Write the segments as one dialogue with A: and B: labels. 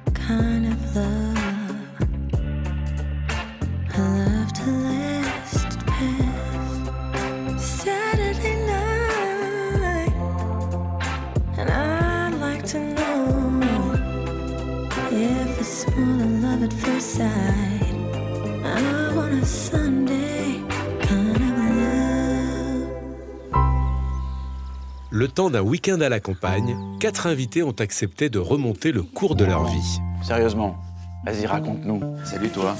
A: A love to last past Saturday night. And I'd like to know if it's more than love at first sight. I want a Sunday kind of love.
B: Le temps d'un week-end à la campagne, quatre invités ont accepté de remonter le cours de leur vie.
C: Sérieusement, vas-y, raconte-nous. Salut toi.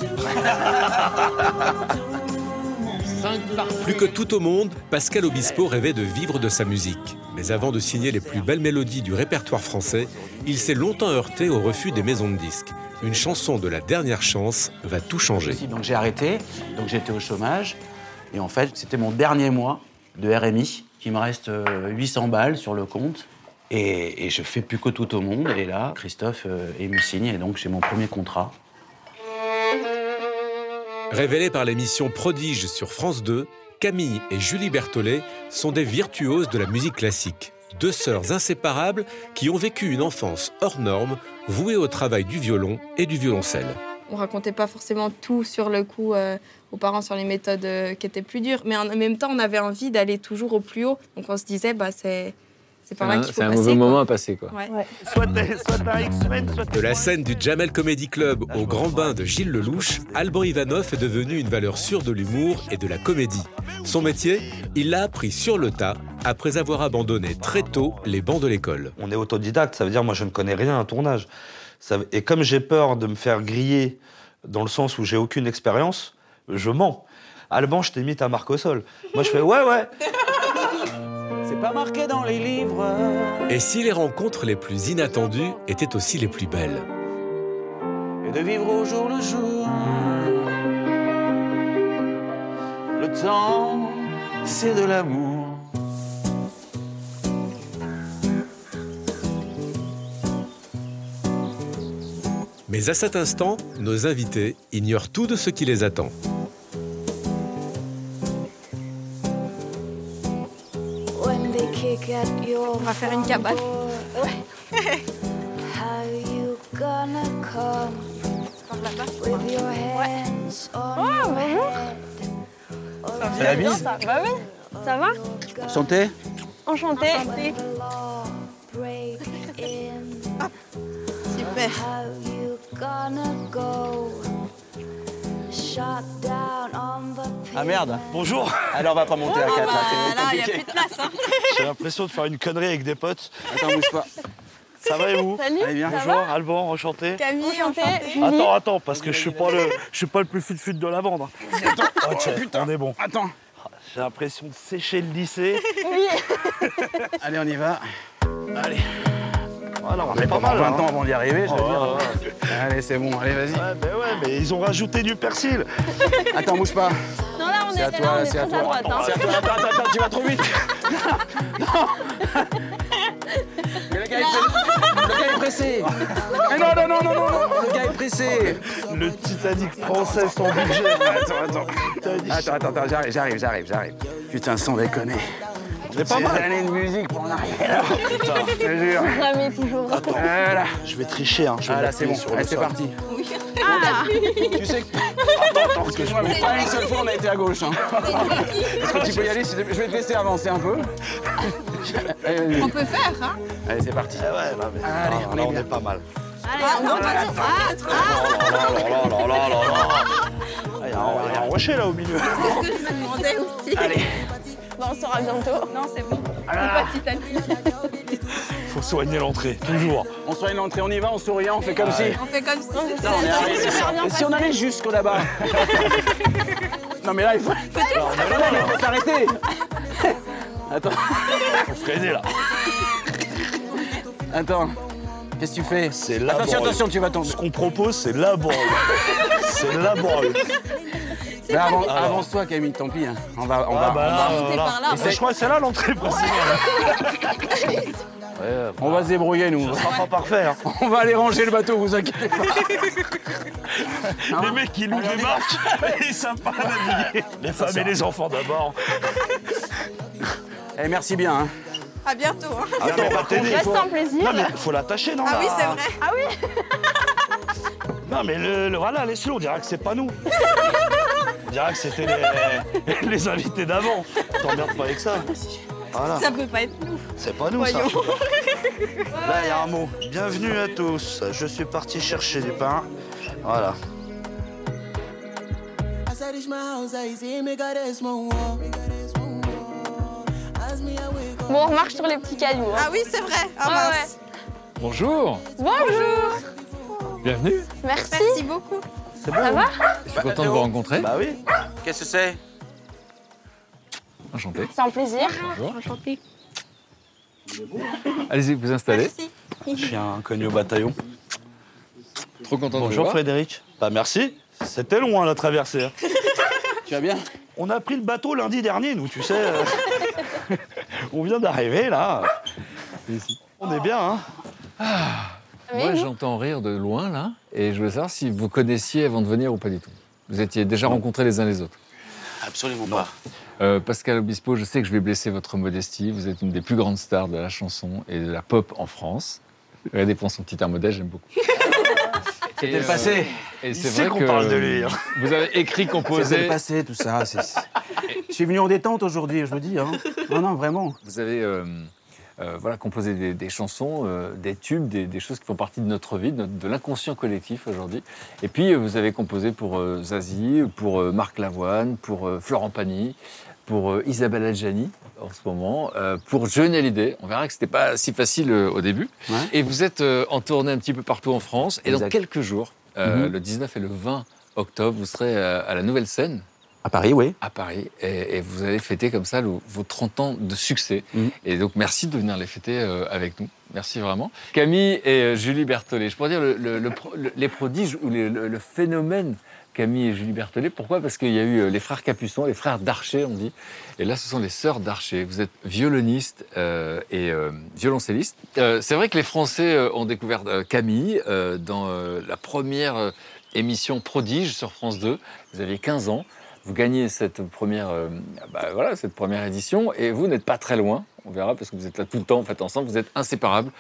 B: Plus que tout au monde, Pascal Obispo rêvait de vivre de sa musique. Mais avant de signer les plus belles mélodies du répertoire français, il s'est longtemps heurté au refus des maisons de disques. Une chanson de la dernière chance va tout changer.
C: Donc j'ai arrêté, donc j'étais au chômage. Et en fait, c'était mon dernier mois de RMI. Il me reste euh, 800 balles sur le compte. Et, et je fais plus que tout au monde. Et là, Christophe euh, il me signe. Et donc j'ai mon premier contrat.
B: Révélés par l'émission Prodige sur France 2, Camille et Julie Berthollet sont des virtuoses de la musique classique. Deux sœurs inséparables qui ont vécu une enfance hors norme, vouée au travail du violon et du violoncelle.
D: on racontait pas forcément tout sur le coup euh, aux parents sur les méthodes euh, qui étaient plus dures, mais en même temps on avait envie d'aller toujours au plus haut, donc on se disait bah c'est c'est par là qu'il faut
E: C'est un
D: passer.
E: mauvais
D: quoi.
E: moment à passer, quoi.
D: Ouais.
F: Soit t'es- soit t'as X-Men, soit t'es
B: De la
F: moins
B: scène du Jamel Comedy Club au grand bain de Gilles Lelouch, Alban Ivanov est devenu une valeur sûre de l'humour et de la comédie. Son métier, il l'a appris sur le tas après avoir abandonné très tôt les bancs de l'école.
G: on est autodidacte, ça veut dire moi je ne connais rien à un tournage. Ça- et comme j'ai peur de me faire griller dans le sens où j'ai aucune expérience, je mens. Alban, je t'imite à Marc au sol. Moi je fais ouais ouais.
C: C'est pas marqué dans les livres.
B: Et si les rencontres les plus inattendues étaient aussi les plus belles
C: Et de vivre au jour le jour. Le temps, c'est de l'amour.
B: Mais à cet instant, nos invités ignorent tout de ce qui les attend.
D: On va faire une cabane.
H: Oh,
C: Ah, C'est la bise
H: Bah oui, ça va
C: Santé
H: Enchanté.
D: Super.
C: Ah merde Bonjour Alors on va pas monter à 4
D: Oh Là il y a plus de place. Hein.
G: J'ai l'impression de faire une connerie avec des potes.
C: Attends, bouge pas.
G: Ça va et vous
H: Salut.
C: Allez, bien.
H: Ça
G: Bonjour Alban, enchanté.
D: Camille,
H: Enchanté.
D: enchantée.
H: Julie.
G: Attends, attends, parce que je suis pas le, je suis pas le plus fut-fut de la bande. hein. Ok, on est bon.
C: Attends.
G: J'ai l'impression de sécher le lycée.
C: Allez, on y va. Allez.
G: Alors,
C: On
G: on est pas mal.
C: 20
G: hein.
C: ans avant d'y arriver, je veux
G: Ouais,
C: dire. Allez, c'est bon. Allez, vas-y.
G: Ouais, mais ouais, mais ils ont rajouté du persil.
C: Attends, bouge pas.
H: Non, là, on est,
C: C'est à
H: là,
C: toi,
H: on est
C: c'est
H: très
C: à
H: à,
C: toi.
H: droite. hein.
C: C'est à toi. Attends, attends, attends, tu vas trop vite. Non. Mais le gars est pressé. Le gars est pressé. Mais non, non, non, non, non, non. Le gars est pressé.
G: Le Titanic français sans budget.
C: Attends, attends. Attends, attends, attends, j'arrive, j'arrive, j'arrive, j'arrive. Putain, sans déconner.
G: C'est pas mal.
C: Des années de musique pour en arriver là. Putain, je te jure.
H: Jamais toujours.
C: Voilà.
G: Je vais tricher, hein. Je vais
C: Ah là,
G: l'appuyer
C: c'est bon.
G: sur le
C: Allez, c'est
G: sol.
C: parti. Tu sais que. Attends, attends, excuse-moi, mais pas une seule fois on a été à gauche. Hein. Est-ce que tu peux y aller s'il te plaît Je vais te laisser avancer un peu. Allez,
D: On
C: vas-y.
D: peut faire. Hein.
C: Allez, c'est parti.
G: Ah ouais, non, mais-
C: Allez,
G: ah,
C: on
G: là,
C: est
G: on
C: bien.
G: est pas mal.
H: Allez, on va pas dire.
G: Ah, il y a un- il y a un rocher là au milieu.
D: Je me demandais aussi.
H: Bah, on saura bientôt.
D: Non c'est bon.
G: Ah
D: Petit à petit.
G: Faut soigner l'entrée, toujours.
C: On soigne l'entrée, on y va en souriant, on fait
G: Ah
C: comme si.
D: On fait comme si c'était.
C: on est
H: C'est
C: arrivé.
H: super bien
C: Et si
H: passé.
C: on allait jusqu'au là-bas Non, mais là, il faut. Non, mais là, il faut s'arrêter. Attends,
G: Faut freiner là.
C: attends. Qu'est-ce que tu fais
G: C'est
C: Attention,
G: laborieux.
C: attention, tu vas tomber.
G: Ce qu'on propose, c'est laborieux. c'est laborieux.
D: c'est
C: Bah,
D: pas
C: avant-
D: vite.
C: Avance-toi, Camille, tant pis. hein. On va. On va,
G: bah
C: on
G: là,
C: va-
G: euh,
H: J'étais par là.
C: Et c'est-
G: Je crois que c'est là l'entrée principale.
C: on va se débrouiller, nous.
G: Ce sera pas parfait. hein.
C: On va aller ranger le bateau, vous inquiétez pas.
G: Les mecs, ils louent des marques et ils savent pas naviguer. Les femmes et les enfants d'abord.
C: Eh, merci bien. hein.
D: À bientôt. hein.
G: Ah, Attends, on va t'aider.
H: Reste un plaisir.
G: Non, mais faut l'attacher, non
D: Ah oui,
G: la-
D: c'est vrai.
G: Non, mais le, le- voilà, laisse-le, on dira que c'est pas nous. On dira que c'était les, les invités d'avant. T'emmerdes pas avec ça. Voilà,
D: Ça peut pas être nous.
G: c'est pas Ah. nous, ça. Là, il y a un mot. Bienvenue à tous. Je suis parti chercher du pain. Voilà.
A: As I reach my house, I see me got a small wall. As me I wake up,
H: Bon, on remarche sur les petits cailloux. hein.
D: Ah oui, c'est vrai. Ah,
H: Ouais,
D: mince.
I: Bonjour
H: Bonjour.
I: Bienvenue
H: Merci.
D: Merci beaucoup.
H: Ça va
I: Je suis content de vous rencontrer.
G: hein. Bah oui.
C: Qu'est-ce que c'est
I: Enchanté.
H: C'est un plaisir.
I: Bonjour. Allez-y, vous installez.
D: Merci.
G: Je suis un connu au bataillon.
I: Trop content de vous
G: Bonjour
I: voir.
G: Frédéric. Bah merci. C'était loin la traversée. hein.
C: Tu vas bien
G: On a pris le bateau lundi dernier, nous, tu sais. euh. On vient d'arriver là. On est bien, hein.
I: Ah.
H: Mais
I: Moi,
H: oui.
I: j'entends rire de loin, là, et je voulais savoir si vous connaissiez avant de venir ou pas du tout. Vous étiez déjà rencontrés les uns les autres.
C: Absolument pas.
I: Euh, Pascal Obispo, je sais que je vais blesser votre modestie. Vous êtes une des plus grandes stars de la chanson et de la pop en France. Regardez pour son petit air modeste, j'aime beaucoup.
C: C'était le
I: euh,
C: passé.
I: Et
G: Il sait qu'on parle de lui. hein.
I: Vous avez écrit,
C: C'était le
I: composé.
C: passé, tout ça. c'est- Je suis venu en détente aujourd'hui, je me dis. Hein. Non, non, vraiment.
I: Vous avez euh, euh, voilà, composé des, des chansons, euh, des tubes, des, des choses qui font partie de notre vie, de, notre- de l'inconscient collectif aujourd'hui. Et puis, euh, vous avez composé pour euh, Zazie, pour euh, Marc Lavoine, pour euh, Florent Pagny, pour euh, Isabelle Adjani en ce moment, euh, pour Johnny Hallyday. On verra que c'était pas si facile euh, au début.
C: Ouais.
I: Et vous êtes euh, en tournée un petit peu partout en France. Et dans
C: Exact.
I: quelques jours, euh,
C: Mhm.
I: le 19 et le 20 octobre, vous serez euh, à la Nouvelle Scène
C: À Paris, oui.
I: à Paris et, et vous allez fêter comme ça le- vos 30 ans de succès.
C: Mhm.
I: Et donc merci de venir les fêter euh, avec nous. Merci vraiment. Camille et euh, Julie Berthollet, je pourrais dire le- le- le pro- le- les prodiges ou les- le, le phénomène Camille et Julie Berthollet. Pourquoi Parce qu'il y a eu euh, les frères Capuçon, les frères Darcher, on dit. Et là, ce sont les sœurs Darcher. Vous êtes violoniste euh, et euh, violoncelliste. Euh, C'est vrai que les Français euh, ont découvert euh, Camille euh, dans euh, la première euh, émission Prodige sur France 2. Vous aviez 15 ans. Vous gagnez cette première, euh, bah, voilà, cette première édition et vous n'êtes pas très loin. On verra parce que vous êtes là tout le temps en fait ensemble. Vous êtes inséparables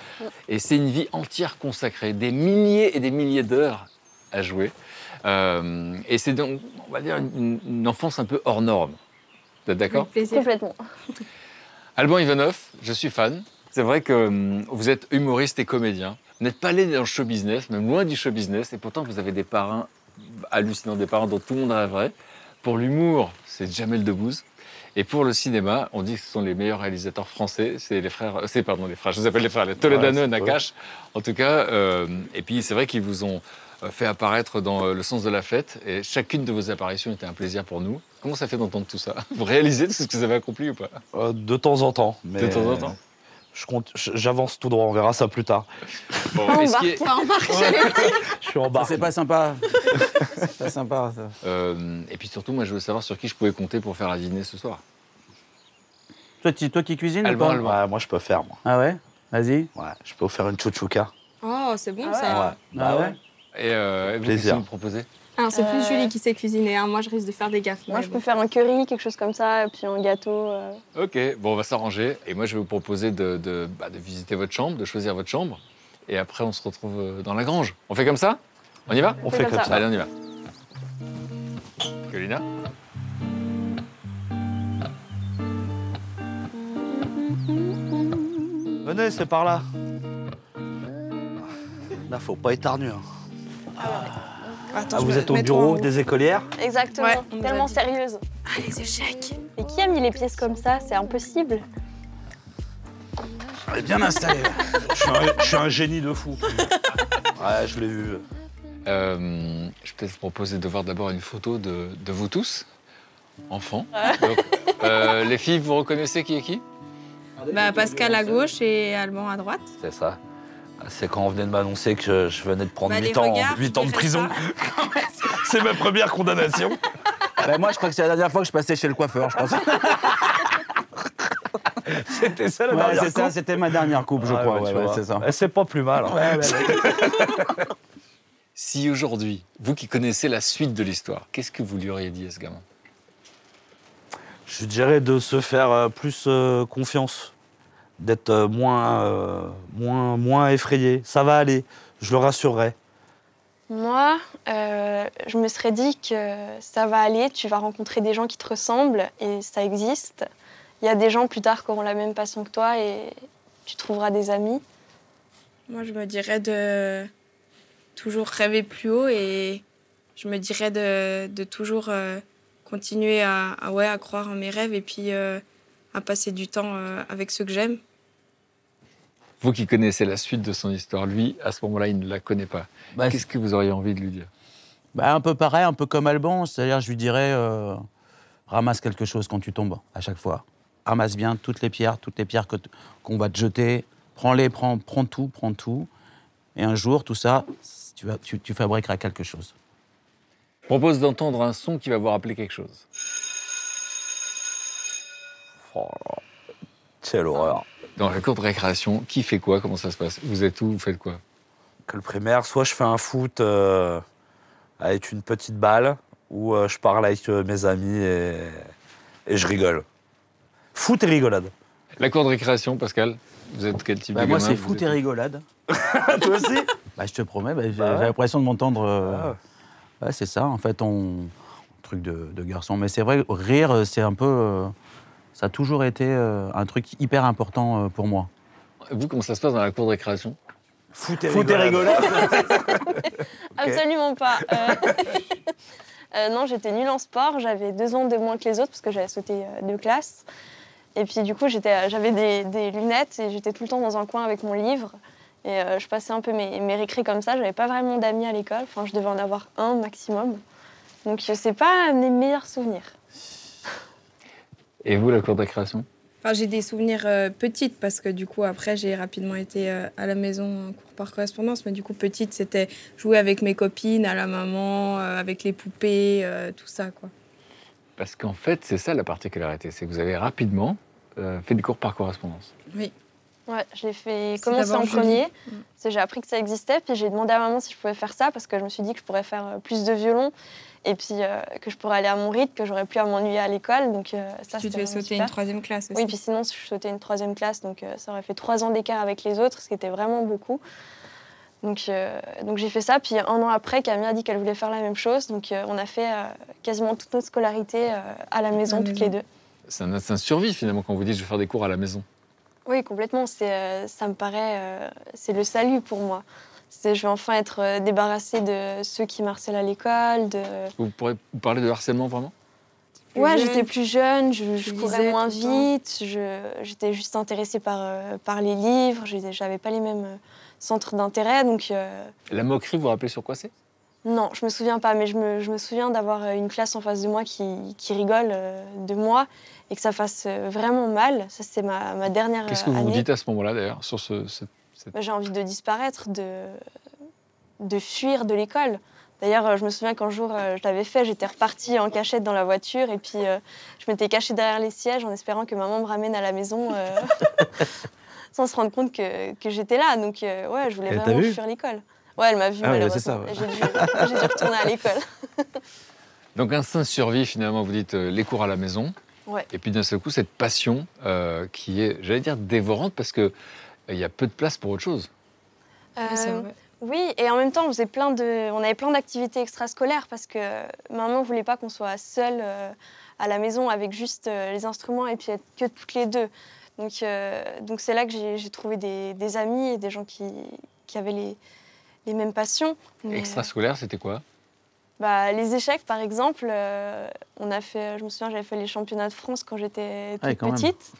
I: et c'est une vie entière consacrée, des milliers et des milliers d'heures à jouer. Euh, et c'est donc, on va dire, une, une enfance un peu hors norme. Vous êtes d'accord
D: Avec plaisir.
H: Complètement.
I: Alban Ivanov, je suis fan. C'est vrai que hum, vous êtes humoriste et comédien. Vous n'êtes pas allé dans le show business, même loin du show business, et pourtant vous avez des parrains hallucinants, des parrains dont tout le monde rêverait. Pour l'humour, c'est Jamel Debbouze. Et pour le cinéma, on dit que ce sont les meilleurs réalisateurs français. C'est les frères, euh, c'est pardon les frères. Je les appelle les frères, les Toledano
G: Ouais,
I: et
G: c'est
I: Nakache. En tout cas, euh, et puis c'est vrai qu'ils vous ont euh, fait apparaître dans euh, le sens de la fête. Et chacune de vos apparitions était un plaisir pour nous. Comment ça fait d'entendre tout ça Vous réalisez tout ce que vous avez accompli ou pas
G: Euh, de temps en temps. Mais
I: De temps en temps.
G: Je compte, je- j'avance tout droit, on verra ça plus tard.
A: Oh,
I: Bon, est-ce qu'il y a-
D: Enfin, on marche.
G: Je suis en
C: Ça,
G: bas.
C: C'est pas sympa. C'est pas sympa, ça.
I: Euh, et puis surtout, moi, je veux savoir sur qui je pouvais compter pour faire à dîner ce soir.
C: Toi, tu- toi qui cuisines ou
I: Alban,
C: pas
I: Alban.
G: Ah, Ouais, moi je peux faire, moi.
C: Ah ouais Vas-y.
G: Ouais, je peux vous faire une chouchouka.
D: Oh, c'est bon ça.
C: Ah ouais
I: Et euh, et vous,
G: Plaisir.
I: qu'est-ce que vous me proposez
D: Alors, Ah, c'est
H: Euh.
D: plus Julie qui sait cuisiner. hein. Moi, je risque de faire des gaffes.
H: Moi,
D: mais
H: je
D: bon.
H: peux faire un curry, quelque chose comme ça, et puis un gâteau. euh.
I: Ok, bon, on va s'arranger. Et moi, je vais vous proposer de, de- bah, de visiter votre chambre, de choisir votre chambre. Et après, on se retrouve euh, dans la grange. On fait comme ça On y va
G: On fait comme ça.
I: Allez, on y va. Colina
G: Venez, c'est par là. Là, faut pas éternuer. hein.
D: Attends,
G: Ah,
D: je
G: vous
D: me-
G: êtes au
D: mets-toi
G: bureau
D: en-
G: des écolières
H: Exactement.
D: Ouais, on nous a
H: Tellement
D: dit.
H: sérieuse.
D: Allez, c'est chèque.
H: Mais qui a mis les pièces comme ça C'est impossible.
C: Elle est bien installée.
G: je, suis un, je suis un génie de fou. Ouais, je l'ai vu.
I: Euh, Je peux vous proposer de voir d'abord une photo de, de vous tous, enfants. Donc, euh, les filles, vous reconnaissez qui est qui
D: Bah, Pascal à gauche et Allemand à droite.
G: C'est ça. C'est quand on venait de m'annoncer que je venais de prendre
D: Bah, les
G: 8 ans,
D: regards,
G: huit ans de
D: je dirais
G: prison.
D: ça.
G: C'est ma première condamnation.
C: Ben, moi, je crois que c'est la dernière fois que je passais chez le coiffeur, je
G: Ah,
C: pense.
G: C'était ça la
C: Ouais,
G: dernière
C: c'est ça, c'était ma dernière coupe, je
G: Ah,
C: crois.
G: ouais,
C: ouais,
G: tu
C: ouais,
G: vois.
C: c'est ça.
G: Eh, C'est pas plus mal. hein.
I: Si aujourd'hui, vous qui connaissez la suite de l'histoire, qu'est-ce que vous lui auriez dit à ce gamin
G: Je dirais de se faire euh, plus euh, confiance, d'être euh, moins, euh, moins, moins effrayé. Ça va aller, je le rassurerai.
H: Moi, euh, je me serais dit que ça va aller, tu vas rencontrer des gens qui te ressemblent et ça existe. Il y a des gens plus tard qui auront la même passion que toi et tu trouveras des amis.
D: Moi, je me dirais de toujours rêver plus haut et je me dirais de, de toujours euh, continuer à, à- ouais, à croire en mes rêves et puis euh, à passer du temps euh, avec ceux que j'aime.
I: Vous qui connaissez la suite de son histoire, lui, à ce moment-là, il ne la connaît pas.
C: Bah,
I: Qu'est-ce que vous auriez envie de lui dire
C: Bah, un peu pareil, un peu comme Alban, c'est-à-dire je lui dirais euh, ramasse quelque chose quand tu tombes à chaque fois. Ramasse bien toutes les pierres, toutes les pierres que t- qu'on va te jeter, prends-les, prends, prends tout, prends tout. Et un jour, tout ça, tu, vas, tu, tu fabriqueras quelque chose.
I: Je propose d'entendre un son qui va vous rappeler quelque chose.
G: Oh, Quelle horreur.
I: Dans la cour de récréation, qui fait quoi Comment ça se passe Vous êtes où Vous faites quoi
G: Que le primaire, soit je fais un foot euh, avec une petite balle, ou euh, je parle avec euh, mes amis et, et je rigole. Foot et rigolade.
I: La cour de récréation, Pascal Vous êtes quel type
C: Bah,
I: de
C: moi,
I: gamin
C: c'est
I: Vous
C: foot
I: êtes-
C: et rigolade.
G: Toi aussi
C: Bah, je te promets, bah, j'ai
G: Bah ouais.
C: j'ai l'impression de m'entendre. euh,
G: Ah ouais.
C: ouais, c'est ça, en fait, on. Truc de, de garçon. Mais c'est vrai, rire, c'est un peu. euh, ça a toujours été euh, un truc hyper important euh, pour moi.
I: Vous, comment ça se passe dans la cour de récréation
G: Foot et
C: Foot et
G: rigolade.
H: Absolument pas. Euh, euh, non, j'étais nulle en sport. J'avais deux ans de moins que les autres parce que j'avais sauté euh, deux classes. Et puis du coup, j'étais, euh, j'avais des, des lunettes et j'étais tout le temps dans un coin avec mon livre. Et euh, je passais un peu mes, mes récrés comme ça. J'avais pas vraiment d'amis à l'école. Enfin, je devais en avoir un maximum. Donc, je sais pas mes meilleurs souvenirs.
I: Et vous, la cour de récréation
D: Enfin, j'ai des souvenirs euh, petites parce que du coup, après, j'ai rapidement été euh, à la maison en cours par correspondance. Mais du coup, petite, c'était jouer avec mes copines, à la maman, euh, avec les poupées, euh, tout ça, quoi.
I: Parce qu'en fait, c'est ça la particularité, c'est que vous avez rapidement euh, fait des cours par correspondance.
H: Ouais, je l'ai fait
D: C'est
H: commencer
D: d'abord
H: en
D: joli.
H: premier.
D: Mm.
H: parce que J'ai appris que ça existait, puis j'ai demandé à maman si je pouvais faire ça parce que je me suis dit que je pourrais faire euh, plus de violon et puis euh, que je pourrais aller à mon rythme, que j'aurais plus à m'ennuyer à l'école. Donc euh, ça,
D: tu
H: c'était
D: devais
H: vraiment
D: sauter
H: super.
D: une troisième classe aussi.
H: Oui, puis sinon, je sautais une troisième classe, donc euh, ça aurait fait trois ans d'écart avec les autres, ce qui était vraiment beaucoup. Donc, euh, donc j'ai fait ça, puis un an après, Camille a dit qu'elle voulait faire la même chose, donc euh, on a fait euh, quasiment toute notre scolarité euh, à la maison,
D: la
H: toutes
D: maison.
H: les deux.
I: C'est un instinct de survie finalement quand vous dites je vais faire des cours à la maison.
H: Oui, complètement. C'est, euh, ça me paraît, euh, c'est le salut pour moi. C'est, je vais enfin être euh, débarrassée de ceux qui harcèlent à l'école. De...
I: Vous pourrez vous parler de harcèlement vraiment
D: Plus
H: Ouais,
D: jeune.
H: j'étais plus jeune, je, je
D: Tu
H: courais
D: lisais
H: moins
D: tout le temps.
H: vite, je- j'étais juste intéressée par, euh, par les livres, j'ai- j'avais pas les mêmes euh, centres d'intérêt, donc euh,
I: La moquerie, vous vous rappelez sur quoi c'est
H: non, je me souviens pas, mais je me, je me souviens d'avoir euh, une classe en face de moi qui, qui rigole euh, de moi et que ça fasse euh, vraiment mal. Ça, c'est ma, ma dernière
I: Qu'est-ce
H: euh,
I: que vous vous
H: année.
I: dites à ce moment-là d'ailleurs sur ce, cette- cette-
H: Bah, J'ai envie de disparaître, de, de fuir de l'école. D'ailleurs, euh, je me souviens qu'un jour, euh, je l'avais fait, j'étais repartie en cachette dans la voiture et puis euh, je m'étais cachée derrière les sièges en espérant que maman me ramène à la maison euh, sans se rendre compte que, que j'étais là. Donc, euh, ouais, je voulais
G: Elle t'a
H: vraiment
G: vu
H: fuir l'école. Ouais, elle m'a vue
G: Ah ouais,
H: malheureusement.
G: c'est ça, ouais.
H: J'ai dû, j'ai dû retourner à l'école.
I: Donc instinct de survie finalement, vous dites euh, les cours à la maison.
H: Ouais.
I: Et puis d'un seul coup, cette passion euh, qui est, j'allais dire, dévorante parce que euh, il y a peu de place pour autre chose.
D: Ouais, c'est
H: Euh,
D: vrai.
H: Oui, et en même temps, on, faisait plein de... on avait plein d'activités extrascolaires parce que maman voulait pas qu'on soit seule euh, à la maison avec juste euh, les instruments et puis être que toutes les deux. Donc euh, donc c'est là que j'ai j'ai trouvé des, des amis et des gens qui, qui avaient les, les mêmes passions. Mais,
I: Extrascolaire, c'était quoi
H: bah, les échecs, par exemple, euh, on a fait, je me souviens, j'avais fait les championnats de France quand j'étais toute
I: Ah,
C: Ouais, quand même.
H: petite.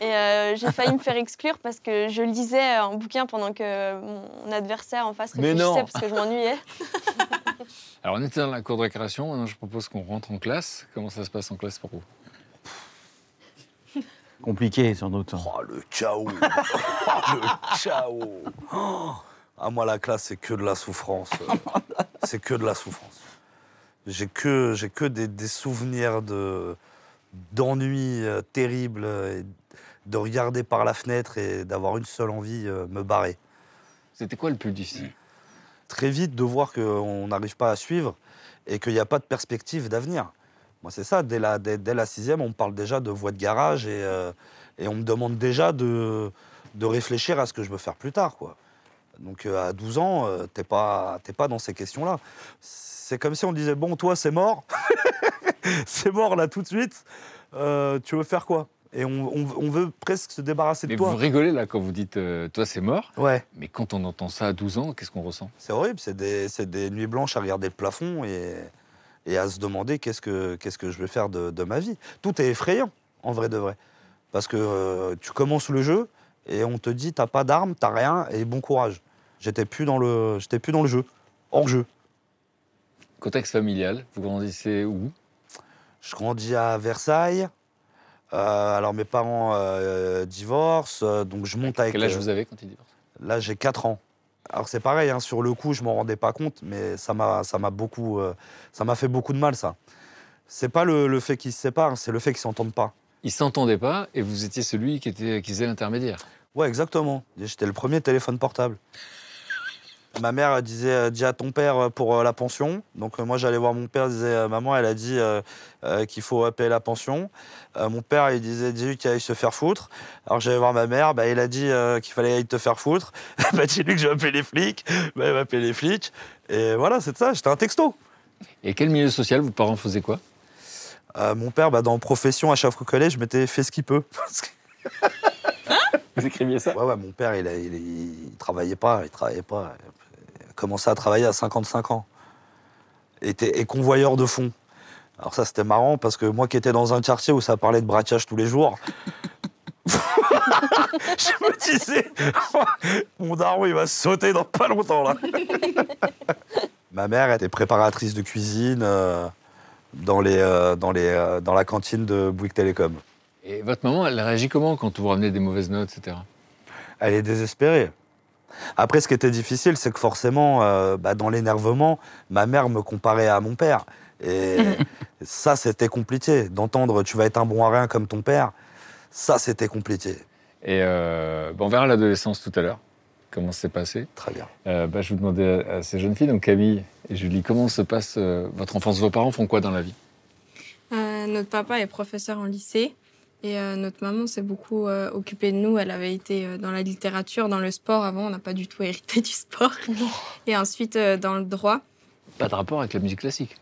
H: et euh, j'ai failli me faire exclure parce que je lisais un bouquin pendant que mon adversaire en face
I: Mais
H: réfléchissait
I: non.
H: parce que je m'ennuyais.
I: Alors on était dans la cour de récréation. Maintenant, je propose qu'on rentre en classe. Comment ça se passe en classe pour vous
C: Compliqué, sans doute.
G: Oh, le chaos Le chaos Ah, Oh, À moi, la classe, c'est que de la souffrance. C'est que de la souffrance. J'ai que, j'ai que des, des souvenirs de, d'ennuis euh, terribles, euh, et de regarder par la fenêtre et d'avoir une seule envie, euh, me barrer.
I: C'était quoi le plus difficile
G: Très vite de voir qu'on n'arrive pas à suivre et qu'il n'y a pas de perspective d'avenir. Moi, c'est ça, dès la, dès, dès la sixième, on me parle déjà de voie de garage et, euh, et on me demande déjà de, de réfléchir à ce que je veux faire plus tard. Quoi. Donc euh, à 12 ans, euh, t'es pas, t'es pas dans ces questions-là. C'est comme si on disait, bon, toi, c'est mort, c'est mort là tout de suite, Euh, tu veux faire quoi Et on, on- on veut presque se débarrasser de
I: Mais
G: toi.
I: vous rigolez là quand vous dites euh, toi c'est mort,
G: Ouais.
I: mais quand on entend ça à 12 ans, qu'est-ce qu'on ressent
G: C'est horrible, c'est des, c'est des nuits blanches à regarder le plafond et, et à se demander qu'est-ce que, qu'est-ce que je vais faire de, de ma vie. Tout est effrayant, en vrai de vrai. Parce que euh, tu commences le jeu et on te dit t'as pas d'armes, t'as rien et bon courage. J'étais plus dans le, j'étais plus dans le jeu, hors jeu.
I: Contexte familial, vous grandissez où
G: Je grandis à Versailles. Euh, alors mes parents euh, divorcent, euh, donc je monte avec.
I: Quel âge
G: euh,
I: vous avez quand il divorce
G: Là, j'ai 4 ans. Alors c'est pareil, hein, sur le coup, je m'en rendais pas compte, mais ça m'a, ça m'a beaucoup, euh, ça m'a fait beaucoup de mal, ça. C'est pas le, le fait qu'ils se séparent, c'est le fait qu'ils s'entendent pas.
I: Ils s'entendaient pas et vous étiez celui qui était qui faisait l'intermédiaire.
G: Ouais, exactement. J'étais le premier téléphone portable. Ma mère euh, disait euh, dis à ton père euh, pour euh, la pension. Donc euh, moi j'allais voir mon père, disait euh, maman, elle a dit euh, euh, qu'il faut euh, payer la pension. Euh, mon père il disait dis-lui qu'il aille se faire foutre. Alors j'allais voir ma mère, bah, il a dit euh, qu'il fallait aller te faire foutre. bah dis-lui que je vais appeler les flics. Bah, il va appeler les flics. Et voilà, c'est ça. J'étais un texto.
I: Et quel milieu social vos parents faisaient quoi
G: Euh, mon père, bah, dans profession à Chafrocollet, je m'étais fait ce qu'il peut.
I: Hein Vous écriviez ça
G: Ouais, ouais, mon père, il, a- il- il- il travaillait pas, il travaillait pas. Il a commencé à travailler à 55 ans. Et, était- et convoyeur de fonds. Alors ça, c'était marrant parce que moi qui étais dans un quartier où ça parlait de braquage tous les jours, je me disais, mon daron, il va sauter dans pas longtemps là. Ma mère était préparatrice de cuisine euh, dans, les, euh, dans, les, euh, dans la cantine de Bouygues Télécom.
I: Et votre maman, elle réagit comment quand vous ramenez des mauvaises notes, etc.
G: Elle est désespérée. Après, ce qui était difficile, c'est que forcément, euh, bah, dans l'énervement, ma mère me comparait à mon père. Et ça, c'était compliqué. D'entendre tu vas être un bon à rien comme ton père, ça, c'était compliqué.
I: Et euh, bah, on verra l'adolescence tout à l'heure, comment c'est passé.
G: Très bien.
I: Euh, bah, je vous demandais à, à ces jeunes filles, donc Camille et Julie, comment se passe euh, votre enfance Vos parents font quoi dans la vie
D: Euh, notre papa est professeur en lycée et euh, notre maman s'est beaucoup euh, occupée de nous. Elle avait été euh, dans la littérature, dans le sport. Avant, on n'a pas du tout hérité du sport. Et ensuite, euh, dans le droit.
I: Pas de rapport avec la musique classique.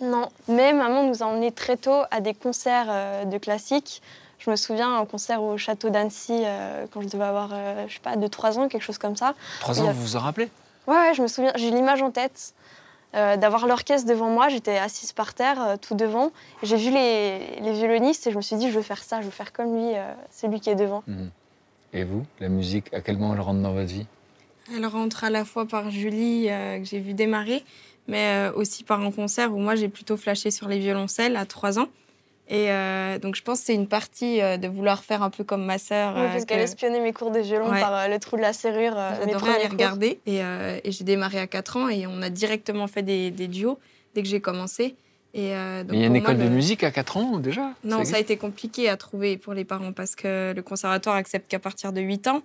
H: Non, mais maman nous a emmenés très tôt à des concerts euh, de classiques. Je me souviens un concert au château d'Annecy euh, quand je devais avoir, euh, je sais pas, 2-3 ans, quelque chose comme ça.
I: Trois
H: Il y
I: ans,
H: a-
I: vous vous en rappelez
H: Ouais, ouais, je me souviens, j'ai l'image en tête euh, d'avoir l'orchestre devant moi. J'étais assise par terre, euh, tout devant. J'ai vu les, les violonistes et je me suis dit, je veux faire ça, je veux faire comme lui, euh, celui qui est devant.
I: Mhm. Et vous, la musique, à quel moment elle rentre dans votre vie
D: Elle rentre à la fois par Julie, euh, que j'ai vu démarrer, mais euh, aussi par un concert où moi, j'ai plutôt flashé sur les violoncelles à 3 ans. Et euh, donc, je pense que c'est une partie euh, de vouloir faire un peu comme ma sœur.
H: Oui,
D: euh,
H: parce
D: que-
H: qu'elle espionnait mes cours de violon
D: Ouais.
H: par euh, le trou de la serrure. euh, mes
D: Ah, J'adorais
H: premiers
D: aller
H: cours.
D: regarder. Et, euh, et j'ai démarré à 4 ans et on a directement fait des, des duos dès que j'ai commencé. Et, euh, donc
I: Mais Il y a une
D: pour moi,
I: école de
D: le-
I: musique à 4 ans déjà
D: Non, ça a
I: existe
D: été compliqué à trouver pour les parents parce que le conservatoire accepte qu'à partir de 8 ans.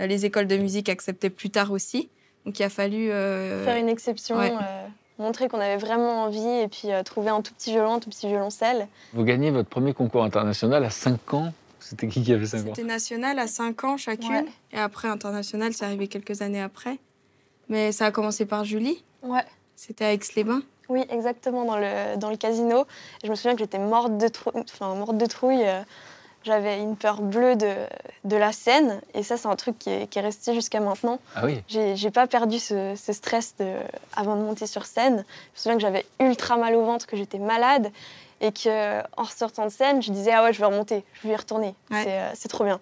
D: Euh, Les écoles de musique acceptaient plus tard aussi. Donc il a fallu. euh,
H: Faire une exception,
D: Ouais.
H: euh, montrer qu'on avait vraiment envie et puis euh, trouver un tout petit violon, un tout petit violoncelle.
I: Vous gagnez votre premier concours international à 5 ans. C'était qui qui avait 5 ans
D: C'était national à 5 ans chacune.
H: Ouais.
D: Et après, international, c'est arrivé quelques années après. Mais ça a commencé par Julie.
H: Ouais.
D: C'était à Aix-les-Bains.
H: Oui, exactement, dans le, dans le casino. Et je me souviens que j'étais morte de, trou- enfin, morte de trouille. euh, J'avais une peur bleue de, de la scène. Et ça, c'est un truc qui est, qui est resté jusqu'à maintenant.
I: Ah oui,
H: J'ai j'ai pas perdu ce, ce stress de, avant de monter sur scène. Je me souviens que j'avais ultra mal au ventre, que j'étais malade. Et que en ressortant de scène, je disais Ah ouais, je vais remonter, je vais y retourner.
D: Ouais.
H: C'est, euh, C'est trop bien.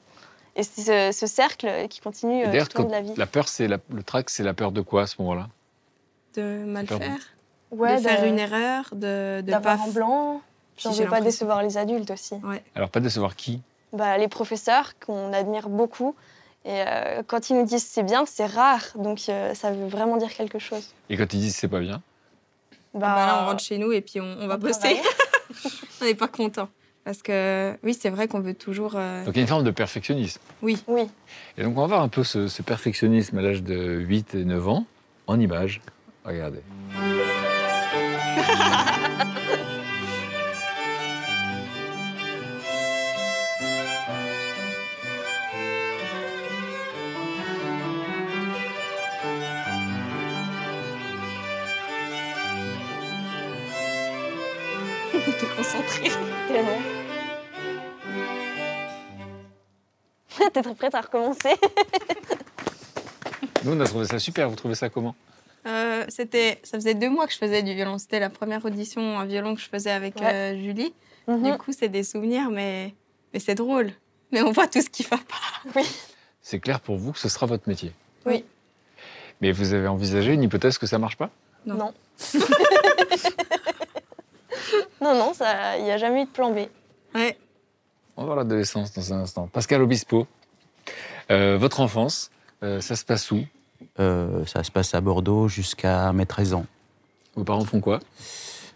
H: Et c'est ce, ce cercle qui continue
I: Et
H: euh,
I: d'ailleurs,
H: tout au long de
I: quand
H: la vie.
I: la peur, c'est la- le trac, c'est la peur de quoi à ce moment-là
D: De mal
I: Pardon.
D: faire,
H: Ouais,
D: de faire
H: de-
D: une erreur, de ne pas
H: d'avoir en blanc.
D: Puis
H: Je
D: j'ai
H: ne pas
D: l'impression-
H: décevoir les adultes aussi.
I: Alors, pas de savoir qui.
H: Bah, les professeurs qu'on admire beaucoup. Et euh, quand ils nous disent c'est bien, c'est rare. Donc euh, ça veut vraiment dire quelque chose.
I: Et quand ils disent c'est pas bien,
D: Bah, là, on rentre chez nous et puis on, on va
H: on
D: bosser.
H: travaille.
D: on n'est pas content. Parce que oui, c'est vrai qu'on veut toujours. euh,
I: Donc il y a une forme de perfectionnisme.
D: Oui.
H: Oui.
I: Et donc on va voir un peu ce, ce perfectionnisme à l'âge de 8 et 9 ans en images. Regardez.
D: T'es concentré.
H: Tellement. T'es très prête à recommencer
I: Nous, on a trouvé ça super. Vous trouvez ça comment
D: Euh, c'était, ça faisait deux mois que je faisais du violon. C'était la première audition en violon que je faisais avec
H: Ouais.
D: euh, Julie.
H: Mhm.
D: Du coup, c'est des souvenirs, mais, mais c'est drôle. Mais on voit tout ce qui va pas.
I: C'est clair pour vous que ce sera votre métier
H: Oui.
I: Mais vous avez envisagé une hypothèse que ça marche pas
D: Non.
H: Non. Non, non, ça- il n'y a jamais eu de plan B.
D: Ouais.
I: On va voir l'adolescence dans un instant. Pascal Obispo, euh, votre enfance, euh, ça se passe où
C: Euh, ça se passe à Bordeaux jusqu'à mes 13 ans.
I: Vos parents font quoi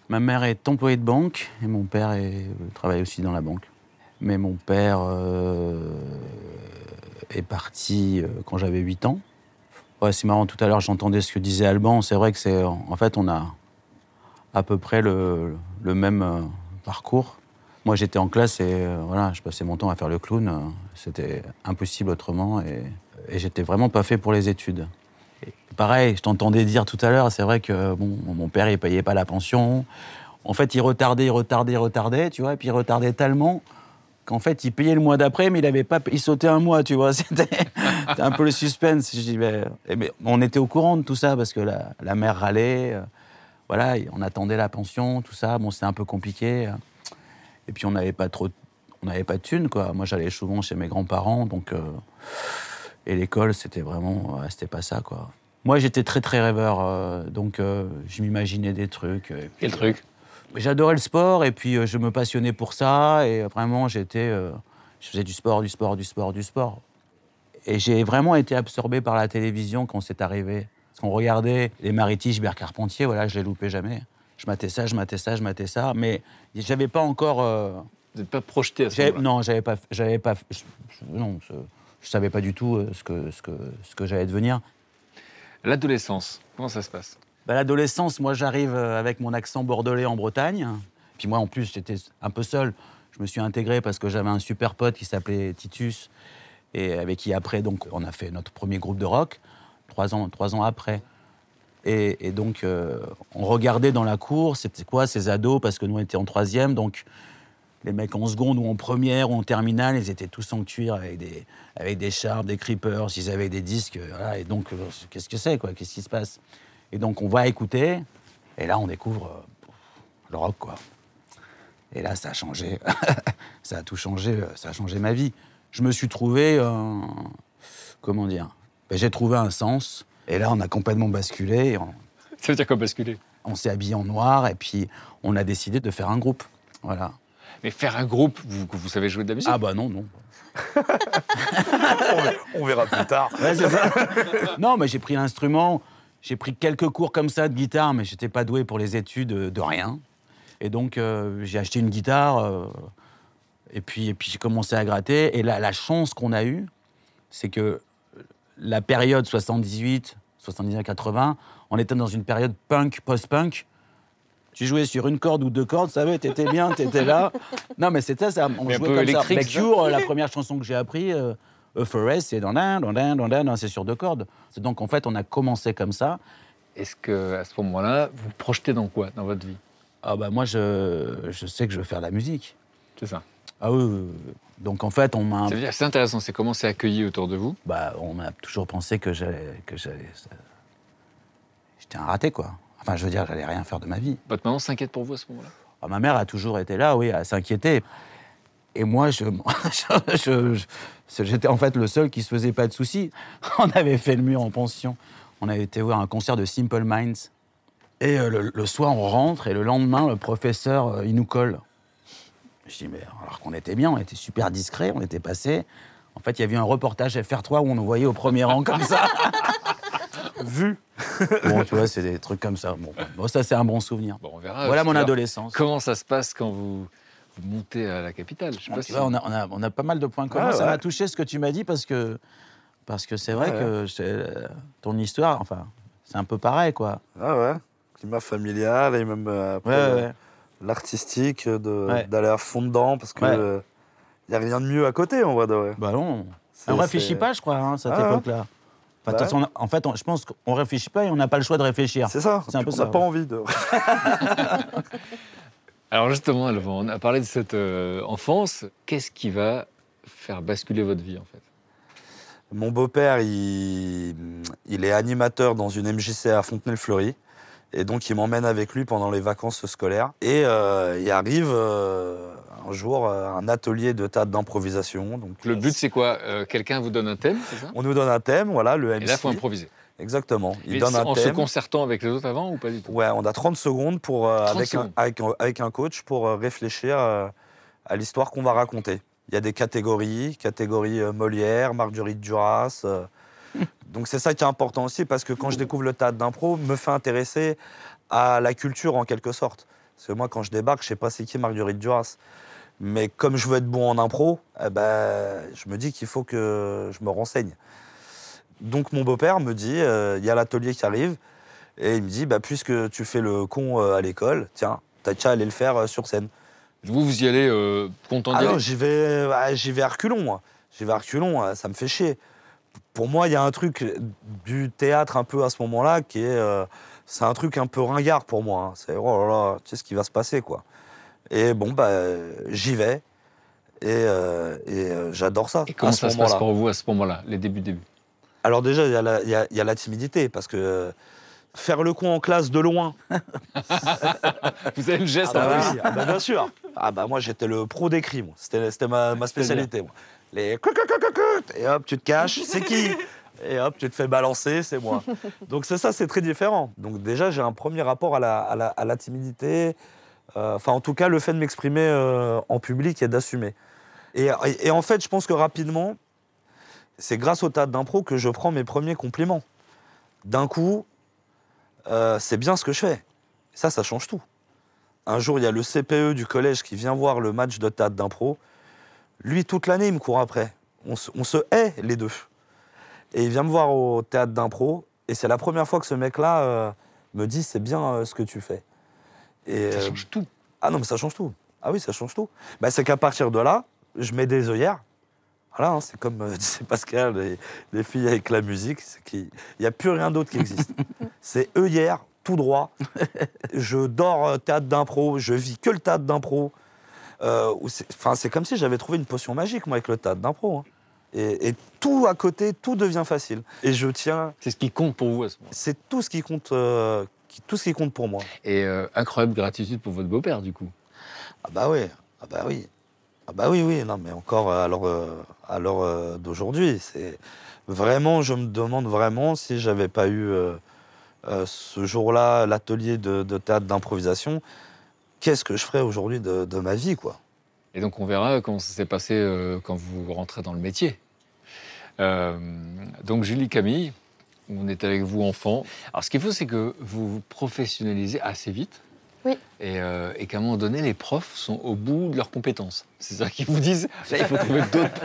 C: Ma mère est employée de banque et mon père est- travaille aussi dans la banque. Mais mon père euh, est parti euh, quand j'avais 8 ans. Ouais, c'est marrant, tout à l'heure j'entendais ce que disait Alban. C'est vrai que c'est. En fait, on a à peu près le, le même euh, parcours. Moi j'étais en classe et euh, voilà, je passais mon temps à faire le clown. Euh, C'était impossible autrement et, et j'étais vraiment pas fait pour les études. Pareil, je t'entendais dire tout à l'heure, c'est vrai que bon, mon père, il payait pas la pension. En fait, il retardait, il retardait, il retardait, tu vois, et puis il retardait tellement qu'en fait, il payait le mois d'après, mais il avait pas, il sautait un mois, tu vois. C'était c'était un peu le suspense. Je dis, mais- eh ben, on était au courant de tout ça parce que la, la mère râlait, euh, voilà, et on attendait la pension, tout ça. Bon, c'était un peu compliqué. euh. Et puis on n'avait pas trop, on n'avait pas de thunes, quoi. Moi, j'allais souvent chez mes grands-parents, donc. euh, et l'école, c'était vraiment, euh, ouais, c'était pas ça, quoi. Moi, j'étais très très rêveur, euh, donc euh, je m'imaginais des trucs. euh, et puis, euh,
I: Quel truc
C: J'adorais le sport et puis euh, je me passionnais pour ça et euh, vraiment j'étais, euh, je faisais du sport, du sport, du sport, du sport. Et j'ai vraiment été absorbé par la télévision quand c'est arrivé. Parce qu'on regardait les Mariti, Gilbert Carpentier, voilà, je les loupais jamais. Je matais ça, je matais ça, je matais ça, mais j'avais pas encore. euh,
I: Vous n'êtes pas projeté à ce
C: j'avais-
I: moment-là
C: non, j'avais pas, j'avais pas, je, je- non, je, je savais pas du tout euh, ce que ce que ce que j'allais devenir.
I: L'adolescence, comment ça se passe
C: Bah, L'adolescence, moi j'arrive euh, avec mon accent bordelais en Bretagne. Puis moi en plus j'étais un peu seul. Je me suis intégré parce que j'avais un super pote qui s'appelait Titus et avec qui après donc on a fait notre premier groupe de rock trois ans, trois ans après. Et, et donc euh, on regardait dans la cour, c'était quoi ces ados parce que nous on était en troisième donc les mecs en seconde ou en première ou en terminale, ils étaient tous en cuir avec des, avec des sharps, des creepers, ils avaient des disques. voilà. et donc, euh, qu'est-ce que c'est, quoi Qu'est-ce qui se passe et donc on va écouter, et là on découvre euh, le rock, quoi. Et là ça a changé, ça a tout changé, euh, ça a changé ma vie. Je me suis trouvé, euh, comment dire, Ben, j'ai trouvé un sens, et là on a complètement basculé, et on,
I: Ça veut dire quoi basculer
C: on s'est habillé en noir, et puis on a décidé de faire un groupe. Voilà.
I: Mais faire un groupe, vous, vous savez jouer de la musique
C: Ah bah non, non.
G: on, ver- on verra plus tard.
C: Ouais, c'est ça. non, mais j'ai pris l'instrument, j'ai pris quelques cours comme ça de guitare, mais j'étais pas doué pour les études euh, de rien. Et donc euh, j'ai acheté une guitare, euh, et puis, et puis j'ai commencé à gratter. Et là, la chance qu'on a eue, c'est que la période 78, 79, 80, on était dans une période punk, post-punk. Tu jouais sur une corde ou deux cordes, ça va, t'étais bien, t'étais là. Non, mais c'était ça, on
I: Mais un
C: jouait
I: peu
C: comme ça.
I: électrique,
C: Mais
I: ça.
C: Cure, euh, la première chanson que j'ai appris, euh, A Forest, c'est dans l'un, dans l'un, dans l'un, dans l'un, c'est sur deux cordes. C'est Donc en fait, on a commencé comme ça.
I: Est-ce que à ce moment-là, vous vous projetez dans quoi dans votre vie
C: Ah bah moi, je, je sais que je veux faire de la musique.
I: C'est ça.
C: Ah oui, oui, oui. donc en fait, on m'a
I: Ça veut dire c'est intéressant, c'est comment c'est accueilli autour de vous.
C: ben, bah, on a toujours pensé que j'allais. que j'allais. J'étais un raté, quoi. Enfin, je veux dire, j'allais rien faire de ma vie.
I: Votre maman s'inquiète pour vous à ce moment-là.
C: Ah, ma mère a toujours été là, oui, à s'inquiéter. Et moi, je, je- je- je- c'est- j'étais en fait le seul qui se faisait pas de soucis. On avait fait le mur en pension. On avait été voir un concert de Simple Minds. Et euh, le, le soir, on rentre et le lendemain, le professeur, euh, il nous colle. Je dis, mais alors qu'on était bien, on était super discret, on était passé. En fait, il y avait eu un reportage FR3 où on nous voyait au premier rang comme ça.
G: vu.
C: Bon, tu vois, c'est des trucs comme ça. Bon, bon, ça, c'est un bon souvenir.
I: Bon, on verra.
C: voilà
I: tout à
C: mon
I: l'heure.
C: adolescence.
I: Ah, Comment ça se passe quand vous, vous montez à la capitale Je sais
C: Bon,
I: pas
C: Ah,
I: si.
C: tu vois, on, a, on a- on a pas mal de points communs.
G: Ah,
C: ça
G: ouais.
C: m'a touché ce que tu m'as dit parce que parce que c'est vrai
G: Ouais,
C: que c'est, euh, ton histoire, enfin, c'est un peu pareil, quoi.
G: Ah ouais. Climat familial et même euh, après,
C: Ouais, ouais,
G: euh,
C: ouais.
G: l'artistique, euh, de-
C: Ouais.
G: d'aller à fond dedans parce que
C: Ouais.
G: euh, y a rien de mieux à côté en vrai de vrai.
C: Bah non.
G: C'est-
C: On réfléchit
G: c'est-
C: pas, je crois, hein, à cette
G: Ah, ouais.
C: époque-là. Enfin, de toute
G: Bah.
C: façon, on- en fait, on- je pense qu'on réfléchit pas et on n'a pas le choix de réfléchir.
G: C'est ça.
C: C'est un peu
G: on
C: ça,
G: n'a pas
C: ouais.
G: envie de.
I: Alors justement, Alban, on a parlé de cette euh, enfance. Qu'est-ce qui va faire basculer votre vie en fait
G: Mon beau-père, il, il est animateur dans une MJC à Fontenay-le-Fleury. Et donc, il m'emmène avec lui pendant les vacances scolaires. Et euh, il arrive euh, un jour euh, un atelier de théâtre d'improvisation. Donc,
I: Le
G: on-
I: but, c'est quoi Euh, Quelqu'un vous donne un thème, c'est ça
G: On nous donne un thème, voilà, le MC.
I: Et là, il faut improviser.
G: Exactement. Il
I: Mais
G: donne un
I: en se
G: thème.
I: concertant avec les autres avant ou pas du tout
G: Ouais, on a 30 secondes, pour, euh,
I: 30
G: avec,
I: secondes.
G: Un, avec, un- avec un coach pour euh, réfléchir euh, à l'histoire qu'on va raconter. Il y a des catégories, catégorie euh, Molière, Marguerite Duras. euh, donc c'est ça qui est important aussi, parce que quand je découvre le théâtre d'impro, me fait intéresser à la culture en quelque sorte. Parce que moi, quand je débarque, je sais pas c'est qui Marguerite Duras. Mais comme je veux être bon en impro, eh ben, je me dis qu'il faut que je me renseigne. Donc mon beau-père me dit, euh, il y a l'atelier qui arrive, et il me dit, bah, puisque tu fais le con euh, à l'école, tiens, t'as qu'à aller le faire euh, sur scène.
I: Vous, vous y allez euh, content
G: Ah
I: d'y
G: non,
I: aller
G: j'y vais, euh, j'y vais à reculons, moi. J'y vais à reculons, euh, ça me fait chier. Pour moi, il y a un truc du théâtre un peu à ce moment-là qui est. euh, c'est un truc un peu ringard pour moi. hein. C'est oh là là, tu sais ce qui va se passer, quoi. Et bon, bah, euh, j'y vais. Et, euh, et, euh, j'adore ça.
I: Et comment
G: à ce
I: ça se
G: moment-là.
I: passe pour vous à ce moment-là, les débuts, débuts
G: Alors déjà, il y, a la- il y a- il y a la timidité, parce que euh, faire le con en classe de loin,
I: Vous avez le
G: Ah
I: geste
G: bah
I: en plus.
G: oui, ah bah bien sûr. Ah bah moi j'étais le pro des cris, moi. C'était c'était ma, ma spécialité. Moi. Les couc, couc, couc, couc, couc, et hop tu te caches, c'est qui Et hop tu te fais balancer, c'est moi. Donc c'est ça, c'est très différent. Donc déjà j'ai un premier rapport à la, à la- à la timidité. Euh, Enfin en tout cas le fait de m'exprimer euh, en public et d'assumer. Et, et- et en fait je pense que rapidement, c'est grâce au théâtre d'impro que je prends mes premiers compliments. D'un coup, euh, c'est bien ce que je fais. Ça, ça change tout. Un jour, il y a le CPE du collège qui vient voir le match de théâtre d'impro. Lui, toute l'année, il me court après. On se, on se hait, les deux. Et il vient me voir au théâtre d'impro. Et c'est la première fois que ce mec-là euh, me dit c'est bien euh, ce que tu fais. Et,
I: Ça
G: euh,
I: change tout.
G: ah non, mais ça change tout. Ah oui, ça change tout. Bah, c'est qu'à partir de là, je mets des œillères. Voilà, hein, c'est comme euh, disait Pascal, les, les filles avec la musique, c'est qu'il- il n'y a plus rien d'autre qui existe. c'est œillères, tout droit. je dors euh, théâtre d'impro, je vis que le théâtre d'impro. Euh, ou c'est- Enfin, c'est comme si j'avais trouvé une potion magique, moi, avec le théâtre d'impro. hein. Et, et tout à côté, tout devient facile. Et je tiens,
I: C'est ce qui compte pour vous à ce moment-là.
G: c'est tout ce qui compte, euh, qui- tout ce qui compte pour moi.
I: Et euh, incroyable gratitude pour votre beau-père, du coup.
G: Ah bah oui, ah bah oui. Ah bah oui, oui, non, mais encore euh, à l'heure, euh, à l'heure euh, d'aujourd'hui, c'est vraiment, je me demande vraiment si j'avais pas eu euh, euh, ce jour-là l'atelier de, de théâtre d'improvisation, qu'est-ce que je ferais aujourd'hui de, de ma vie, quoi.
I: Et donc on verra comment ça s'est passé euh, quand vous rentrez dans le métier. Euh, donc Julie Camille, on est avec vous enfant. Alors ce qu'il faut, c'est que vous vous professionnalisez assez vite.
H: Oui.
I: Et, euh, et qu'à un moment donné, les profs sont au bout de leurs compétences. C'est ça qu'ils vous disent. Là, il faut trouver d'autres.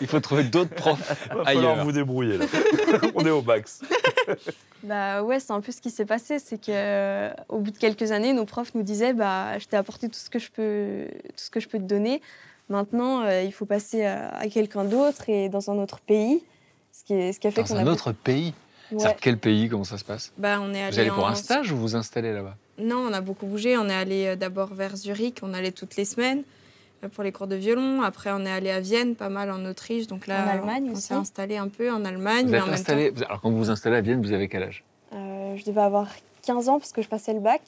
I: Il faut trouver d'autres profs ailleurs.
G: vous débrouiller, là. On est au max.
H: Bah ouais, c'est un peu ce qui s'est passé, c'est que euh, au bout de quelques années, nos profs nous disaient bah je t'ai apporté tout ce que je peux tout ce que je peux te donner. Maintenant, euh, il faut passer à, à quelqu'un d'autre et dans un autre pays, ce qui est, ce qui a fait
I: Dans
H: qu'on
I: un
H: a
I: autre pays.
H: Ouais.
I: C'est-à-dire Quel pays Comment ça se passe
D: Bah, on est allé
I: Vous allez pour
D: en-
I: un stage ou vous vous installez là-bas
D: Non, on a beaucoup bougé. On est allé euh, d'abord vers Zurich, on allait toutes les semaines euh, pour les cours de violon. Après, on est allé à Vienne, pas mal en Autriche. Donc là,
H: En Allemagne
D: on
H: aussi.
D: s'est installé un peu en Allemagne.
I: Vous
D: mais
I: êtes
D: en même
I: installé. vous- Alors quand vous vous installez à Vienne, vous avez quel âge
H: Euh, je devais avoir 15 ans parce que je passais le bac.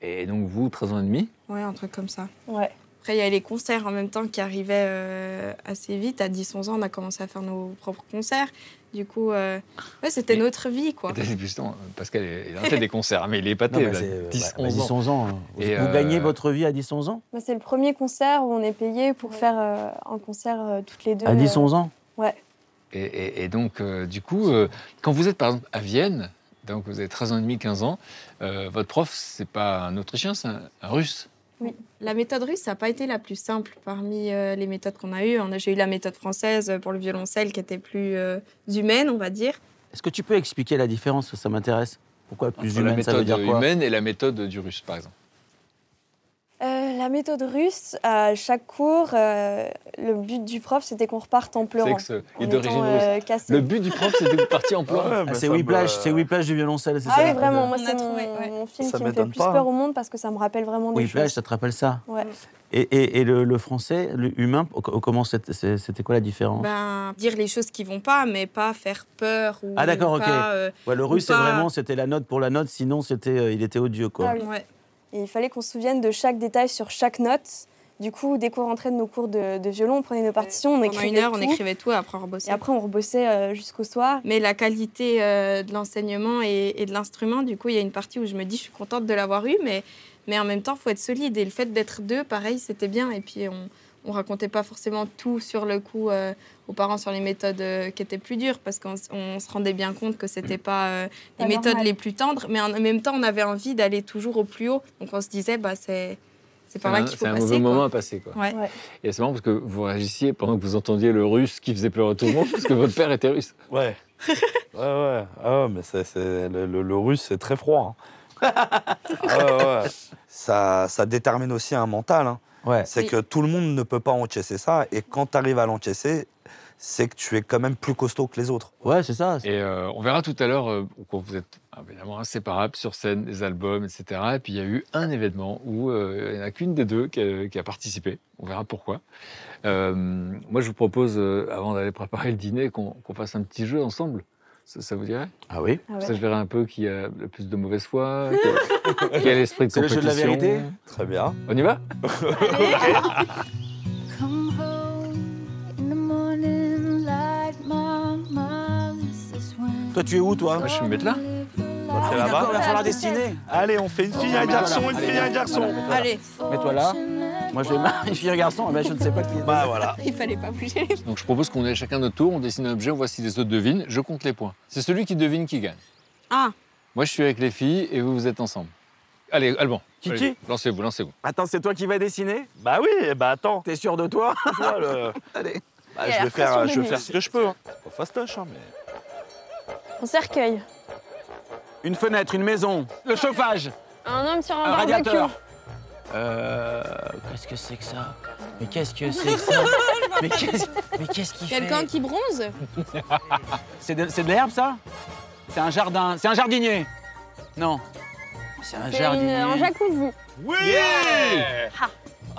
I: Et donc vous, 13 ans et demi.
D: temps- Ouais, un truc comme ça.
H: Ouais.
D: Après, il y a les concerts en même temps qui arrivaient euh, assez vite. À 10-11 ans, on a commencé à faire nos propres concerts. Du coup, euh, ouais, c'était
I: Mais-
D: notre vie, quoi.
I: Attends, justement, euh, Pascal, il a fait des concerts, mais il est épaté. il a 10, 11 ans.
C: 11 bah, ans. hein. Vous,
I: Et,
C: vous
I: euh,
C: gagnez votre vie à 10-11 ans
H: Moi, Bah, c'est le premier concert où on est payé pour faire euh, un concert euh, toutes les deux.
C: À
H: euh,
C: 10-11 ans
I: Et, et- et donc, euh, du coup, euh, quand vous êtes par exemple à Vienne, Donc vous avez 13 ans et demi, 15 ans. Euh, votre prof, c'est pas un Autrichien, c'est un, un Russe.
D: Oui. La méthode russe, ça n'a pas été la plus simple parmi euh, les méthodes qu'on a eues. On a- J'ai eu la méthode française pour le violoncelle qui était plus euh, humaine, on va dire.
C: Est-ce que tu peux expliquer la différence Ça m'intéresse. Pourquoi plus
I: Entre la
C: humaine, ça veut
I: méthode
C: dire quoi
I: humaine et la méthode du Russe, par exemple.
H: Euh, la méthode russe, à chaque cours, euh, le but du prof, c'était qu'on reparte en pleurant.
I: que ce-
H: en
I: est d'origine
H: étant,
I: russe.
H: euh, cassé.
I: Le but du prof, c'était de partir en pleurant.
G: Ouais,
C: Ah,
G: mais
C: C'est
G: ça me-
C: Whiplash, c'est Whiplash du violoncelle, c'est
H: Ah
C: ça
H: oui, vraiment, moi,
D: On a
H: c'est mon,
D: trouvé, ouais.
H: mon film
G: Ça
H: qui me fait
G: m'étonne
H: plus
G: pas,
H: peur
G: hein.
H: au monde parce que ça me rappelle vraiment des
C: Whiplash,
H: choses.
C: ça te rappelle ça
H: Ouais.
C: Et, et- et le, le français, le humain, au- au- comment c'était c'est- c'était quoi la différence
D: Ben, dire les choses qui vont pas, mais pas faire peur ou
C: Ah, d'accord, ok.
D: pas, euh,
C: Ouais, Le russe, c'est
D: pas-
C: vraiment, c'était la note pour la note, sinon c'était, euh, il était odieux, quoi.
H: Ah oui.
D: ouais.
H: Et il fallait qu'on se souvienne de chaque détail sur chaque note. Du coup, dès qu'on rentrait de nos cours de, de violon, on prenait nos partitions, on
D: Pendant
H: écrivait
D: une heure,
H: tout.
D: on écrivait tout et après on rebossait.
H: Et après, on rebossait euh, jusqu'au soir.
D: Mais la qualité euh, de l'enseignement et, et de l'instrument, du coup, il y a une partie où je me dis, je suis contente de l'avoir eu, mais, mais en même temps, faut être solide. Et le fait d'être deux, pareil, c'était bien. Et puis, on, on racontait pas forcément tout sur le coup euh, aux parents sur les méthodes euh, qui étaient plus dures, parce qu'on s- on se rendait bien compte que c'était pas euh, les
H: Pas
D: méthodes
H: normal.
D: les plus tendres, mais en même temps, on avait envie d'aller toujours au plus haut. Donc, on se disait, bah, c'est c'est par là
I: un,
D: qu'il faut
I: un
D: passer.
I: mauvais
D: quoi.
I: moment à passer. Quoi.
D: Ouais.
H: Ouais.
I: Et c'est marrant parce que vous réagissiez pendant que vous entendiez le russe qui faisait pleurer tout le monde, parce que votre père était russe.
G: Ouais. ouais, ouais. Ah ouais, mais c'est, c'est- le, le- le russe, c'est très froid. hein. Ah ouais, ouais. Ça, ça détermine aussi un mental. hein.
C: Ouais.
G: C'est
D: Oui.
G: que tout le monde ne peut pas encaisser ça. Et quand tu arrives à l'encaisser, c'est que tu es quand même plus costaud que les autres.
C: Ouais, c'est ça.
I: Et euh, on verra tout à l'heure, euh, quand vous êtes évidemment inséparables sur scène, les albums, etc. Et puis il y a eu un événement où euh, il n'y en a qu'une des deux qui a, qui a participé. On verra pourquoi. Euh, moi, je vous propose, euh, avant d'aller préparer le dîner, qu'on qu'on fasse un petit jeu ensemble. Ça, ça vous dirait
C: Ah oui
H: Ah ouais.
I: Ça, je verrai un peu qui a le plus de mauvaise foi, qui a, qui a l'esprit de
C: C'est le
I: compétition.
C: jeu de la vérité
G: Très bien.
I: On y va
A: Come home in the morning light, mama. This is when.
G: Toi, tu es où, toi
I: Moi, je vais me mettre là.
G: T'es
C: Ah D'accord,
G: là-bas
C: on va faire la destinée.
G: Allez, on fait une fille, un garçon, une fille, un garçon.
D: Allez,
C: Mets-toi là. Moi, je vais marier fille et garçon, mais je ne sais pas qui est.
G: Bah voilà.
D: il fallait pas bouger.
I: Donc je propose qu'on ait chacun notre tour, on dessine un objet, on voit si les autres devinent, je compte les points. C'est celui qui devine qui gagne.
D: Ah,
I: Moi je suis avec les filles et vous vous êtes ensemble. Allez, Alban.
C: Kiki
I: allez, Lancez-vous, lancez-vous.
C: Attends, c'est toi qui vas dessiner
G: Bah oui, bah attends.
C: T'es sûr de toi
G: Tu vois, le-
C: Allez.
G: Bah,
H: Il a
G: je vais
H: l'air
G: faire,
H: très
G: je vais
H: surmené.
G: faire ce que je peux. hein. Pas fastoche, hein, mais.
H: On cercueil.
C: Une fenêtre, une maison, le chauffage,
H: Un homme sur
C: un
H: un, barbecue.
C: radiateur. Euh. Qu'est-ce que c'est que ça Mais qu'est-ce que c'est que ça Mais qu'est-ce mais qu'est-ce qu'il fait
D: quelqu'un qui bronze
C: C'est de, c'est de l'herbe, ça C'est un jardin. C'est un jardinier Non. C'est un
H: C'est une-
C: jardinier.
H: un jacuzzi.
G: Oui
H: Yeah Ah.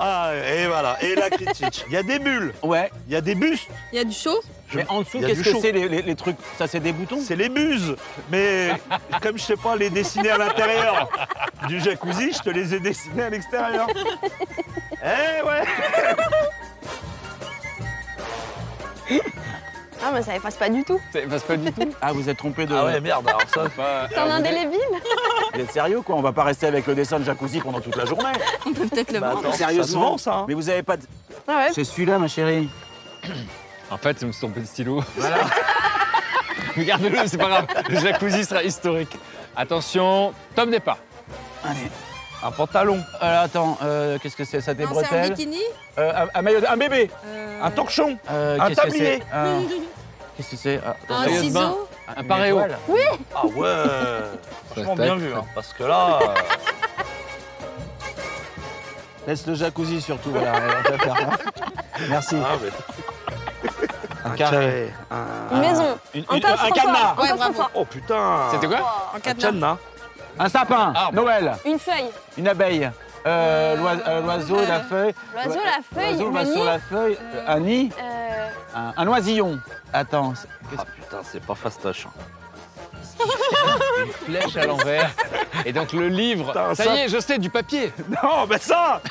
G: Ah, et voilà, et la critique. Il y a des bulles,
C: Ouais.
G: il y a des bustes,
D: Il y a du chaud
C: Mais en dessous,
G: Il y a
C: qu'est-ce
G: du
C: que
G: chaud.
C: c'est les, les- les trucs Ça, c'est des boutons
G: c'est les buses. Mais comme je sais pas les dessiner à l'intérieur du jacuzzi, je te les ai dessinés à l'extérieur. Eh ouais
H: Ah, mais ça efface pas du tout.
I: Ça
G: bah,
I: passe pas du tout.
C: Ah, vous êtes trompé de.
G: merde, alors ça...
H: C'est
C: Ah,
H: un indélébile.
C: Vous êtes sérieux, quoi On va pas rester avec le dessin de jacuzzi pendant toute la journée.
D: On peut peut-être le
G: Bah,
D: vendre.
G: attends, ça se
C: Sérieusement
G: vend, ça. hein.
C: Mais vous avez pas de.
H: Ah ouais.
C: C'est celui-là, ma chérie.
I: En fait, je me suis trompé de stylo. Regardez-le, c'est pas grave. Le jacuzzi sera historique. Attention, Tom départ.
C: Allez.
G: Un pantalon.
C: Euh, attends, euh, qu'est-ce que c'est Ça, des
D: Non, c'est un
C: bretelles
D: bikini
G: Euh, un, un maillot de- un bébé.
D: Euh,
G: Un torchon.
C: Euh,
G: Un
C: qu'est-ce que
G: tablier.
C: c'est Un- Qu'est-ce que c'est Ah,
D: Un
I: Sérieusement.
D: ciseau
I: Un
C: une
I: paréo.
C: étoile
G: Ah ouais Franchement, bien vu, hein, parce que là... euh,
C: Laisse le jacuzzi surtout, voilà. on va faire, hein. Merci.
G: ah, mais-
C: Un
H: Une maison.
G: Une-
H: Un
G: une-
H: tas de
G: un
H: fanfares.
G: cadenas.
H: Un tas de
D: Ouais, bravo.
H: fanfares.
G: Oh putain
I: C'était quoi
D: en
G: Un
D: cadenas.
G: cadenas.
C: Un Ah. sapin,
I: Arbre.
C: Noël,
H: Une feuille.
C: une abeille, euh, l'oise- euh, l'oiseau, la feuille.
H: L'oiseau, la feuille,
C: L'oiseau
H: le
C: va
H: nid.
C: sur la feuille, un nid,
H: Euh,
A: Ah,
C: un, un oisillon. Attends, c'est-
G: Ah putain, c'est pas fastoche. hein.
I: Flèche à l'envers. Et donc le livre.
G: Putain,
I: ça,
G: ça-
I: y est, je sais, du papier.
G: Non, mais ça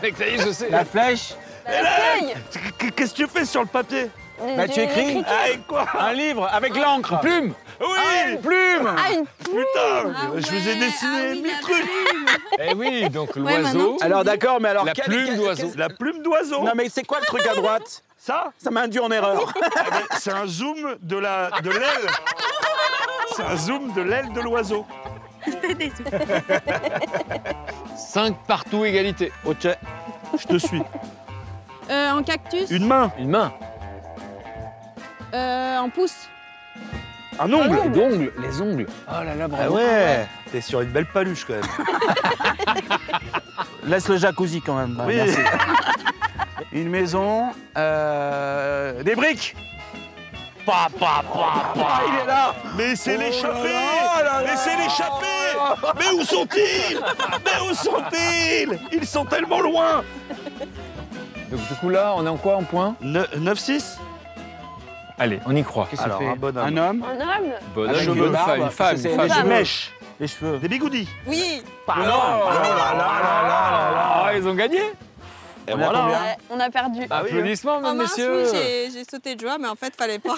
I: Mec, ça y est, je sais.
C: la flèche,
H: la feuille.
G: Qu- Qu'est-ce que tu fais sur le papier
H: Des-
C: Bah, tu
H: des-
C: écris.
H: l'écriture.
G: Avec quoi
C: un livre avec l'encre.
I: Plume.
G: Oui
C: Plume
H: Ah, une
G: Putain
D: Ah
G: Je vous ai
D: ouais,
G: dessiné
D: ah oui,
G: mille
D: la
G: trucs
I: Eh oui, donc
D: Ouais,
I: l'oiseau.
D: maintenant, tu-
C: Alors d'accord, mais alors...
I: La
C: quel-
I: plume
C: quel-
I: d'oiseau.
G: La plume d'oiseau
C: Non mais c'est quoi le truc à droite
G: Ça
J: ben,
C: Ça m'a induit en erreur.
G: Ah, mais C'est un zoom de la de l'aile
F: c'est un zoom de l'aile de l'oiseau.
H: C'était des-
I: 5 partout égalité.
G: Ok, je te suis.
K: Euh, en cactus
G: Une main,
I: Une main,
K: Euh, En pouce
G: un ongle.
I: les ongles, les ongles. Oh là là,
G: Ah
I: bravo.
G: ouais, t'es sur une belle paluche quand même.
C: Laisse le jacuzzi quand même.
G: Oui.
C: merci. Une maison, euh, des briques. Pa, pa, pa, pa. Ah, il est là. oh
F: Mais c'est l'échappée Mais c'est l'échappée Mais où sont-ils Mais où sont-ils Ils sont tellement loin
I: Donc du coup là, on est en quoi en point
G: Ne- 9-6
I: Allez, on y croit.
G: Alors, un bonhomme.
C: Un homme,
H: Un homme
I: Bonhomme,
C: Avec
I: une
C: une
I: bonne
C: barbe,
I: femme, une femme,
C: c'est-
I: une
G: Des
I: femme.
H: Femme.
G: mèches.
C: les cheveux.
F: Des bigoudis
H: Oui
J: Ah,
I: Ah, ils ont gagné.
G: Et
C: On est à
G: voilà.
C: combien
G: hein.
H: Ouais, On a perdu.
I: Applaudissements,
K: En
I: mesdames,
K: Oh, mince,
I: messieurs.
K: oui, j'ai- j'ai sauté de joie, mais en fait, fallait pas.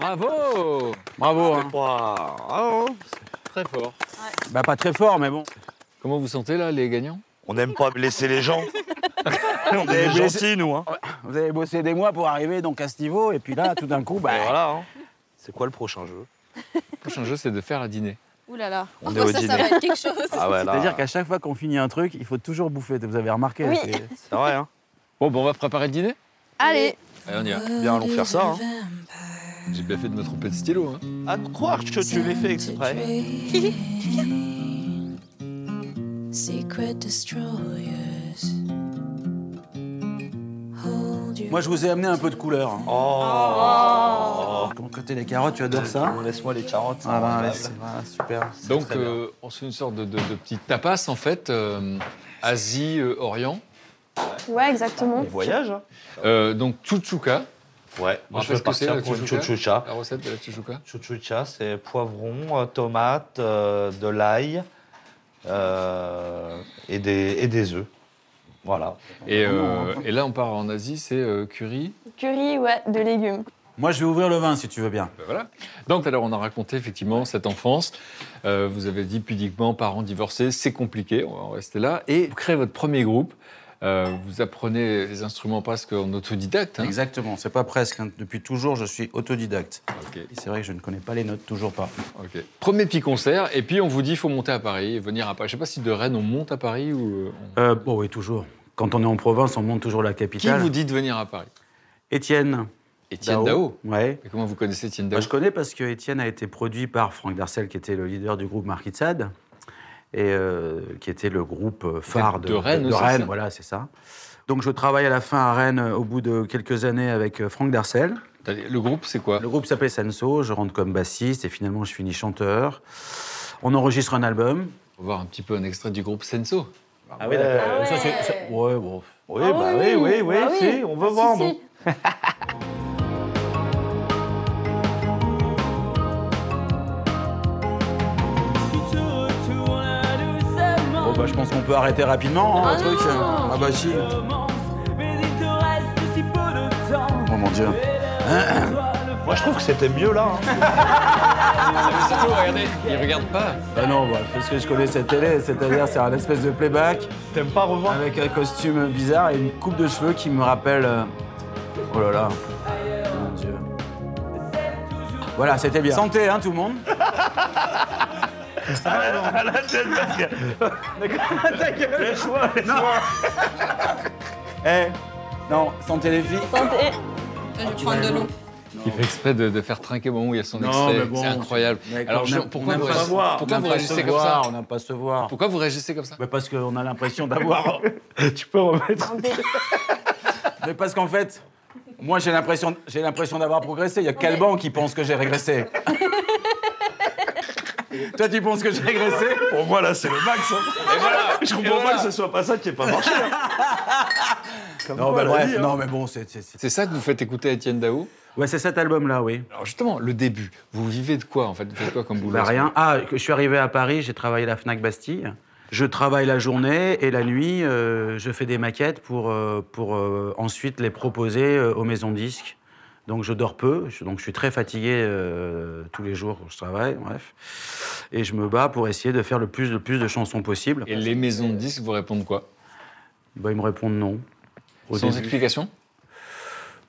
I: Bravo.
C: Bravo. hein.
G: Waouh.
I: Très fort.
C: Bah pas très fort, mais bon.
I: Comment vous sentez là, les gagnants
G: On n'aime pas blesser les gens. On est
C: blessé-
G: gentils, nous. Hein.
C: Vous avez bossé des mois pour arriver donc à ce niveau, et puis là, tout d'un coup, bah.
G: Et voilà. hein. C'est quoi le prochain jeu
I: Le prochain jeu, c'est de faire à dîner.
K: Ouh là là.
G: On
K: Oh,
G: est au
K: ça, ça
G: dîner.
K: va être quelque chose.
G: Ah ouais, là.
C: C'est-à-dire qu'à chaque fois qu'on finit un truc, il faut toujours bouffer. Vous avez remarqué
H: Oui.
C: c'est-
G: C'est vrai, hein.
I: Bon, bon, on va préparer le dîner.
H: Allez,
I: Allez, Eh, on y va.
G: Bien, allons faire ça. hein.
I: J'ai bien fait de me tromper de stylo. Hein.
G: À te croire que tu l'as fait exprès.
A: Secret destroyers. Hold your
C: Moi, je vous ai amené un peu de couleur. hein.
G: Oh.
C: Comment côté les carottes, tu adores ça
G: Laisse-moi les carottes.
C: Ah bah, ouais, c'est- voilà, super. c'est
I: Donc,
C: très bien.
I: euh, on se fait une sorte de, de, de petite tapas, en fait, euh, Asie-Orient.
H: ouais exactement.
G: On voyage, hein.
I: Euh, donc, tchouchouka,
G: Ouais,
I: Moi,
G: moi
I: je
G: je
I: veux
G: vais partir
I: partir
G: pour une
I: tchouchouka.
G: chouchoucha.
I: la recette de la tchouchouka.
G: Chouchoucha, c'est poivron, euh, tomate, euh, de l'ail euh, et, des, et des œufs. Voilà.
I: Et, euh, et là, on part en Asie, c'est euh, curry.
H: Curry, ouais, de légumes.
C: Moi, je vais ouvrir le vin si tu veux bien.
I: Ben voilà. Donc, alors, on a raconté effectivement cette enfance. Euh, vous avez dit pudiquement, parents divorcés, c'est compliqué, on va en rester là. Et vous créez votre premier groupe. Euh, vous apprenez les instruments presque en autodidacte. hein.
C: Exactement, c'est pas presque. hein. Depuis toujours, je suis autodidacte.
I: Ok,
C: C'est vrai que je ne connais pas les notes, toujours pas.
I: ok. Premier petit concert, et puis on vous dit il faut monter à Paris, venir à Paris. Je sais pas si de Rennes on monte à Paris ou. euh, on-
C: Euh, bon, oui, toujours. Quand on est en province, on monte toujours la
I: Qui
C: capitale.
I: vous dit de venir à Paris
C: Étienne.
I: Étienne Dao.
C: Ouais.
I: Et comment vous connaissez Étienne
C: Bah,
I: Dao
C: je connais parce que Étienne a été produit par Franck Darcel, qui était le leader du groupe Marquisade, et euh, qui était le groupe euh, phare
I: de
C: de,
I: Rennes aussi,
C: Rennes,
I: ça.
C: voilà, c'est ça. Donc je travaille à la fin à Rennes euh, au bout de quelques années avec euh, Franck Darcel.
I: Le groupe, c'est quoi
C: Le groupe s'appelait Sanso, je rentre comme bassiste et finalement je finis chanteur. On enregistre un album.
I: On va voir un petit peu un extrait du groupe Senso.
C: Ah oui,
G: d'accord.
C: Ça, c'est- ça- ouais, bon.
G: Oui,
H: Ah
G: bah oui, oui, oui,
H: bah
G: si, on
C: Ah,
J: Ah
G: veut
H: Si,
G: vendre.
H: si.
C: Bon, bah, je pense qu'on peut arrêter rapidement, hein,
H: Ah
C: le truc.
H: non
C: Ah bah si. Oh mon dieu.
G: Moi, je trouve que c'était mieux là. hein.
I: regardez, il regarde pas.
C: Ah non, bah, parce que je connais cette télé, c'est-à-dire c'est un espèce de playback
G: T'aimes pas revoir
C: avec un costume bizarre et une coupe de cheveux qui me rappelle. euh, Oh là là. Mon dieu. Voilà, c'était bien. Santé, hein, tout le monde.
F: À la tête, parce que- Laisse-moi, laisse-moi
C: Eh, non, santé les filles. Ah,
H: Santé.
K: Je vais prendre de l'eau.
I: Il fait exprès de, de faire trinquer au moment où il y a son
C: Non,
I: extrait.
C: mais bon,
I: c'est incroyable.
C: Mec,
I: Alors,
C: on
I: je-
C: aime-
I: pourquoi
C: on aime
I: vous,
C: pas
I: ré-
C: se voir,
I: pourquoi
C: on aime
I: vous
C: pas
I: réagissez
C: se
I: comme ça
C: voir, On n'aime pas se voir.
I: Pourquoi vous réagissez comme ça
C: Mais parce qu'on a l'impression
G: Bah,
C: d'avoir.
G: Tu peux remettre.
C: Mais parce qu'en fait, moi j'ai l'impression, j'ai l'impression d'avoir progressé. Il y a Calban qui pense que j'ai régressé. Toi, tu penses que j'ai régressé
G: Pour moi, là, c'est le max. hein. Je comprends pas que ce soit pas ça qui ait pas marché. hein. Comme
C: Non,
G: quoi,
C: mais
G: la
C: bref,
G: vie, hein.
C: non, mais bon, c'est. c'est- c'est-
I: C'est ça que vous faites écouter à Étienne Dao
C: Ouais, c'est cet album-là, oui.
I: Alors justement, le début, vous vivez de quoi en fait Vous faites quoi comme boulot
C: Bah, rien. Ah, que je suis arrivé à Paris, j'ai travaillé à la Fnac Bastille. Je travaille la journée et la nuit, euh, je fais des maquettes pour, euh, pour euh, ensuite les proposer euh, aux maisons disques. Donc je dors peu, je- donc je suis très fatigué euh, tous les jours où je travaille, bref. Et je me bats pour essayer de faire le plus, le plus de chansons possible.
I: Et les maisons de disques vous répondent quoi
C: Bah, ils me répondent non. Au
I: Sans
C: début.
I: explication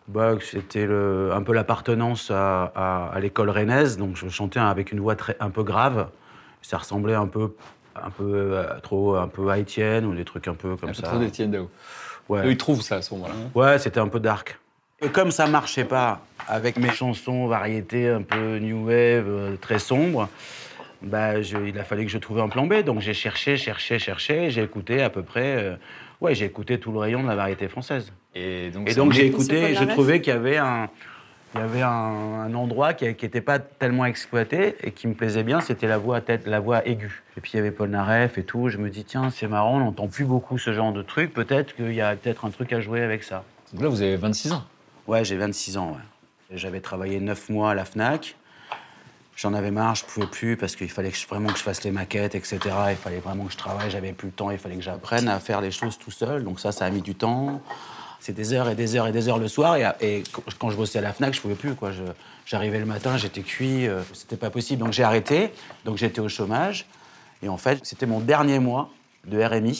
C: bah, C'était le- un peu l'appartenance à, à- à l'école rennaise, donc je chantais avec une voix très, un peu grave. Ça ressemblait un peu, un peu euh, trop, un peu haïtienne ou des trucs un peu comme
I: Un peu
C: ça.
I: trop d'Étienne Dao.
C: Ouais.
I: Eux, ils trouvent ça à ce moment-là.
C: Ouais, c'était un peu dark. Et comme ça marchait pas avec mes chansons variétés un peu new wave, euh, très sombres, bah, je- il a fallu que je trouve un plan B. Donc j'ai cherché, cherché, cherché. et J'ai écouté à peu près. euh, ouais, j'ai écouté tout le rayon de la variété française.
I: Et donc,
C: Et
I: c'est
C: donc
I: un-
C: j'ai
I: C'est quoi,
C: écouté,
I: la
C: je
I: ref
C: trouvais qu'il y avait un, il y avait un, un endroit qui n'était pas tellement exploité et qui me plaisait bien, c'était la voix à tête, la voix aiguë. Et puis il y avait Paul Naref et tout. Je me dis tiens c'est marrant, on n'entend plus beaucoup ce genre de truc. Peut-être qu'il y a peut-être un truc à jouer avec ça.
I: Donc là vous avez 26 ans.
C: Ouais j'ai 26 ans. ouais. J'avais travaillé 9 mois à la Fnac. J'en avais marre, je pouvais plus parce qu'il fallait que je- vraiment que je fasse les maquettes, etc. Il fallait vraiment que je travaille, j'avais plus le temps, il fallait que j'apprenne à faire les choses tout seul. Donc ça, ça a mis du temps. C'est des heures et des heures et des heures le soir. Et, à- et qu- quand je bossais à la Fnac, je pouvais plus. quoi. Je- J'arrivais le matin, j'étais cuit, euh, c'était pas possible. Donc j'ai arrêté, donc j'étais au chômage. Et en fait, c'était mon dernier mois de RMI,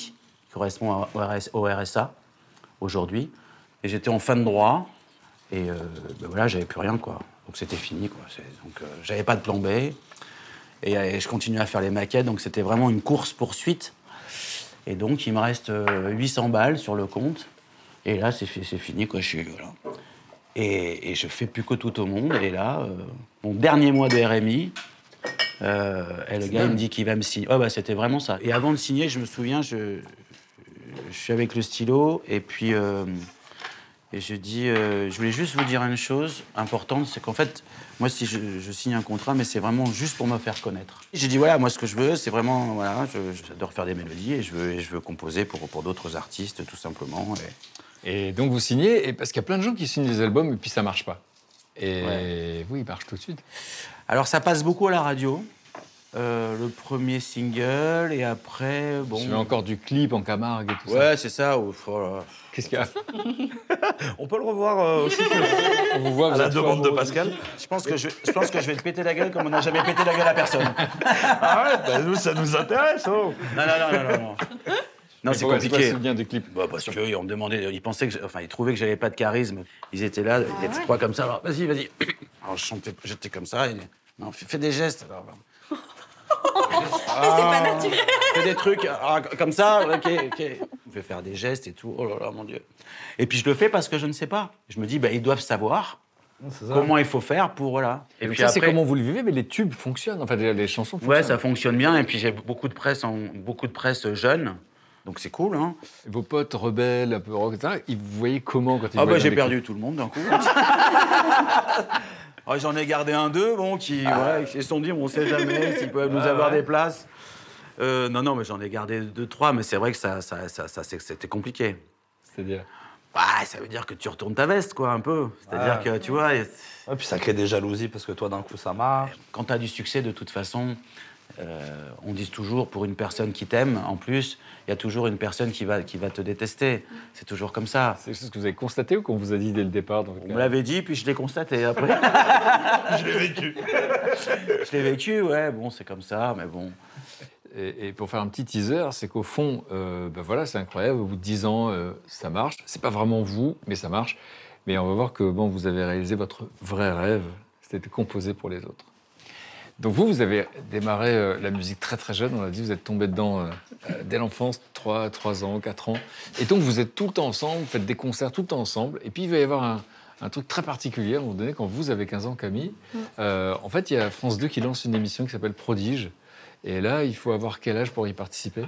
C: qui correspond à- au RS au RSA aujourd'hui. Et j'étais en fin de droit. Et euh, ben voilà, j'avais plus rien, quoi. Donc c'était fini, quoi. C'est- Donc euh, j'avais pas de plan B. Et, euh, et je continuais à faire les maquettes, donc c'était vraiment une course-poursuite. Et donc il me reste euh, 800 balles sur le compte. Et là, c'est fi- c'est fini, quoi. Je suis, voilà. Et, et je fais plus que tout au monde. Et là, euh, mon dernier mois de RMI, euh, et le
J: C'est
C: gars, il
J: dingue.
C: me dit qu'il va me signer. Ouais, bah c'était vraiment ça. Et avant de signer, je me souviens, je, je suis avec le stylo et puis euh, et je dis, euh, je voulais juste vous dire une chose importante, c'est qu'en fait, moi si je, je signe un contrat, mais c'est vraiment juste pour me faire connaître. J'ai dit voilà, moi ce que je veux, c'est vraiment voilà, je- j'adore faire des mélodies et je veux et je veux composer pour pour d'autres artistes tout simplement.
I: Et donc vous signez, et parce qu'il y a plein de gens qui signent des albums et puis ça marche pas. Et
C: Ouais.
I: oui, il marche tout de suite.
C: Alors ça passe beaucoup à la radio. Euh, le premier single et après bon.
I: Tu mets encore du clip en Camargue et tout ça.
C: Ouais, c'est ça. ou- oh là là.
I: Qu'est-ce qu'il y a
C: On peut le revoir euh, aussi.
I: On vous voit,
C: à la demande de Pascal. Je pense, que je, je pense que je vais te péter la gueule comme on n'a jamais pété la gueule à personne.
G: Ah
F: Arrête, bah, nous, ça nous intéresse. oh.
C: Non, non, non, non, non. non. Non, c'est
I: pourquoi- pourquoi
C: compliqué.
I: c'est bien du clip
C: bah, Parce qu'ils me demandaient, ils pensaient que, je- enfin, ils trouvaient que j'avais pas de charisme. Ils étaient là, ils
J: Ah
C: étaient trois comme ça. Alors, vas-y, vas-y. Alors, je chantais, j'étais comme ça. et- Non, fais, fais des gestes. Alors,
A: Ah,
J: c'est pas
C: naturel. Fais des trucs ah, comme ça. Ok, ok. Je vais faire des gestes et tout. Oh là là, mon Dieu. Et puis je le fais parce que je ne sais pas. Je me dis, bah, ils doivent savoir comment il faut faire pour voilà.
I: Et puis ça, c'est comment vous le vivez, mais les tubes fonctionnent. Enfin, les les chansons fonctionnent.
C: Ouais, ça fonctionne bien. Et puis j'ai beaucoup de presse, en, beaucoup de presse jeune. Donc c'est cool. Hein.
I: Vos potes rebelles, un peu rock, etc., ils vous voyaient comment quand ils
C: Ah
I: voyaient
C: bah j'ai
I: les
C: perdu
I: clips
C: tout le monde d'un coup. Ah, J'en ai gardé un d'eux, bon, qui voilà, ils se sont dit, on sait jamais s'ils peuvent nous
I: Ah,
C: avoir
I: ouais.
C: des places. Euh, non, non, mais j'en ai gardé deux, trois, mais c'est vrai que ça, ça, ça, ça- c'est- c'était compliqué.
I: C'est-à-dire
C: Bah, ça veut dire que tu retournes ta veste, quoi, un peu. C'est-à-dire
G: Ouais.
C: que, tu vois... et- Eh,
G: Ouais, puis ça crée des jalousies parce que toi, d'un coup, ça marche.
C: Quand tu as du succès, de toute façon, euh, on dit toujours pour une personne qui t'aime, en plus, il y a toujours une personne qui va, qui va te détester. C'est toujours comme ça.
I: C'est ce que vous avez constaté ou qu'on vous a dit dès le départ dans votre
C: On me l'avait dit, puis je l'ai constaté après.
F: Je l'ai vécu.
C: je l'ai vécu, ouais, bon, c'est comme ça, mais bon.
I: Et, et pour faire un petit teaser, c'est qu'au fond, euh, ben voilà, c'est incroyable. Au bout de 10 ans, euh, ça marche. C'est pas vraiment vous, mais ça marche. Mais on va voir que bon, vous avez réalisé votre vrai rêve, c'était de composer pour les autres. Donc vous, vous avez démarré euh, la musique très très jeune. On l'a dit, vous êtes tombé dedans euh, euh, dès l'enfance, 3, 3 ans, 4 ans. Et donc vous êtes tout le temps ensemble, vous faites des concerts tout le temps ensemble. Et puis il va y avoir un, un truc très particulier à un moment donné, quand vous avez 15 ans, Camille. euh, en fait, il y a France 2 qui lance une émission qui s'appelle Prodige. Et là, il faut avoir quel âge pour y participer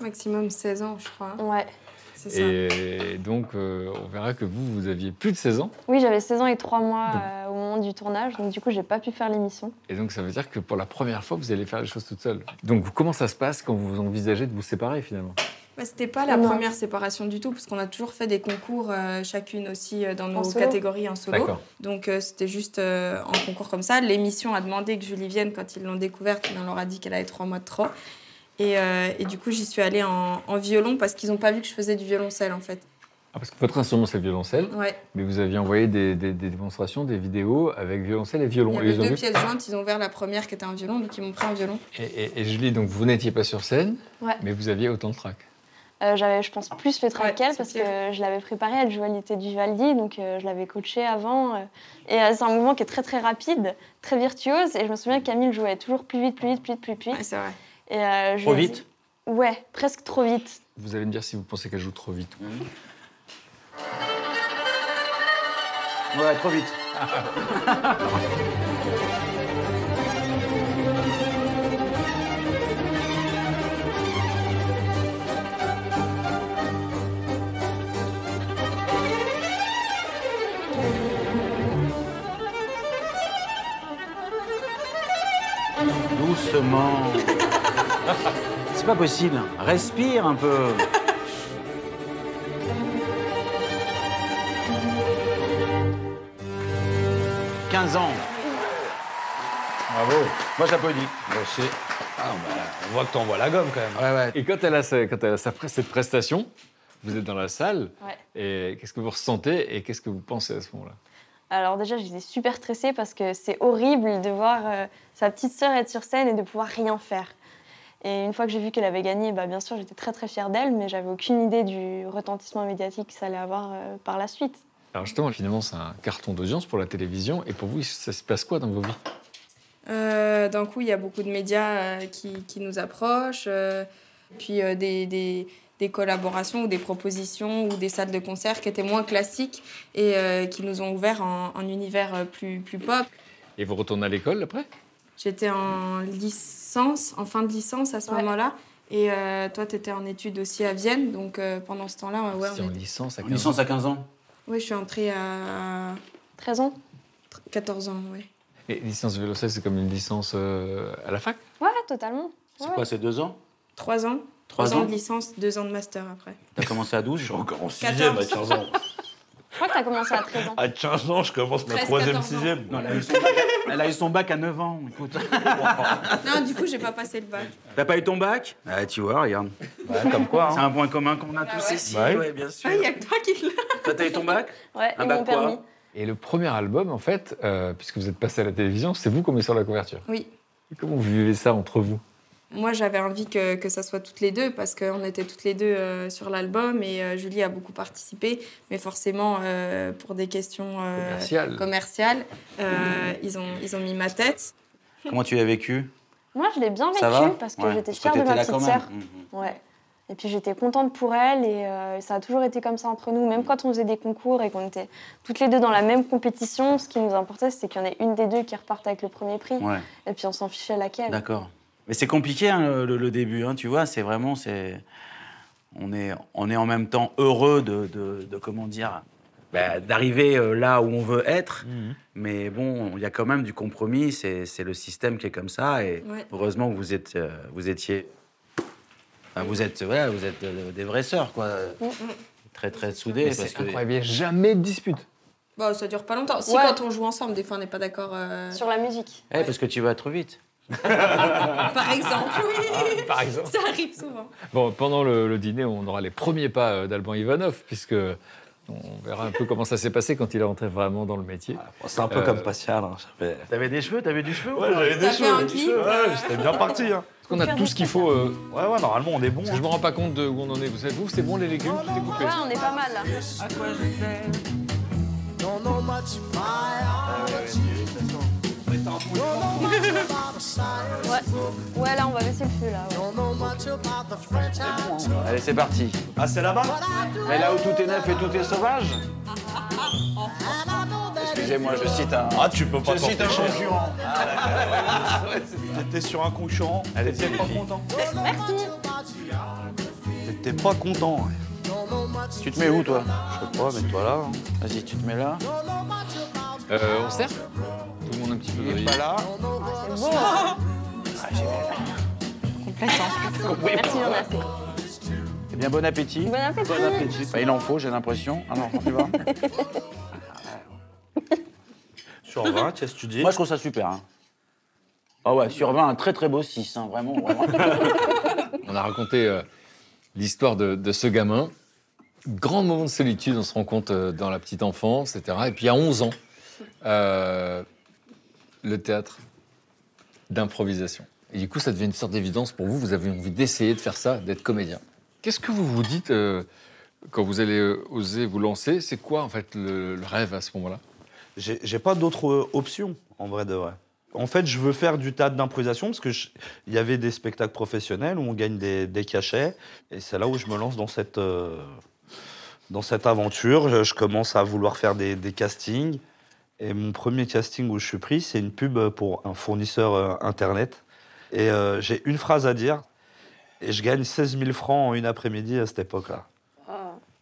K: Maximum 16 ans, je crois.
H: Ouais.
K: C'est ça.
I: Et donc, euh, on verra que vous, vous aviez plus de 16 ans.
H: Oui, j'avais 16 ans et 3 mois euh, au moment du tournage, donc du coup, j'ai pas pu faire l'émission.
I: Et donc, ça veut dire que pour la première fois, vous allez faire les choses toute seule. Donc, comment ça se passe quand vous envisagez de vous séparer finalement
K: Ouais, Bah, C'était pas la
H: Non.
K: première séparation du tout, parce qu'on a toujours fait des concours euh, chacune aussi euh, dans nos
H: solo.
K: catégories en solo.
I: D'accord.
K: Donc euh, c'était juste euh, en concours comme ça. L'émission a demandé que Julie vienne quand ils l'ont découverte, mais on leur a dit qu'elle avait trois mois de trop. Et, euh, et du coup, j'y suis allée en, en violon parce qu'ils n'ont pas vu que je faisais du violoncelle en fait.
I: Ah, Parce que votre instrument, c'est le violoncelle.
K: Ouais.
I: Mais vous aviez envoyé des, des- des démonstrations, des vidéos avec violoncelle et violon.
K: Il y
I: Et
K: avait
I: ils ont
K: deux
I: vu-
K: pièces jointes, ils ont ouvert la première qui était un violon, donc ils m'ont pris un violon.
I: Et, et- et Julie, donc vous n'étiez pas sur scène,
H: Ouais.
I: mais vous aviez autant de tracks.
H: Euh, j'avais, je pense, plus fait track qu'elle parce que je l'avais préparée, elle jouait à l'été du Valdi, donc euh, je l'avais coachée avant. euh. et euh, c'est un mouvement qui est très très rapide, très virtuose. Et je me souviens que Camille jouait toujours plus vite, plus vite, plus vite, plus vite.
D: c'est vrai.
H: Et, euh, je
I: Trop
H: lui ai
I: vite
H: dit- Ouais, presque trop vite.
I: Vous allez me dire si vous pensez qu'elle joue trop vite.
C: Ouais, trop vite.
I: Mmh.
C: Ah, Doucement. C'est pas possible. Respire un peu. « 15 ans.
G: Bravo. Moi, j'applaudis. on voit que t'envoies la gomme quand même.
I: Et quand elle a, sa- quand elle a sa- cette prestation, vous êtes dans la salle,
H: Ouais.
I: et qu'est-ce que vous ressentez et qu'est-ce que vous pensez à ce moment-là
H: Alors déjà, j'étais super stressée parce que c'est horrible de voir euh, sa petite sœur être sur scène et de pouvoir rien faire. Et une fois que j'ai vu qu'elle avait gagné, bah, bien sûr, j'étais très très fière d'elle, mais j'avais aucune idée du retentissement médiatique que ça allait avoir euh, par la suite.
I: Alors justement, finalement, c'est un carton d'audience pour la télévision, et pour vous, ça se passe quoi dans vos vies
D: Euh, D'un coup, il y a beaucoup de médias euh, qui, qui nous approchent, euh, puis euh, des, des- des collaborations ou des propositions ou des salles de concert qui étaient moins classiques et euh, qui nous ont ouvert un, un univers euh, plus, plus pop.
I: Et vous retournez à l'école après
D: J'étais en licence, en fin de licence à ce moment-là. Et euh, toi, tu étais en études aussi à Vienne, donc euh, pendant ce temps-là, ouais,
I: C'est
D: on
I: en
D: était-
I: licence à
C: En
I: 15
C: licence à 15 ans.
D: ouais, je suis entrée à...
H: 13 ans
D: 14 ans, ouais.
I: Et licence Vélocel, c'est comme une licence euh, à la fac
H: Ouais, totalement. Ouais.
C: c'est deux ans
D: 3 ans.
C: Trois
D: 3 ans
C: ans
D: de licence, 2 ans de master après.
C: T'as commencé à 12 Je suis encore en
D: 14. à 15
C: bah, ans.
H: Je crois que t'as commencé à 13 ans.
C: À 15 ans, je commence
D: ma Treize, troisième, quatorze ans. sixième.
C: Non, elle, a eu son bac, elle a eu son bac à 9 ans, écoute.
D: Non, du coup, j'ai pas passé le bac.
C: T'as pas eu ton bac Ah, tu vois, regarde. comme quoi. C'est un point commun qu'on a tous
D: Bah ouais.
C: ici.
I: Ouais.
C: ouais, bien sûr.
D: Ah, il y a que toi qui l'as.
C: Toi, t'as eu ton bac
H: Ouais,
C: Un et bac mon quoi permis.
I: Et le premier album, en fait, euh, puisque vous êtes passé à la télévision, c'est vous qui en mettez sur la couverture.
D: Oui.
I: Et Comment vous vivez ça entre vous
D: Moi, j'avais envie que, que ça soit toutes les deux parce qu'on était toutes les deux euh, sur l'album et euh, Julie a beaucoup participé, mais forcément euh, pour des questions euh,
C: Commerciales.
D: commerciales, euh, ils, ont, ils ont mis ma tête.
C: Comment tu as vécu
H: Moi, je l'ai bien
C: Ça va
H: vécu parce que
C: Ouais.
H: j'étais
C: Parce que
H: fière de
C: t'étais
H: ma
C: là
H: petite
C: quand
H: sœur. Mm.
C: même.
H: Ouais. Et puis j'étais contente pour elle et euh, ça a toujours été comme ça entre nous. Même quand on faisait des concours et qu'on était toutes les deux dans la même compétition, ce qui nous importait, c'était qu'il y en ait une des deux qui reparte avec le premier prix.
C: Ouais.
H: Et puis on s'en fichait laquelle.
C: Mm. D'accord. Mais c'est compliqué hein, le, le début, hein, tu vois, c'est vraiment. c'est on, est, on est en même temps heureux de, de- de, comment dire, bah, d'arriver euh, là où on veut être.
I: Mm.
C: Mais bon, il y a quand même du compromis, c'est c'est le système qui est comme ça. Et
D: Ouais.
C: heureusement que vous, êtes, euh, vous étiez. enfin, vous êtes, voilà, vous êtes euh, des vraies sœurs, quoi.
D: Mm,
C: Très, très soudées.
I: Mais c'est incroyable, il n'y a jamais de dispute.
D: Bon, Bah, ça dure pas longtemps. Si
H: Ouais.
D: quand on joue ensemble, des fois on n'est pas d'accord. euh,
H: Sur la musique.
C: Eh, Parce que tu vas trop vite.
D: Par exemple, oui.
I: Par exemple.
D: Ça arrive souvent.
I: Bon, pendant le, le dîner, on aura les premiers pas euh, d'Alban Ivanov, puisque on verra un peu comment ça s'est passé quand il est rentré vraiment dans le métier.
G: Ah,
I: Euh,
G: C'est un peu comme Pascal. Hein, j'avais-
C: T'avais des cheveux, t'avais du cheveu
G: Ouais, j'avais des cheveux. j'avais des cheveux. Ouais, j'étais bien parti. Hein.
I: Est-ce qu'on a tout ce qu'il faut euh,
G: Ouais, ouais, normalement, on est bon. hein.
I: Parce que je me rends pas compte de où on en est. Vous savez, vous, c'est bon les légumes, tout est coupé.
H: Ouais,
A: Ah,
H: on est pas mal là.
A: Don't know much
G: Ah
A: about
H: Ouais. ouais, là on va baisser le feu là. ouais.
A: the French I took.
C: Allez, c'est parti.
G: Ah, c'est là-bas
C: Mais là où tout est neuf et tout est sauvage Excusez-moi, je cite un.
G: Ah, tu peux pas
C: Je cite un
G: t'empêcher.
C: concurrent. Ah,
G: J'étais sur un concurrent.
C: Allez,
G: T'étais
C: c'est
G: pas
C: les filles.
G: content.
H: Merci.
G: T'étais pas content. ouais.
C: hein. Tu te mets où, toi
G: Je sais pas, mais toi là. hein.
C: Vas-y, tu te mets là.
I: Euh, on sert Tout le monde un petit peu.
G: Pas là.
F: Ah,
H: Merci Jonas.
C: Eh bien, bon appétit.
H: Bon appétit.
C: Bah, il en faut, j'ai l'impression. Alors, tu vas
G: Sur 20, qu'est-ce que tu dis
C: Moi, je trouve ça super. hein. Ah ouais, sur 20, un très très beau 6, hein, vraiment, vraiment.
I: On a raconté euh, l'histoire de, de ce gamin. Grand moment de solitude, on se rend compte euh, dans la petite enfance, etc. Et puis à 11 ans, euh, le théâtre d'improvisation. Et du coup, ça devient une sorte d'évidence pour vous. Vous avez envie d'essayer de faire ça, d'être comédien. Qu'est-ce que vous vous dites euh, quand vous allez euh, oser vous lancer C'est quoi en fait le, le rêve à ce moment-là
G: J'ai j'ai pas d'autre euh, option, en vrai de vrai. En fait, je veux faire du théâtre d'improvisation parce que je- il y avait des spectacles professionnels où on gagne des, des cachets. Et c'est là où je me lance dans cette, euh, dans cette aventure. Je, je commence à vouloir faire des, des castings. Et mon premier casting où je suis pris, c'est une pub pour un fournisseur euh, Internet. Et euh, j'ai une phrase à dire. Et je gagne 16 000 francs en une après-midi à cette époque-là.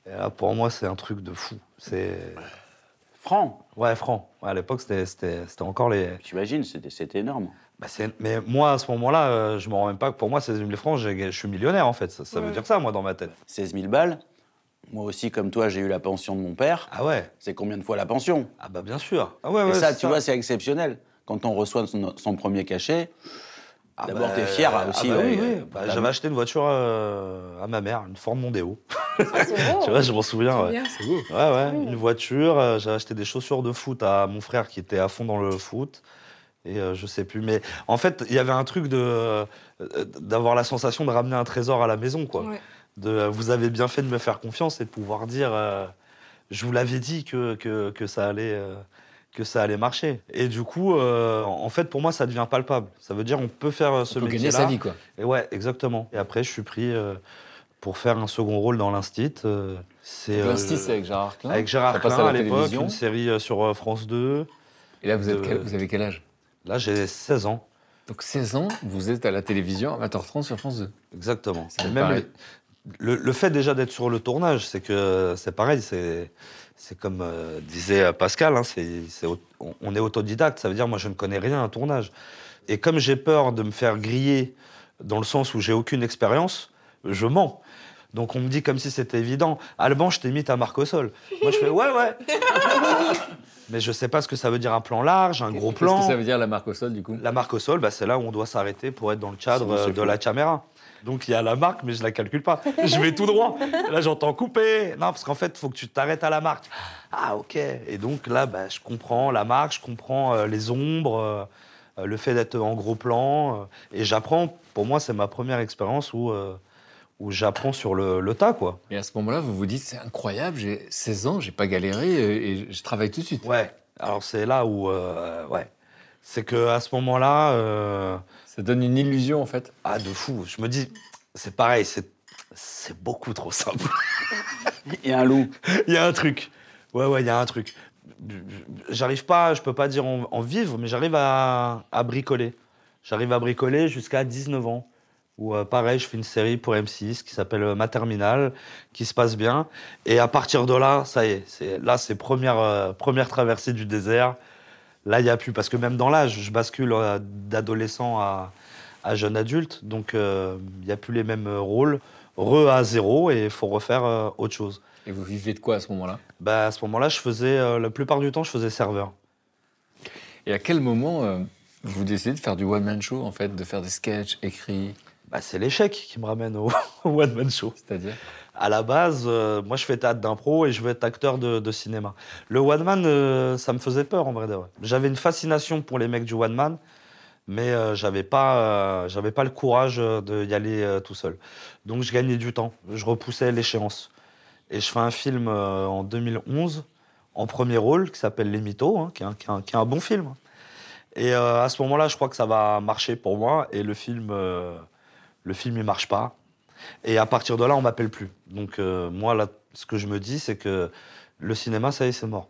G: Et là, pour moi, c'est un truc de fou. C'est. Franc Ouais, franc. Ouais, à l'époque, c'était- c'était c'était encore les.
C: J'imagine, c'était c'est énorme.
G: Bah, c'est- mais moi, à ce moment-là, euh, je me rends même pas que pour moi, 16 000 francs, j'ai- je suis millionnaire en fait. Ça, ça veut dire ça, moi, dans ma tête.
C: 16 000 balles. Moi aussi, comme toi, j'ai eu la pension de mon père.
G: Ah ouais
C: C'est combien de fois la pension
G: Ah bah bien sûr.
C: Et
G: ouais,
C: ça,
G: c'est
C: tu
G: ça.
C: vois, c'est exceptionnel. Quand on reçoit son, son premier cachet, d'abord,
G: bah,
C: t'es fier
G: ah
C: aussi.
G: bah
C: euh,
G: oui, oui.
C: euh,
G: Bah,
C: t'as-
G: J'avais acheté une voiture euh, à ma mère, une Ford Mondeo.
H: beau.
G: tu vois, je m'en souviens.
H: C'est
G: ouais.
H: bien. C'est beau.
G: Ouais, ouais, une voiture. euh, J'avais acheté des chaussures de foot à mon frère qui était à fond dans le foot. Et euh, je sais plus. Mais en fait, il y avait un truc de euh, d'avoir la sensation de ramener un trésor à la maison, quoi.
K: Ouais.
G: De, euh, vous avez bien fait de me faire confiance et de pouvoir dire, euh, je vous l'avais dit que, que, que ça allait. euh, que ça allait marcher. Et du coup, euh, en fait, pour moi, ça devient palpable. Ça veut dire on peut faire euh, ce
I: peut gagner
G: métier-là.
I: sa vie, quoi.
G: Et ouais, exactement. Et après, je suis pris euh, pour faire un second rôle dans l'Instit. euh, c'est
I: Donc, l'Instit, c'est avec Gérard Klein.
G: Avec Gérard
I: Ça passe à
G: Klein à
I: la
G: l'époque,
I: télévision.
G: une série euh, sur euh, France 2.
I: Et là, vous, êtes quel- vous avez quel âge
G: Là, j'ai 16 ans.
I: Donc 16 ans, vous êtes à la télévision à 20h30 sur France 2.
G: Exactement.
I: Ça
G: Et
I: me
G: même
I: paraît-
G: le, le fait déjà d'être sur le tournage, c'est que c'est pareil, c'est c'est comme euh, disait euh, Pascal, hein, c'est- c'est au- on, on est autodidacte, ça veut dire moi je ne connais rien à un tournage. Et comme j'ai peur de me faire griller dans le sens où j'ai aucune expérience, je mens. Donc on me dit comme si c'était évident, Alban, je t'ai mis ta marque au sol. Moi je fais ouais ouais. Mais je sais pas ce que ça veut dire un plan large, un gros plan.
I: Qu'est-ce que ça veut dire la marque au sol, du coup
G: La marque au sol, bah, c'est là où on doit s'arrêter pour être dans le cadre
I: Sinon, c'est
G: euh, de
I: fou.
G: la caméra. Donc il y a la marque, mais je la calcule pas. Je vais tout droit. Et Là, j'entends couper. Non, parce qu'en fait, il faut que tu t'arrêtes à la marque. Ah, ok. Et donc là, bah, je comprends la marque, je comprends euh, les ombres, euh, euh, le fait d'être en gros plan. euh, et j'apprends, pour moi, c'est ma première expérience où, euh, où j'apprends sur le, le tas, quoi.
I: Et à ce moment-là, vous vous dites, c'est incroyable, j'ai 16 ans, j'ai pas galéré et et je travaille tout de suite.
G: Ouais, alors c'est là où. euh, ouais. C'est que à ce moment-là. euh,
I: Ça donne une illusion en fait.
G: Ah, de fou. Je me dis, c'est pareil, c'est, c'est beaucoup trop simple.
C: Il y a un loup.
G: Il y a un truc. Ouais, ouais, il y a un truc. J'arrive pas, je peux pas dire en, en vivre, mais j'arrive à, à bricoler. J'arrive à bricoler jusqu'à 19 ans. Où, euh, pareil, je fais une série pour M6 qui s'appelle euh, Ma Terminale, qui se passe bien. Et à partir de là, ça y est, c'est, là, c'est première, euh, première traversée du désert. Là, il n'y a plus. Parce que même dans l'âge, je bascule euh, d'adolescent à, à jeune adulte. Donc, euh, il n'y a plus les mêmes euh, rôles. Re à zéro et il faut refaire euh, autre chose.
I: Et vous vivez de quoi à ce moment-là
G: bah, À ce moment-là, je faisais, euh, la plupart du temps, je faisais serveur.
I: Et à quel moment euh, vous décidez de faire du one-man show en fait, de faire des sketchs écrits
G: Bah, c'est l'échec qui me ramène au, au One Man Show.
I: C'est-à-dire
G: À la base, euh, moi, je fais théâtre d'impro et je veux être acteur de, de cinéma. Le One Man, euh, ça me faisait peur, en vrai. de vrai. J'avais une fascination pour les mecs du One Man, mais euh, j'avais pas, euh, j'avais pas le courage euh, de y aller euh, tout seul. Donc, je gagnais du temps. Je repoussais l'échéance. Et je fais un film euh, en 2011, en premier rôle, qui s'appelle Les Mythos, hein, qui, est un, qui est un- qui est un bon film. Et euh, à ce moment-là, je crois que ça va marcher pour moi. Et le film, euh, le film, il marche pas. Et à partir de là, on m'appelle plus. Donc euh, moi, là, ce que je me dis, c'est que le cinéma, ça y est, c'est mort.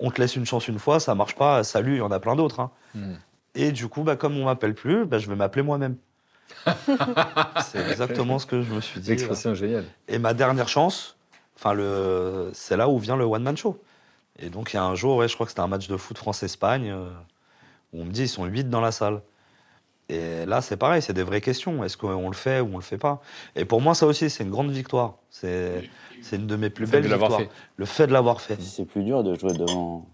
G: On te laisse une chance une fois, ça marche pas, salut, il y en a plein d'autres. hein. Et du coup, bah, comme on m'appelle plus, bah, je vais m'appeler moi-même. c'est exactement ce que je me suis dit.
I: L'expression géniale.
G: Et ma dernière chance, enfin le, c'est là où vient le one man show. Et donc il y a un jour, ouais, je crois que c'était un match de foot France-Espagne, euh, où on me dit ils sont 8 dans la salle. Et là, c'est pareil, c'est des vraies questions. Est-ce qu'on le fait ou on le fait pas Et pour moi, ça aussi, c'est une grande victoire. C'est, c'est une de mes plus
C: Le fait
G: belles
C: de l'avoir
G: victoires.
C: fait.
G: Le fait de l'avoir fait.
C: C'est plus dur de jouer devant.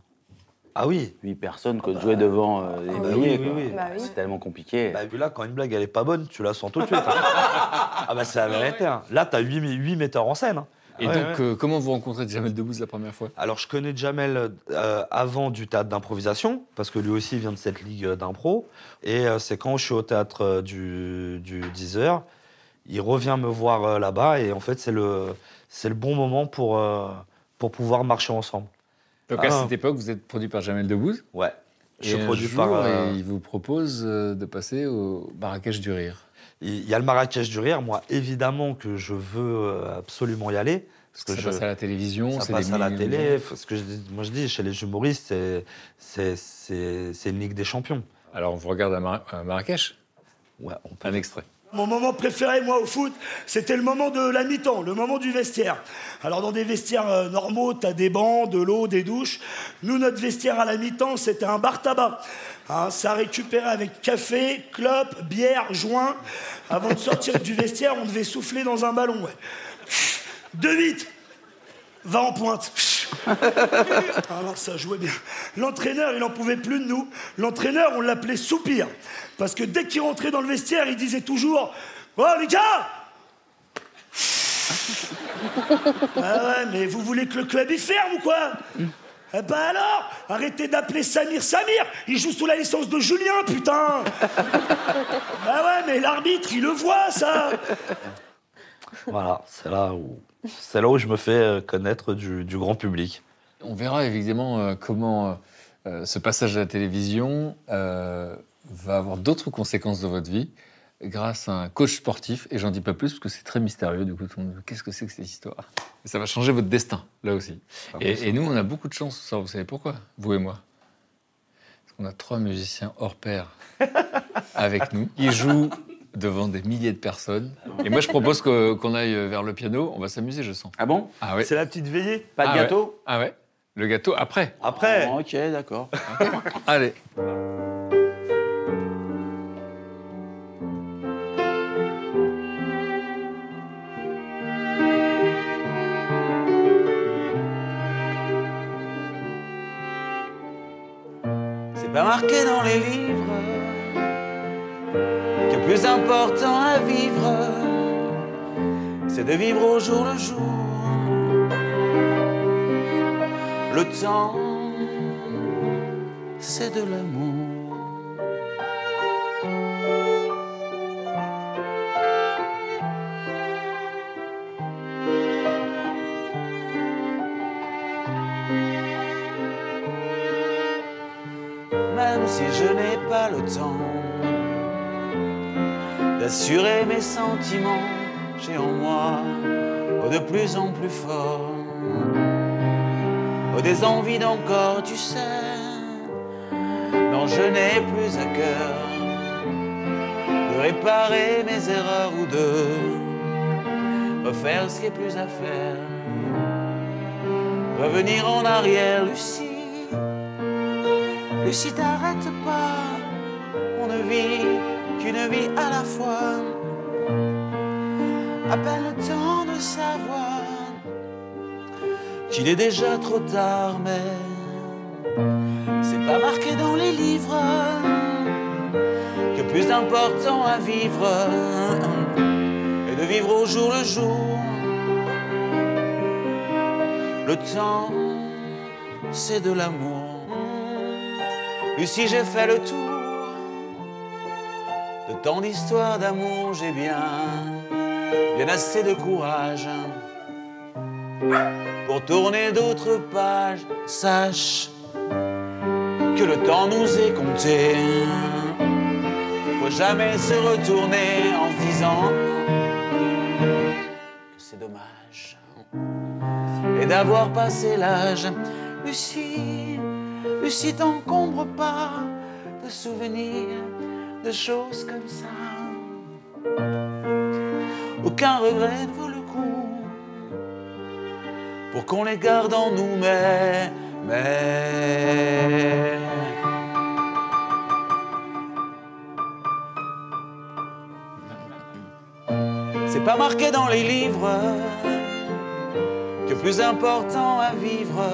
G: Ah oui bah
C: 8 personnes que de jouer devant euh, des
G: Ah oui,
C: milliers,
G: oui,
C: quoi.
G: oui. Bah oui.
C: C'est tellement compliqué.
G: Bah, vu là, quand une blague, elle est pas bonne, tu la sens tout de suite. hein. ah bah, c'est la vérité. hein. Là, t'as 8, 8 metteurs en scène. hein.
I: Et
G: Ouais,
I: donc,
G: ouais.
I: euh, comment vous rencontrez Jamel Debbouze la première fois
G: Alors, je connais Jamel euh, avant du théâtre d'improvisation, parce que lui aussi vient de cette ligue euh, d'impro. Et euh, c'est quand je suis au théâtre euh, du, du 10 heures, Il revient me voir euh, là-bas et en fait, c'est le, c'est le bon moment pour, euh, pour pouvoir marcher ensemble. Ah.
I: Donc à cette époque, vous êtes produit par Jamel Debbouze
G: Ouais.
I: Et
G: Je suis
I: un
G: produit
I: jour,
G: par, euh,
I: et il vous propose euh, de passer au Marrakech du Rire.
G: Il il y a le Marrakech du Rire. Moi, évidemment que je veux euh, absolument y aller. Parce
I: Ça passe à la télévision,
G: ça
I: c'est
G: passe
I: des
G: à la
I: millions.
G: télé. Faut- Ce que je dis- moi, je dis, chez les humoristes, c'est- c'est- c'est c'est une ligue des champions.
I: Alors, on vous regarde à, Marrakech
G: Ouais, on
I: Un extrait.
J: Mon moment préféré, moi, au foot, c'était le moment de la mi-temps, le moment du vestiaire. Alors, dans des vestiaires euh, normaux, t'as des bancs, de l'eau, des douches. Nous, notre vestiaire à la mi-temps, c'était un bar-tabac. Hein, ça récupérait avec café, clope, bière, joint. Avant de sortir du vestiaire, on devait souffler dans un ballon. Ouais. De vite Va en pointe. Alors ça jouait bien. L'entraîneur, il n'en pouvait plus de nous. L'entraîneur, on l'appelait Soupir. Parce que dès qu'il rentrait dans le vestiaire, il disait toujours Oh les gars Ah ouais, mais vous voulez que le club y ferme ou quoi Eh ben alors Arrêtez d'appeler Samir Samir Il joue sous la licence de Julien, putain Bah ouais, mais l'arbitre, il le voit, ça
G: Voilà, c'est là où c'est là où je me fais euh, connaître du, du grand public.
I: On verra évidemment euh, comment euh, ce passage à la télévision euh, va avoir d'autres conséquences dans votre vie grâce à un coach sportif. Et j'en dis pas plus parce que c'est très mystérieux. Du coup, tout le monde dit, qu'est-ce que c'est que cette histoire Et Ça va changer votre destin, là aussi. Et, et nous, on a beaucoup de chance, ça, vous savez pourquoi Vous et moi. Parce qu'on a trois musiciens hors pair avec nous. Ils jouent devant des milliers de personnes. Et moi, je propose que- qu'on aille vers le piano. On va s'amuser, je sens.
C: Ah bon
I: Ah ouais.
G: C'est la petite veillée
C: Pas de
I: Ah ouais.
C: gâteau
I: Ah ouais Le gâteau après.
G: Après
C: Oh, Ok, d'accord.
I: Allez.
C: C'est pas marqué dans les livres que le plus important à vivre, c'est de vivre au jour le jour. Le temps, c'est de l'amour. même si je n'ai pas le temps d'assurer mes sentiments, j'ai en moi oh, de plus en plus fort oh, des envies d'encore, tu sais, dont je n'ai plus à cœur de réparer mes erreurs ou de refaire ce qui est plus à faire, revenir en arrière, Lucie. Lucie, t'arrête pas, on ne vit qu'une vie à la fois. À peine le temps de savoir qu'il est déjà trop tard, mais c'est pas marqué dans les livres que plus important à vivre est de vivre au jour le jour. Le temps, c'est de l'amour. Lucie, j'ai fait le tour de tant d'histoires d'amour, j'ai bien, bien assez de courage pour tourner d'autres pages. Sache que le temps nous est compté. Faut jamais se retourner en se disant que c'est dommage et d'avoir passé l'âge. Lucie, Lucie, t'encombre pas de souvenirs, de choses comme ça. Aucun regret ne vaut le coup pour qu'on les garde en nous, mais, mais. C'est pas marqué dans les livres que plus important à vivre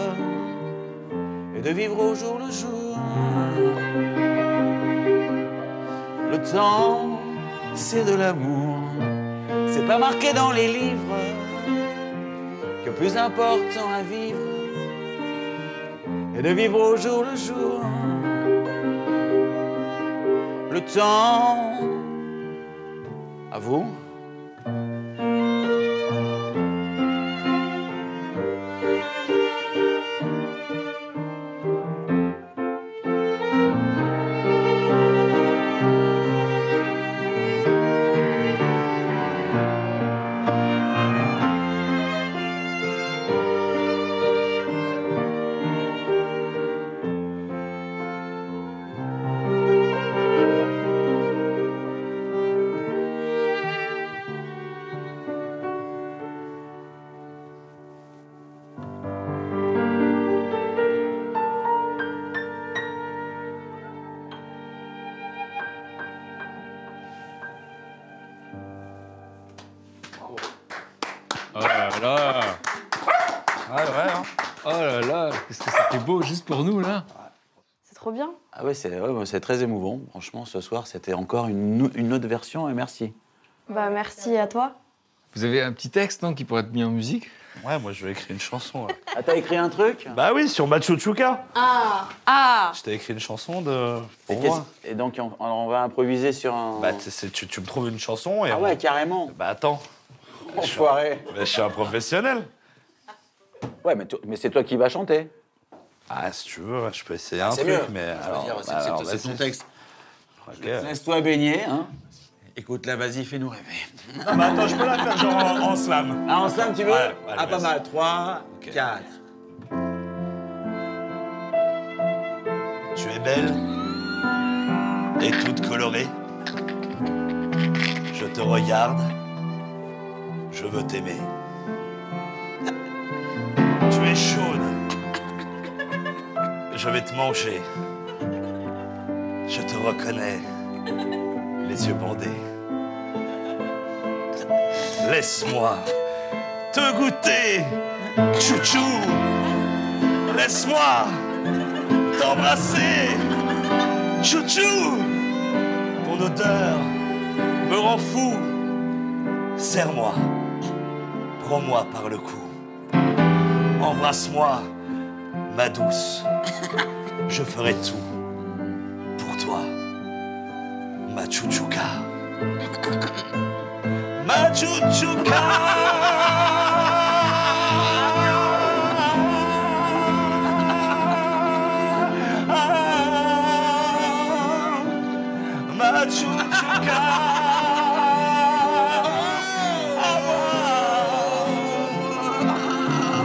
C: et de vivre au jour le jour. Le temps, c'est de l'amour. C'est pas marqué dans les livres que plus important à vivre et de vivre au jour le jour. Le temps, à vous.
I: Oh là là
J: Ouais, ouais.
I: Ah, Oh là là Qu'est-ce que c'était beau juste pour nous, là
H: C'est trop bien.
C: Ah ouais, c'est ouais, c'est très émouvant. Franchement, ce soir, c'était encore une, nou- une autre version et merci.
H: Bah merci à toi.
I: Vous avez un petit texte, non, qui pourrait être mis en musique
J: Ouais, moi, je vais écrire une chanson. là.
C: Ah, t'as écrit un truc
J: Bah oui, sur Machu Chuka.
H: Ah Ah
J: Je t'ai écrit une chanson de.
C: Et,
J: pour
C: qu'est-ce-
J: moi.
C: et donc, on, on va improviser sur un.
J: Bah, t- c'est- tu, tu me trouves une chanson et.
C: ah
J: on-
C: ouais, carrément.
J: Bah attends.
C: Enfoiré.
J: Mais je suis un professionnel.
C: Ouais, mais, to- mais c'est toi qui vas chanter.
J: Ah, si tu veux, je peux essayer un
C: C'est
J: truc,
C: mieux.
J: mais.
C: Je veux
J: alors,
C: dire, c'est-
J: bah,
C: c'est-
J: alors,
C: c'est
J: vas-y.
C: ton texte.
J: Ok.
C: Laisse-toi baigner, hein. Écoute, là, vas-y, fais-nous rêver.
L: Non, Ah, mais attends, je peux la faire genre en, en slam.
C: Ah, en slam, tu veux
L: Ouais, allez,
C: Ah, pas
L: vas-y.
C: mal. 3, 4.
J: Tu es belle et toute colorée. Je te regarde. Je veux t'aimer. Tu es chaude. Je vais te manger. Je te reconnais. Les yeux bandés. Laisse-moi te goûter. Chouchou. Laisse-moi t'embrasser. Chouchou Ton odeur me rend fou. Serre-moi. Prends-moi par le cou. Embrasse-moi, ma douce. Je ferai tout pour toi. Ma chouchouka. Ma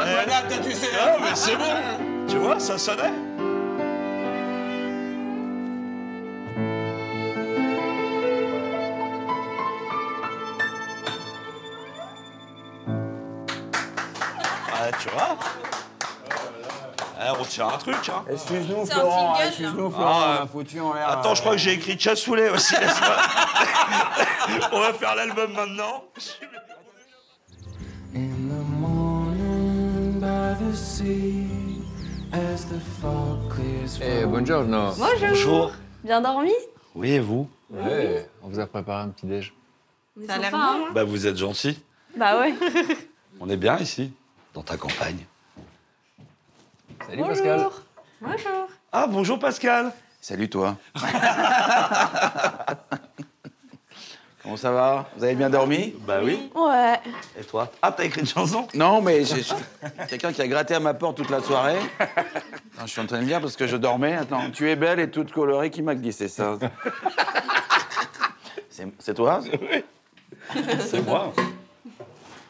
J: Ah, Euh, mais c'est bon Tu vois, ça sonnait Ah, tu vois Ah, On tient un truc, hein
C: Excuse-nous,
D: C'est un Florent, single,
C: Excuse-nous,
J: Florent, Ah, on a
C: foutu en l'air.
J: Attends, je
G: euh,
J: crois que j'ai écrit Chassoulet aussi. laisse-moi. On va faire l'album maintenant.
A: In the morning by the sea, as the fog clears from
I: Eh, buongiorno
H: Bonjour. Bonjour. Bien dormi
J: Oui, et vous
I: Ouais, on vous a préparé un petit déj.
H: Ça a
D: l'air
H: sympa,
D: bon,
H: hein.
J: Bah, vous êtes gentil.
H: Bah ouais.
J: On est bien ici, dans ta campagne.
I: Salut Pascal
H: Bonjour.
J: Ah, bonjour Pascal
C: Salut, toi. Comment ça va Vous avez bien dormi
J: Bah
G: hein.
J: oui.
H: Ouais.
J: Et toi Ah, t'as écrit une chanson
C: Non, mais j'ai j'ai quelqu'un qui a gratté à ma porte toute la soirée. Attends, je suis en train de lire parce que je dormais. Attends, tu es belle et toute colorée, qui m'a glissé ça C'est- C'est toi
J: C'est moi.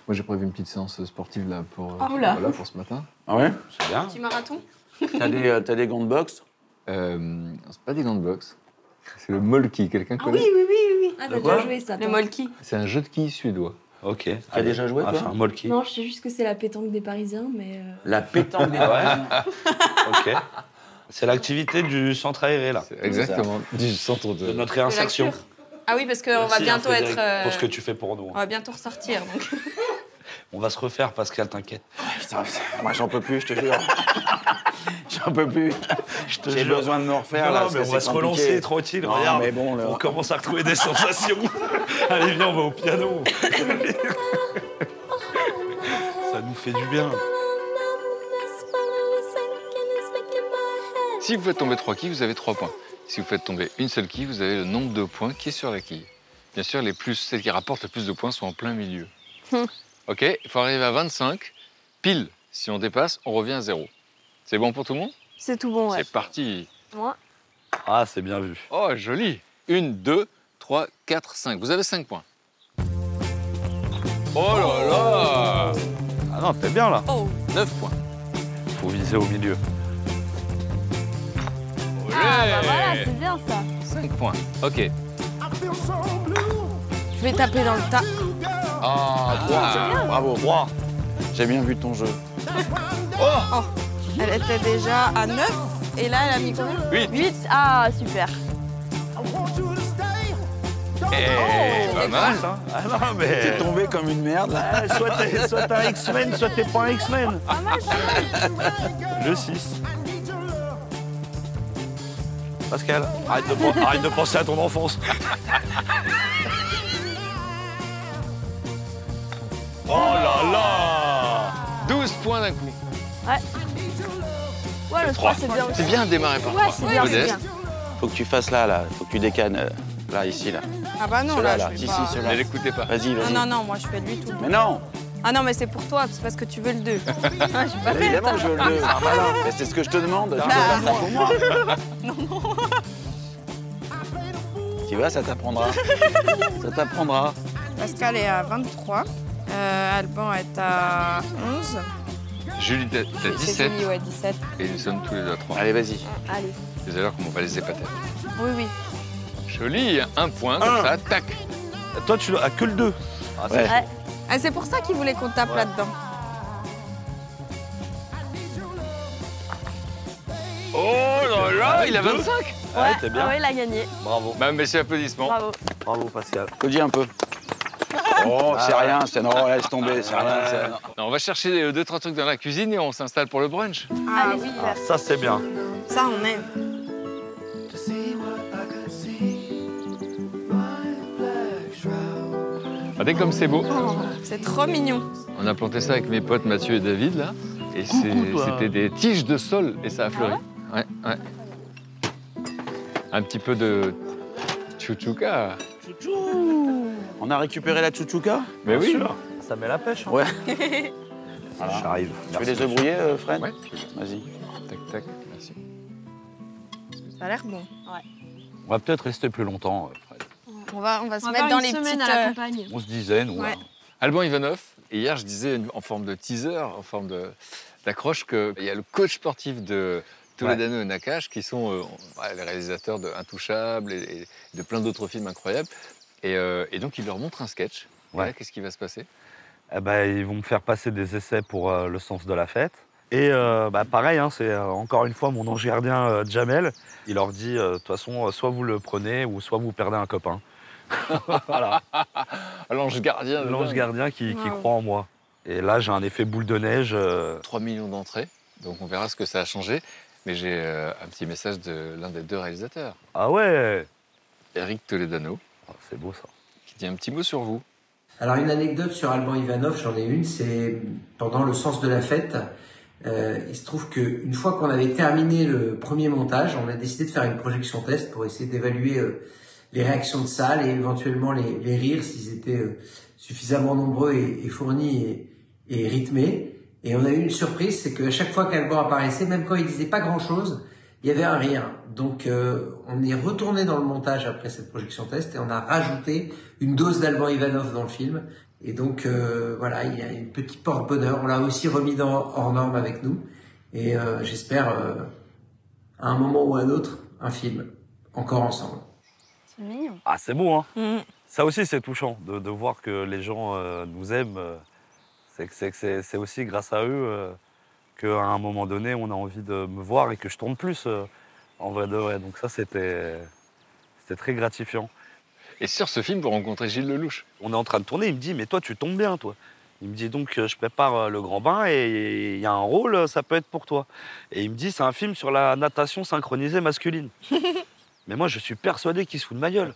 I: Moi, j'ai prévu une petite séance sportive là pour, euh,
D: Ah, oula.
I: voilà, pour ce matin.
C: Ah ouais
J: C'est bien.
D: Petit marathon
C: T'as des, euh, t'as des gants de boxe
I: Euh, c'est pas des gants de boxe, c'est le molki. Quelqu'un connaît
G: oui, oui, oui.
D: Ah,
G: Ah,
D: t'as
G: t'as
D: Le quoi
G: déjà
D: déjà
G: joué
D: joué,
G: ça.
D: Le molki.
I: C'est un jeu de quilles suédois.
J: Ok.
C: T'as déjà joué, toi
J: Enfin, Molki.
G: Non, je sais juste que c'est la pétanque des Parisiens, mais. euh,
C: La pétanque des
J: Ah ouais Ok. C'est l'activité du centre aéré, là.
I: Exactement, du centre
J: De
I: de.
J: notre réinsertion.
D: lecture. Ah oui, parce qu'on va
J: Merci, hein,
D: bientôt
J: Frédéric,
D: être. euh,
J: Pour ce que tu fais pour nous.
D: On
J: hein.
D: va bientôt ressortir, donc.
J: On va se refaire, Pascal, t'inquiète.
C: Putain, moi j'en peux plus, je te jure. j'en peux plus.
J: te
C: J'ai
J: jure.
C: besoin de me refaire
J: non,
C: là.
J: mais on va se relancer, tranquille,
C: Non,
J: regarde.
C: mais bon, là-
J: On commence à retrouver des sensations. Allez, viens, on va au piano. Ça nous fait du bien.
I: Si vous faites tomber trois quilles, vous avez trois points. Si vous faites tomber une seule quille, vous avez le nombre de points qui est sur la quille. Bien sûr, les plus, celles qui rapportent le plus de points sont en plein milieu.
H: Hmm.
I: ok, il faut arriver à 25, pile. Si on dépasse, on revient à zéro. C'est bon pour tout le monde
H: C'est tout bon, ouais.
I: C'est parti.
H: Moi,
J: Ah, c'est bien vu.
I: Oh, joli. 1, 2, 3, 4, 5. Vous avez 5 points. Oh là là
J: Ah non, t'es bien là.
H: Oh.
I: 9 points.
J: Faut viser au milieu.
H: Ah, bah voilà, c'est bien ça.
I: 5 points. Ok.
K: Je vais taper dans le tas.
M: Ah, trois. Bravo. Trois. J'ai bien vu ton jeu.
K: Oh Elle était déjà à 9 et là elle a mis combien
M: 8.
K: 8 Ah super
M: Eh,
H: Oh.
M: pas mal.
F: Ah non, mais-
M: T'es tombé comme une merde. là.
F: Ah, soit t'es- soit t'es un X-Men, soit t'es pas un X-Men. Le 6. Pascal, arrête de, pen- arrête de penser à ton enfance. Oh là là
M: 12 points d'un coup.
H: Ouais. Ouais, le 3, c'est bien aussi.
M: C'est bien démarré par
H: Ouais,
M: trois.
H: c'est bien, c'est
M: Modeste.
H: bien.
C: Faut que tu fasses là, là. Faut que tu décanes. euh, là, ici, là.
K: Ah bah non,
C: Ceux-là,
K: là, je vais
C: Si,
K: pas...
C: si, ceux-là. Ne l'écoutez pas. Vas-y,
K: Non,
C: vas-y.
K: non, non, moi je fais lui tout.
C: Mais non
K: Ah non, mais c'est pour toi, c'est parce que tu veux le 2. Ah, je suis pas
C: Mais Évidemment,
K: bête.
C: je veux le deux. Ah, voilà. Mais c'est ce que je te demande. Tu
K: Bah,
C: peux faire ça
K: non.
C: pour moi. Tu vois, ça t'apprendra. ça t'apprendra.
K: Pascal est à 23. Euh, Alban est à 11.
I: Julie, t'as
K: C'est
I: t'as 17
K: joli, ouais, 17.
I: et nous sommes tous les deux à 3.
M: Allez, vas-y.
K: Allez.
I: C'est alors qu'on va les épater.
K: Oui, oui.
I: Joli, un point, comme
F: Un.
I: ça, tac.
F: Toi, tu as que le 2.
K: Ouais. Ah, c'est pour ça qu'il voulait qu'on tape là-dedans.
I: Oh
J: Ah,
I: là là, il a 25
H: Ouais, ah ouais, il a gagné.
I: Bravo. Bah, mais c'est applaudissement.
H: Bravo.
I: Bravo, Pascal.
C: Dis un peu. Oh, c'est rien, c'est non, laisse tomber, c'est rien. c'est- non.
I: on va chercher euh, deux, trois trucs dans la cuisine et on s'installe pour le brunch.
K: Ah, oui,
I: ça, c'est bien.
K: ça on aime.
I: Regardez comme c'est beau.
K: Oh, c'est trop mignon.
I: On a planté ça avec mes potes Mathieu et David, là. Et c'est-
K: toi.
I: c'était des tiges de sol et ça a fleuri. Ah ouais, ouais. Un petit peu de chouchouka.
C: On a récupéré la chouchouka
I: Mais oui.
C: Ça met la pêche. hein. Ouais. J'arrive. Tu veux
I: Merci,
C: les œufs brouillés, euh, Fred
I: Ouais.
C: Vas-y.
I: Tac, tac, merci.
K: Ça a l'air bon. Ouais.
M: On va peut-être rester plus longtemps. euh, Fred.
K: On va, on va se
H: On va
K: mettre
H: faire
K: dans
H: une
K: les
H: semaine
K: petites.
H: à la
K: euh,
H: campagne.
M: On se disait, nous.
K: Ouais.
I: Alban Ivanov, et hier je disais une- en forme de teaser, en forme de- d'accroche, qu'il y a le coach sportif de Toledano et Nakash qui sont euh, ouais, les réalisateurs de Intouchables et, et de plein d'autres films incroyables. Et, euh, et donc il leur montre un sketch. Et là, Qu'est-ce qui va se passer
G: Eh ben, ils vont me faire passer des essais pour euh, le sens de la fête. Et euh, bah, pareil, hein, c'est euh, encore une fois mon ange gardien euh, Jamel. Il leur dit, euh, de toute façon, euh, soit vous le prenez ou soit vous perdez un copain. voilà.
I: L'ange gardien. de
G: L'ange
I: dingue.
G: gardien qui, qui
I: Wow.
G: croit en moi. Et là, j'ai un effet boule de neige. euh,
I: 3 millions d'entrées, donc on verra ce que ça a changé. Mais j'ai euh, un petit message de l'un des deux réalisateurs.
G: Ah ouais Ah,
I: Eric Toledano.
G: c'est beau ça.
I: Qui dit un petit mot sur vous.
N: Alors une anecdote sur Alban Ivanov, j'en ai une, c'est pendant le sens de la fête. euh, il se trouve que une fois qu'on avait terminé le premier montage, on a décidé de faire une projection test pour essayer d'évaluer euh, les réactions de salle et éventuellement les, les rires s'ils étaient euh, suffisamment nombreux et, et fournis et, et rythmés. Et on a eu une surprise, c'est qu'à chaque fois qu'Alban apparaissait, même quand il disait pas grand-chose, il y avait un rire. Donc euh, on est retourné dans le montage après cette projection test et on a rajouté une dose d'Alban Ivanov dans le film. Et donc euh, voilà, il y a une petite porte-bonheur. On l'a aussi remis dans hors norme avec nous. Et euh, j'espère, euh, à un moment ou à un autre, un film encore ensemble.
H: C'est mignon.
G: Ah, c'est beau, hein
H: Mmh.
G: Ça aussi, c'est touchant de, de voir que les gens euh, nous aiment. euh, C'est que- c'est que c'est- c'est aussi grâce à eux euh, qu'à un moment donné, on a envie de me voir et que je tourne plus, euh, en vrai de vrai. Donc ça, c'était c'était très gratifiant.
I: Et sur ce film, vous rencontrez Gilles Lelouch
G: On est en train de tourner, il me dit, mais toi, tu tombes bien, toi. Il me dit donc, euh, je prépare euh, le grand bain et il y a un rôle, euh, ça peut être pour toi. Et il me dit, c'est un film sur la natation synchronisée masculine. Mais moi, je suis persuadé qu'il se fout de ma gueule.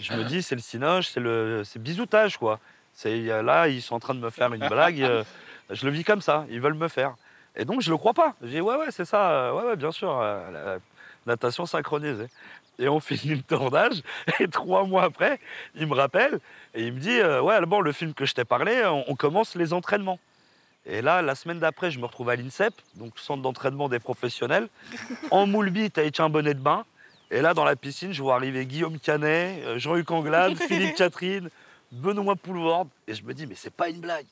G: je me dis, c'est le cinoche, c'est le c'est bisoutage, quoi. C'est là, ils sont en train de me faire une blague. euh, je le vis comme ça. Ils veulent me faire. Et donc, je le crois pas. J'ai dit, ouais, ouais, c'est ça. euh, Ouais, ouais, bien sûr. euh, la- la natation synchronisée. Et on finit le tournage. Et trois mois après, il me rappelle et il me dit, euh, ouais, Alban, le film que je t'ai parlé, on- on commence les entraînements. Et là, la semaine d'après, je me retrouve à l'INSEP, donc centre d'entraînement des professionnels, en moulbi, avec un bonnet de bain. Et là, dans la piscine, je vois arriver Guillaume Canet, euh, Jean-Luc Anglade, Philippe Catherine, Benoît Poulvorde. Et je me dis, mais c'est pas une blague.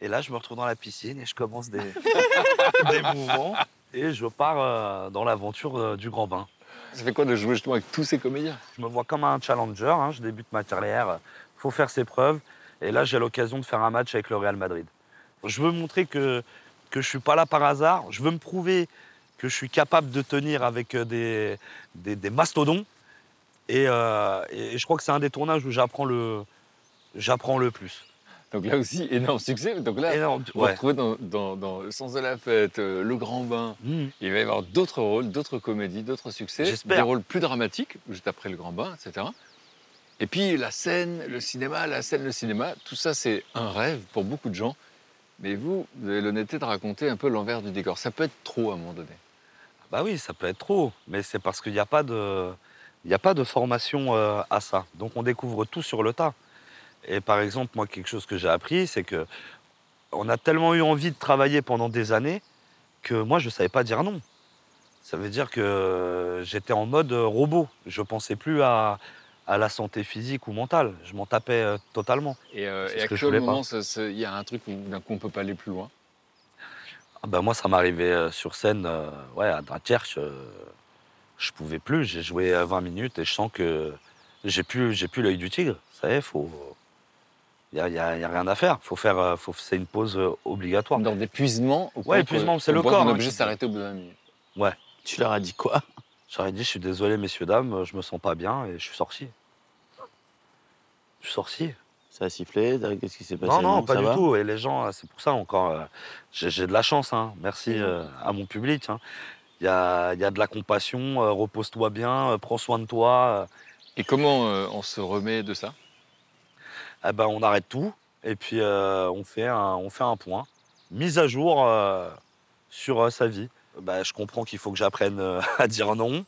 G: Et là, je me retrouve dans la piscine et je commence des, des mouvements. Et je pars euh, dans l'aventure euh, du grand bain.
I: Ça fait quoi de jouer justement avec tous ces comédiens
G: Je me vois comme un challenger, hein, je débute ma carrière, faut faire ses preuves. Et là, j'ai l'occasion de faire un match avec le Real Madrid. Je veux montrer que, que je suis pas là par hasard, je veux me prouver que je suis capable de tenir avec euh, des, des, des mastodons. Et, euh, et je crois que c'est un des tournages où j'apprends le, j'apprends le plus.
I: Donc là aussi, énorme succès. Donc là, on va
G: ouais.
I: retrouver dans, dans- dans Le Sens de la Fête, euh, Le Grand Bain. Il va y avoir d'autres rôles, d'autres comédies, d'autres succès.
G: Hmm. J'espère.
I: Des rôles plus dramatiques, juste après Le Grand Bain, etc. Et puis la scène, le cinéma, la scène, le cinéma, tout ça c'est un rêve pour beaucoup de gens. Mais vous, vous avez l'honnêteté de raconter un peu l'envers du décor. Ça peut être trop à un moment donné.
G: Bah oui, ça peut être trop, mais c'est parce qu'il n'y a pas de, il n'y a pas de formation euh, à ça. Donc on découvre tout sur le tas. Et par exemple, moi, quelque chose que j'ai appris, c'est que on a tellement eu envie de travailler pendant des années que moi, je ne savais pas dire non. Ça veut dire que j'étais en mode euh, robot. Je ne pensais plus à, à la santé physique ou mentale. Je m'en tapais euh, totalement.
I: Et, euh,
G: C'est
I: et
G: ce
I: à
G: que je
I: quel
G: voulais pas.
I: moment ça- ça- il y a un truc où d'un coup on peut pas aller plus loin
G: Ah ben, moi, ça m'arrivait euh, sur scène, euh, ouais, à Dunkerque, euh, je pouvais plus. J'ai joué euh, 20 minutes et je sens que j'ai plus, j'ai plus l'œil du tigre. Ça y est, faut. Il n'y a, y a- y a rien à faire. Faut faire, euh, faut, c'est une pause euh, obligatoire. Dans
I: d'épuisement
G: Ouais, épuisement, c'est le corps.
I: On est
G: hein,
I: obligé de
G: qui-
I: s'arrêter au bout d'un minute.
G: Ouais. Tu leur as dit quoi J'aurais dit, je suis désolé, messieurs, dames, je me sens pas bien et je suis sorti. Je suis sorti.
O: Ça a sifflé t'as- Qu'est-ce qui s'est passé
G: Non, non,
O: Ça
G: pas du
O: va
G: tout. Et les gens, euh, c'est pour ça encore, euh, j'ai j'ai de la chance. hein.
O: Mmh.
G: Merci euh, à mon public. hein. Il y, a, il y a de la compassion, euh, repose-toi bien, euh, prends soin de toi.
I: Et comment
O: euh,
I: on se remet de ça
G: eh ben, On arrête tout et puis euh, on, fait un, on fait un point. Mise à jour euh, sur euh, sa vie. Bah, je comprends qu'il faut que j'apprenne euh, à dire non,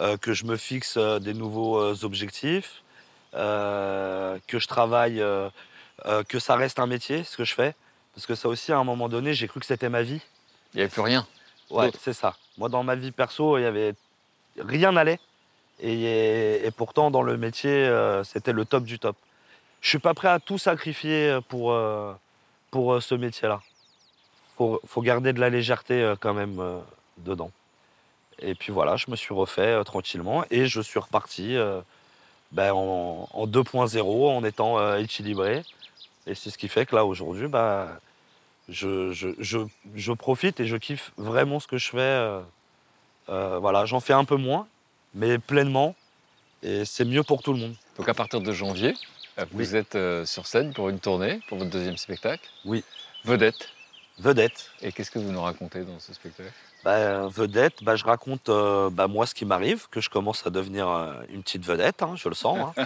G: euh, que je me fixe euh, des nouveaux euh, objectifs, euh, que je travaille, euh, euh, que ça reste un métier, ce que je fais. Parce que ça aussi, à un moment donné, j'ai cru que c'était ma vie.
I: Il n'y avait plus rien.
G: Ouais, c'est ça. Moi, dans ma vie perso, il y avait rien n'allait. Et, et pourtant, dans le métier, euh, c'était le top du top. Je suis pas prêt à tout sacrifier euh, pour, euh, pour euh, ce métier-là. Faut, faut garder de la légèreté euh, quand même euh, dedans. Et puis voilà, je me suis refait euh, tranquillement et je suis reparti euh, ben, en, en 2.0 en étant euh, équilibré. Et c'est ce qui fait que là, aujourd'hui, bah, je, je, je, je profite et je kiffe vraiment ce que je fais. euh, euh, voilà, j'en fais un peu moins, mais pleinement. Et c'est mieux pour tout le monde.
I: Donc à partir de janvier, euh, vous êtes euh, sur scène pour une tournée, pour votre deuxième spectacle.
G: Oui.
I: Vedette.
G: Vedette.
I: Et qu'est-ce que vous nous racontez dans ce spectacle
G: Bah, euh, vedette, bah, je raconte euh, bah, moi ce qui m'arrive, que je commence à devenir euh, une petite vedette, hein, je le sens. hein.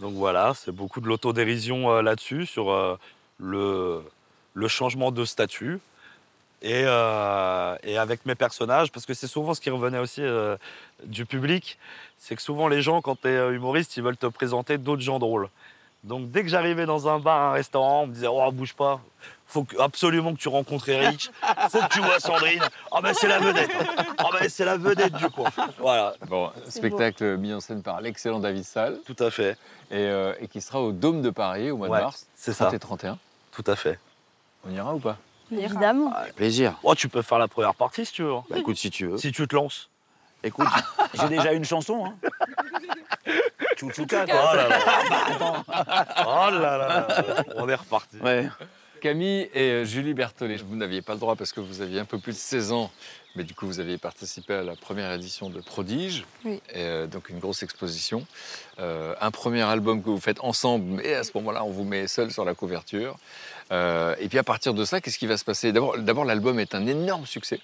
G: Donc voilà, c'est beaucoup de l'autodérision euh, là-dessus, sur euh, le, le changement de statut. Et, euh, et avec mes personnages, parce que c'est souvent ce qui revenait aussi euh, du public, c'est que souvent les gens, quand tu es humoriste, ils veulent te présenter d'autres gens drôles. Donc dès que j'arrivais dans un bar, un restaurant, on me disait Oh, bouge pas, faut que- absolument que tu rencontres Eric, faut que tu vois Sandrine. Ah,
J: bah,
G: ben c'est la vedette Ah, ben c'est la vedette du coin Ah, Voilà.
I: Bon,
G: C'est
I: spectacle mis en scène par l'excellent David Salle.
G: Tout à fait.
I: Et, euh, et qui sera au Dôme de Paris au mois
G: Ouais,
I: de mars.
G: c'est ça.
I: 30 et 31.
G: Tout à fait.
I: On ira ou pas
O: Évidemment.
H: Ah,
G: Plaisir. Oh, tu peux faire la première partie si tu veux. hein.
O: Bah, écoute, si tu veux.
G: Si tu te lances. Ah.
O: Écoute, j'ai déjà une chanson. Hein. Chouchouka, quoi.
J: Ah,
G: Oh là là. Oh là là là. On est reparti.
I: Camille et euh, Julie Berthollet, vous n'aviez pas le droit parce que vous aviez un peu plus de 16 ans, mais du coup vous aviez participé à la première édition de Prodige,
P: Oui.
I: et, euh, donc une grosse exposition. Euh, un premier album que vous faites ensemble, mais à ce moment-là on vous met seul sur la couverture. Euh, et puis à partir de ça, qu'est-ce qui va se passer D'abord, d'abord, l'album est un énorme succès.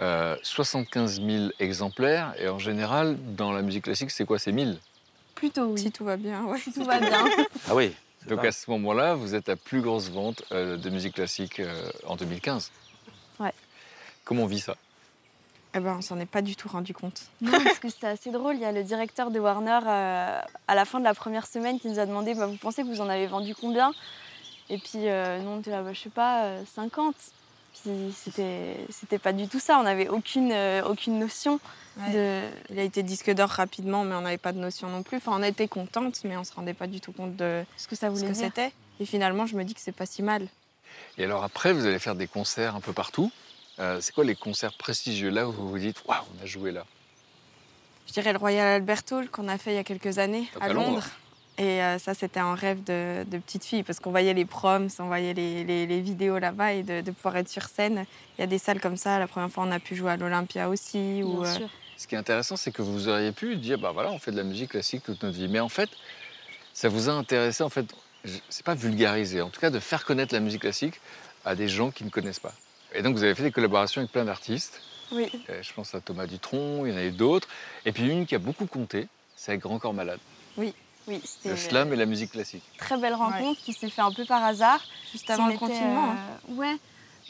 I: Euh, 75 000 exemplaires, et en général, dans la musique classique, c'est quoi C'est 1000
K: Plutôt oui. Si tout va bien, ouais. Si tout
Q: va bien.
I: Ah oui. Donc
K: dingue.
I: à ce moment-là, vous êtes la plus grosse vente euh, de musique classique euh, en 2015.
H: Ouais.
I: Comment on vit ça
K: Eh ben, on s'en est pas du tout rendu compte.
H: Non, parce que c'était assez drôle. Il y a le directeur de Warner euh, à la fin de la première semaine qui nous a demandé bah, Vous pensez que vous en avez vendu combien Et puis, euh, nous, on était là, bah, je sais pas, euh, 50. Puis, c'était c'était pas du tout ça. On n'avait aucune, euh, aucune notion.
K: De- Il a été disque d'or rapidement, mais on n'avait pas de notion non plus. Enfin, on était contente, mais on se rendait pas du tout compte de ce que ça
H: voulait dire.
K: c'était. Et finalement, je me dis que c'est pas si mal.
I: Et alors après, vous allez faire des concerts un peu partout. Euh, c'est quoi les concerts prestigieux là où vous vous dites Waouh, on a joué là
D: je dirais le Royal Albert Hall qu'on a fait il y a quelques années
I: Donc
D: à
I: à Londres.
D: Londres. Et euh, ça, c'était un rêve de, de petite fille, parce qu'on voyait les proms, on voyait les, les- les vidéos là-bas, et de, de pouvoir être sur scène. Il y a des salles comme ça. La première fois, on a pu jouer à l'Olympia aussi. Ou, euh,
I: Ce qui est intéressant, c'est que vous auriez pu dire, bah voilà, on fait de la musique classique toute notre vie. Mais en fait, ça vous a intéressé, en fait, je- c'est pas vulgariser, en tout cas de faire connaître la musique classique à des gens qui ne connaissent pas. Et donc vous avez fait des collaborations avec plein d'artistes.
D: Oui.
I: Euh, Je pense à Thomas Dutronc, il y en a eu d'autres. Et puis une qui a beaucoup compté, c'est avec Grand Corps Malade.
D: Oui, oui, c'était
I: Le slam et la musique classique.
H: Une très belle rencontre qui s'est fait un peu par hasard.
D: Juste
H: Il
D: avant le
H: était,
D: confinement, hein.
H: euh, ouais.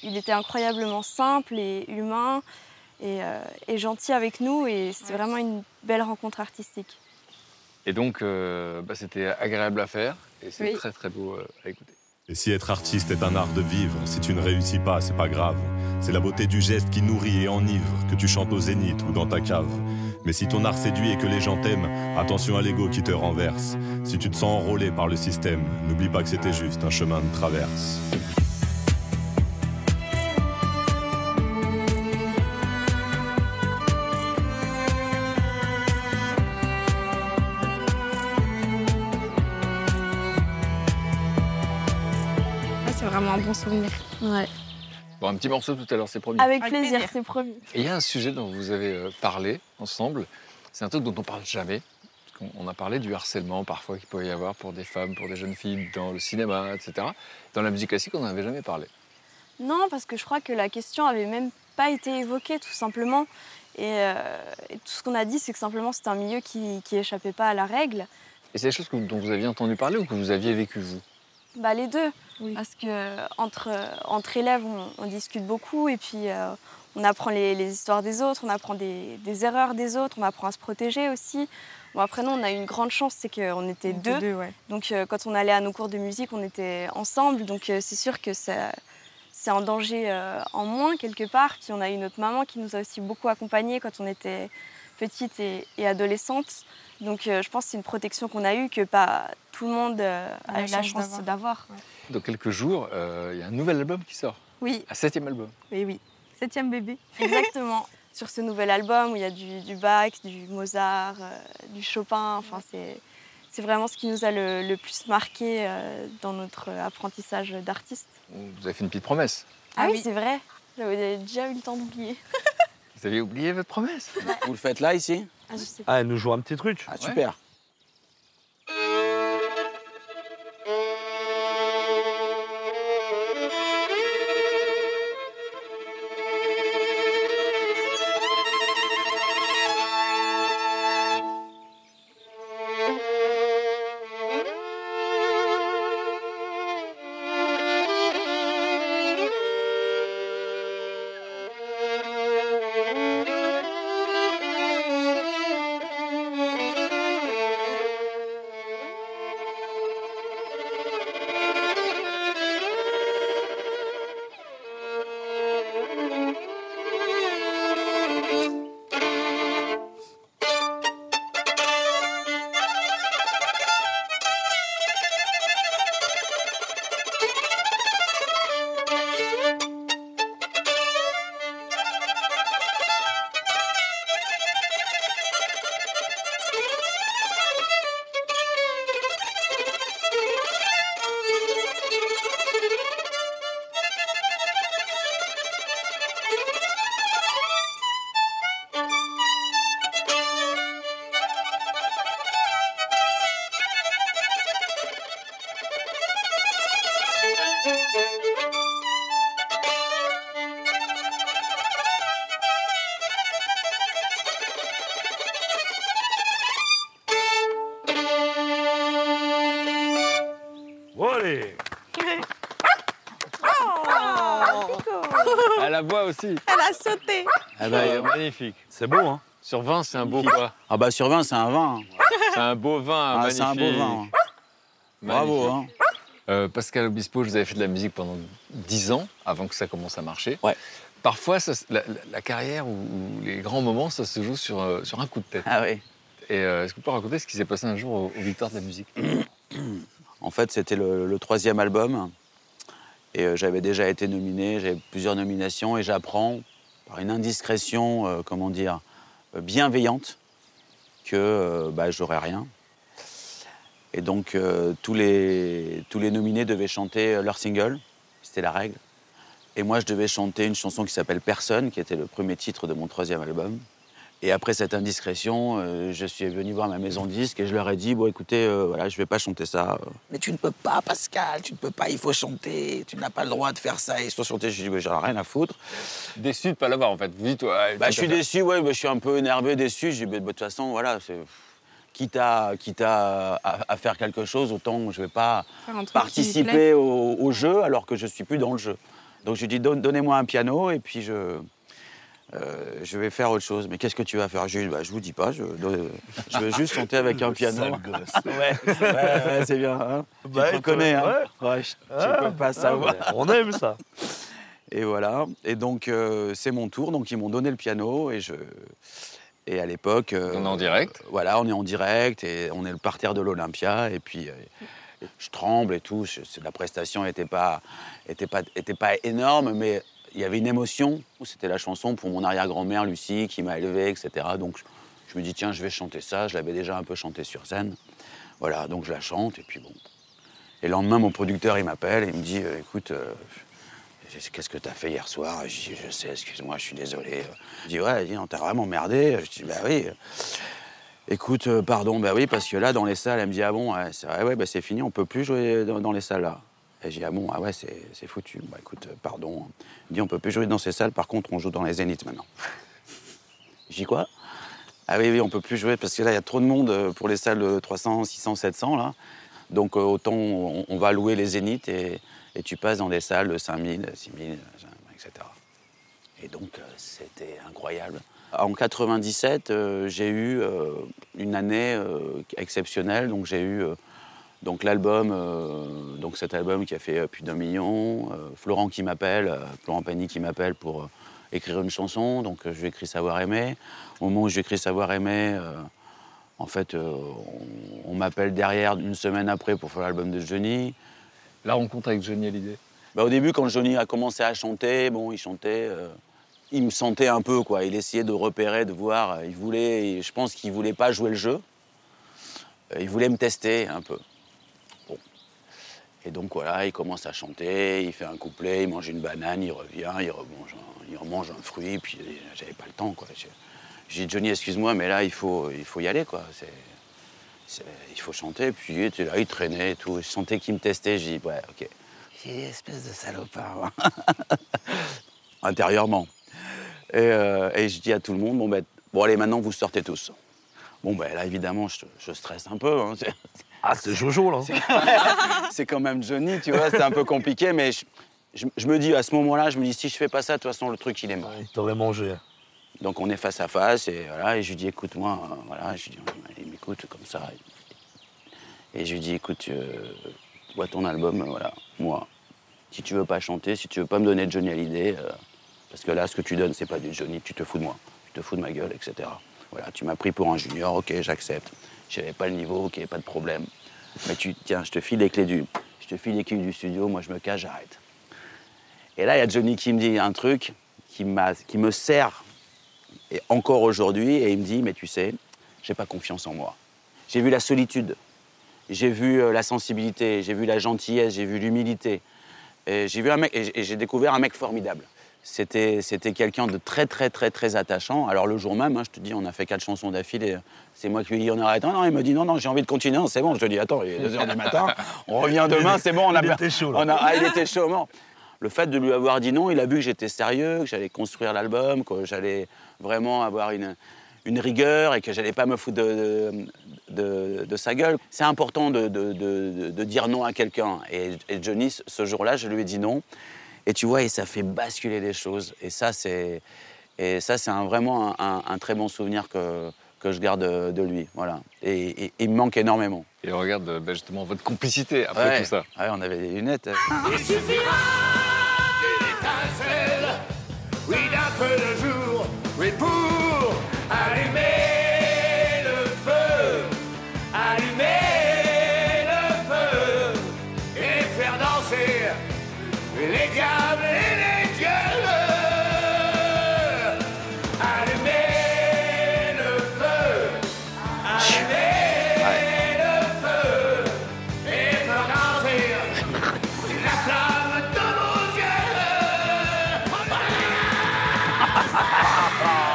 H: Il était incroyablement simple et humain et, euh, et gentil avec nous et c'était vraiment une belle rencontre artistique.
I: Et donc, euh, bah, c'était agréable à faire et c'est
H: Oui.
I: très très beau euh, à écouter.
R: Et si être artiste est un art de vivre, si tu ne réussis pas, c'est pas grave. C'est la beauté du geste qui nourrit et enivre, que tu chantes au zénith ou dans ta cave. Mais si ton art séduit et que les gens t'aiment, attention à l'ego qui te renverse. Si tu te sens enrôlé par le système, n'oublie pas que c'était juste un chemin de traverse.
D: ouais, c'est vraiment un bon souvenir.
I: Bon, un petit morceau tout à l'heure, c'est promis.
H: Avec plaisir, c'est promis.
I: Et il y a un sujet dont vous avez euh, parlé ensemble, c'est un truc dont on parle jamais. Parce qu'on- On a parlé du harcèlement parfois qu'il peut y avoir pour des femmes, pour des jeunes filles, dans le cinéma, etc. Dans la musique classique, on n'en avait jamais parlé.
H: Non, parce que je crois que la question avait même pas été évoquée, tout simplement. Et, euh, et tout ce qu'on a dit, c'est que simplement c'était un milieu qui, qui échappait pas à la règle.
I: Et c'est des choses que- dont vous aviez entendu parler ou que vous aviez vécu, vous
H: Bah, les deux. Parce que euh, entre, euh, entre élèves, on, on discute beaucoup et puis euh, on apprend les, les histoires des autres, on apprend des, des erreurs des autres, on apprend à se protéger aussi. Bon, après, nous, on a eu une grande chance, c'est qu'on était
D: était
H: deux.
D: deux, ouais.
H: Donc, euh, quand on allait à nos cours de musique, on était ensemble. Donc, euh, c'est sûr que ça- C'est un danger euh, en moins quelque part. Puis on a eu notre maman qui nous a aussi beaucoup accompagnés quand on était petite et, et adolescente. Donc euh, je pense que c'est une protection qu'on a eue que pas tout le monde euh,
D: On
H: a eu la
D: chance
H: chance d'avoir.
I: Dans quelques jours, euh, il y a un nouvel album qui sort.
H: Oui.
I: Un septième album.
H: Et oui, septième bébé. Exactement. Sur ce nouvel album où il y a du, du Bach, du Mozart, euh, du Chopin, enfin c'est, c'est vraiment ce qui nous a le, le plus marqué euh, dans notre apprentissage d'artiste.
I: Vous avez fait une petite promesse.
H: Ah, oui, c'est vrai. J'avais déjà eu le temps d'oublier.
I: Vous aviez oublié votre promesse.
C: Vous le faites là, ici
H: Ah, je sais
J: Ah, elle nous joue un petit truc.
C: Ah, super.
A: Allez
I: À la voix aussi.
D: Elle a sauté
C: Ah bah, euh,
I: magnifique.
C: C'est beau, hein
I: Sur 20, c'est un beau quoi
C: Ah bah sur 20, c'est un vin.
I: C'est un beau vin,
C: Ah, c'est un beau
I: magnifique.
C: vin.
I: Magnifique.
C: Bravo, hein.
I: Euh, Pascal Obispo, je vous avez fait de la musique pendant 10 ans avant que ça commence à marcher. Parfois, ça se- la, la- la carrière ou, ou les grands moments, ça se joue sur, euh, sur un coup de tête.
C: Ah oui.
I: Et euh, est-ce que vous pouvez raconter ce qui s'est passé un jour au- aux Victoires de la musique
C: En fait, c'était le, le troisième album. Et euh, j'avais déjà été nominé, j'avais plusieurs nominations. Et j'apprends, par une indiscrétion, euh, comment dire, euh, bienveillante, que euh, bah, j'aurais rien. Et donc euh, tous, les, tous les nominés devaient chanter leur single, c'était la règle. Et moi, je devais chanter une chanson qui s'appelle Personne, qui était le premier titre de mon troisième album. Et après cette indiscrétion, euh, je suis venu voir ma maison de disque et je leur ai dit Bon, écoutez, euh, voilà, je vais pas chanter ça.
J: Mais tu ne peux pas, Pascal, tu ne peux pas, il faut chanter, tu n'as pas le droit de faire ça. Et
C: Ils sont chantés, je dis Bah, j'en ai rien à foutre.
I: Déçu de pas l'avoir, en fait. Vous dites, ouais,
C: Bah,
I: tout à
C: je suis
I: fait.
C: déçu, ouais, bah, je suis un peu énervé, déçu. Je dis, bah, de toute façon, voilà, c'est- quitte, à, quitte à, à- à faire quelque chose, autant je vais pas
B: Faire un truc qui lui plaît.
C: participer au, au jeu alors que je suis plus dans le jeu. Donc je lui dis, Donne- donnez-moi un piano et puis je, euh, je vais faire autre chose. Mais qu'est-ce que tu vas faire Je lui dis, bah, je vous dis pas, je, euh, je vais juste chanter avec un
J: Le
C: piano.
J: Oh, sale gosse.
C: ouais, ouais, ouais, c'est bien. hein.
J: Bah,
C: tu
J: écoute,
C: te connais, hein.
J: ouais.
C: Ouais, je- tu
J: Ah,
C: peux
J: ah,
C: pas savoir.
J: bah, on aime
C: ça. Et voilà. Et donc, euh, c'est mon tour. Donc, ils m'ont donné le piano et je. Et à l'époque. on est en direct Voilà, on est en direct et on est le parterre de l'Olympia. Et puis, euh, je tremble et tout. Je- c'est- la prestation n'était pas, était pas, était pas énorme, mais il y avait une émotion. C'était la chanson pour mon arrière-grand-mère, Lucie, qui m'a élevé, etc. Donc, je, je me dis, tiens, je vais chanter ça. Je l'avais déjà un peu chanté sur scène. Voilà, donc je la chante et puis bon. Et le lendemain, mon producteur, il m'appelle et il me dit, euh, écoute. euh, je dis, Qu'est-ce que t'as fait hier soir Je dis, je sais, excuse-moi, je suis désolé. Je dis, ouais, il dit, non, t'as vraiment merdé. Je dis, bah oui. Écoute, euh, pardon, bah oui, parce que là, dans les salles, elle me dit, ah bon, ouais, c'est vrai, ouais, bah, c'est fini, on peut plus jouer dans, dans les salles là. Et je dis, ah bon, ah ouais, c'est c'est foutu. Bah écoute, euh, pardon. Elle me dit, on peut plus jouer dans ces salles, par contre, on joue dans les zéniths maintenant. Je dis, quoi Ah oui, oui, on peut plus jouer parce que là, il y a trop de monde euh, pour les salles de 300, 600, 700 là. Donc euh, autant on, on va louer les zéniths et, et tu passes dans des salles de 5000, 6000, etc. Et donc euh, c'était incroyable. En 97, euh, j'ai eu euh, une année euh, exceptionnelle. Donc j'ai eu euh, donc l'album, euh, donc cet album qui a fait euh, plus d'un million, euh, Florent qui m'appelle, euh, Florent Pagny qui m'appelle pour euh, écrire une chanson. Donc euh, je lui écris Savoir aimer. Au moment où j'écris Savoir aimer, euh, en fait, euh, on, on m'appelle derrière une semaine après pour faire l'album de Johnny. La rencontre avec Johnny Hallyday bah, Au début, quand Johnny a commencé à chanter, bon, il chantait. euh, il me sentait un peu, quoi. Il essayait de repérer, de voir. Il voulait, il- je pense qu'il voulait pas jouer le jeu. Euh, Il voulait me tester un peu. Bon. Et donc voilà, il commence à chanter, il fait un couplet, il mange une banane, il revient, il remange un, il remange un fruit, puis euh, j'avais pas le temps, quoi. Je- j'ai dit, Johnny, excuse-moi, mais là, il faut, il faut y aller, quoi. C'est- c'est- il faut chanter. Puis il était là, il traînait et tout. Je sentais qu'il me testait. J'ai dit, ouais, ok.
J: J'ai une espèce de salopard. moi.
C: Intérieurement. Et, euh, et je dis à tout le monde, bon, ben, bon, allez, maintenant, vous sortez tous. Bon, ben là, évidemment, je, je stresse un peu. Ah, c'est Jojo, là. c'est quand même Johnny, tu vois, c'est un peu compliqué, mais je, je- je me dis, à ce moment-là, je me dis, si je fais pas ça, de toute façon, le truc, il est mort. il t'aurait mangé. Donc, on est face à face, et voilà, et je lui dis, écoute-moi, euh, voilà, je lui dis, il m'écoute comme ça. Et je lui dis, écoute, euh, vois ton album, euh, voilà, moi, si tu veux pas chanter, si tu veux pas me donner de Johnny Hallyday, euh, parce que là, ce que tu donnes, c'est pas du Johnny, tu te fous de moi, tu te fous de ma gueule, etc. Voilà, tu m'as pris pour un junior, ok, j'accepte. J'avais pas le niveau, ok, pas de problème. Mais tu, tiens, je te file les clés du, je te file les clés du studio, moi je me cache, j'arrête. Et là, il y a Johnny qui me dit un truc qui, m'a- qui me sert et encore aujourd'hui, et il me dit, mais tu sais, j'ai pas confiance en moi. J'ai vu la solitude, j'ai vu euh, la sensibilité, j'ai vu la gentillesse, j'ai vu l'humilité. Et j'ai vu un mec, et j'ai- et j'ai découvert un mec formidable. C'était, c'était quelqu'un de très, très, très, très attachant. Alors le jour même, hein, je te dis, on a fait quatre chansons d'affilée. C'est moi qui lui dis, on arrête. Non, non, il me dit, non, non, j'ai envie de continuer. Non, C'est bon, je te dis, attends, il est 2 h du matin, on revient demain, c'est bon, on a
J: Il
C: per-
J: était chaud, là.
C: On a, ah, il était chaud, mort. Le fait de lui avoir dit non, il a vu que j'étais sérieux, que j'allais construire l'album, que j'allais vraiment avoir une, une rigueur et que j'allais pas me foutre de, de- de- de sa gueule. C'est important de, de- de- de- de dire non à quelqu'un. Et, et Johnny, ce- ce jour-là, je lui ai dit non. Et tu vois, et ça fait basculer les choses. Et ça, c'est, et ça, c'est un- vraiment un, un- un très bon souvenir que, que je garde de, de lui. Voilà. Et, et- et il me manque énormément. Et regarde
I: bah,
C: justement votre complicité
I: après tout ça.
C: Ouais, on avait des lunettes. hein.
A: Il suffira d'une étincelle, oui d'un peu de jour, oui pour allumer le feu, allumer le feu et faire danser les diables et les dieux. Allumer le feu,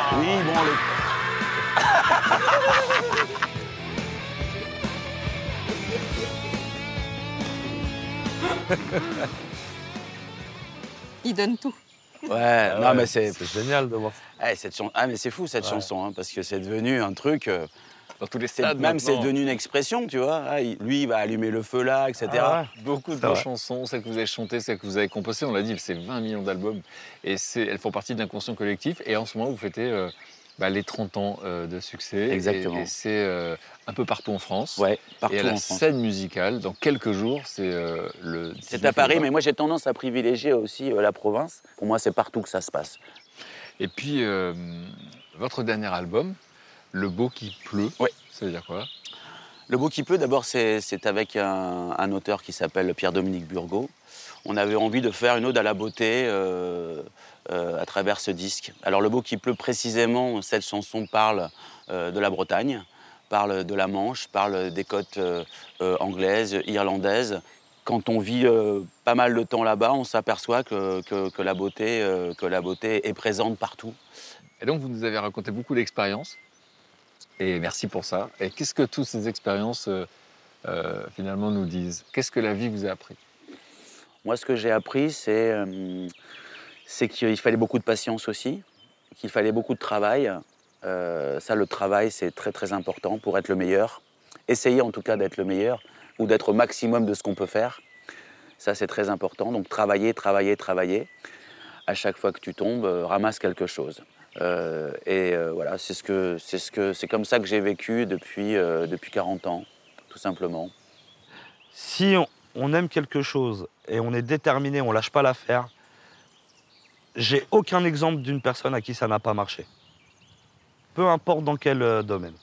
C: prends le.
I: Ah
D: Il donne tout.
C: Ouais, non,
G: ouais,
C: mais c'est.
G: c'est génial de voir
C: ça. cette chan- Ah, mais c'est fou cette
G: Ouais.
C: chanson, hein, parce que c'est devenu un truc. euh,
I: Dans tous les
C: c'est-
I: stades
C: Même c'est
I: maintenant.
C: devenu une expression, tu vois. Ah, il- lui, il va allumer le feu là, etc.
I: Ah Beaucoup de
C: C'est
I: vos
C: vrai.
I: chansons, celles que vous avez chantées, celles que vous avez composées, on l'a dit, c'est 20 millions d'albums. Et c'est- elles font partie de l'inconscient collectif. Et en ce moment, vous fêtez euh, bah, les 30 ans euh, de succès. Et-
C: Exactement.
I: Et, c'est euh, un peu partout en France.
C: Ouais, partout
I: et à la
C: en France.
I: scène musicale, dans quelques jours, c'est euh, le.
C: C'est à Paris, mais moi j'ai tendance à privilégier aussi euh, la province. Pour moi, c'est partout que ça se passe.
I: Et puis, euh, votre dernier album, Le beau qui pleut.
C: Oui.
I: Ça veut dire quoi
C: Le beau qui peut, d'abord, c'est c'est avec un, un auteur qui s'appelle Pierre-Dominique Burgot. On avait envie de faire une ode à la beauté euh, euh, à travers ce disque. Alors, Le beau qui pleut, précisément, cette chanson parle euh, de la Bretagne, parle de la Manche, parle des côtes euh, euh, anglaises, irlandaises. Quand on vit euh, pas mal de temps là-bas, on s'aperçoit que, que- que la beauté, euh, que la beauté est présente partout.
I: Et donc, vous nous avez raconté beaucoup d'expériences. Et merci pour ça. Et qu'est-ce que toutes ces expériences, euh, euh, finalement, nous disent Qu'est-ce que la vie vous a appris
C: Moi, ce que j'ai appris, c'est euh, c'est qu'il fallait beaucoup de patience aussi, qu'il fallait beaucoup de travail. Euh, ça, le travail, c'est très très important pour être le meilleur. Essayer en tout cas d'être le meilleur ou d'être au maximum de ce qu'on peut faire. Ça, c'est très important. Donc, travailler, travailler, travailler. À chaque fois que tu tombes, euh, ramasse quelque chose. Euh, et euh, voilà, c'est ce que c'est ce que c'est comme ça que j'ai vécu depuis euh, depuis 40 ans, tout simplement.
G: si on, on aime quelque chose et on est déterminé, on lâche pas l'affaire, j'ai aucun exemple d'une personne à qui ça n'a pas marché. Peu importe dans quel euh, domaine.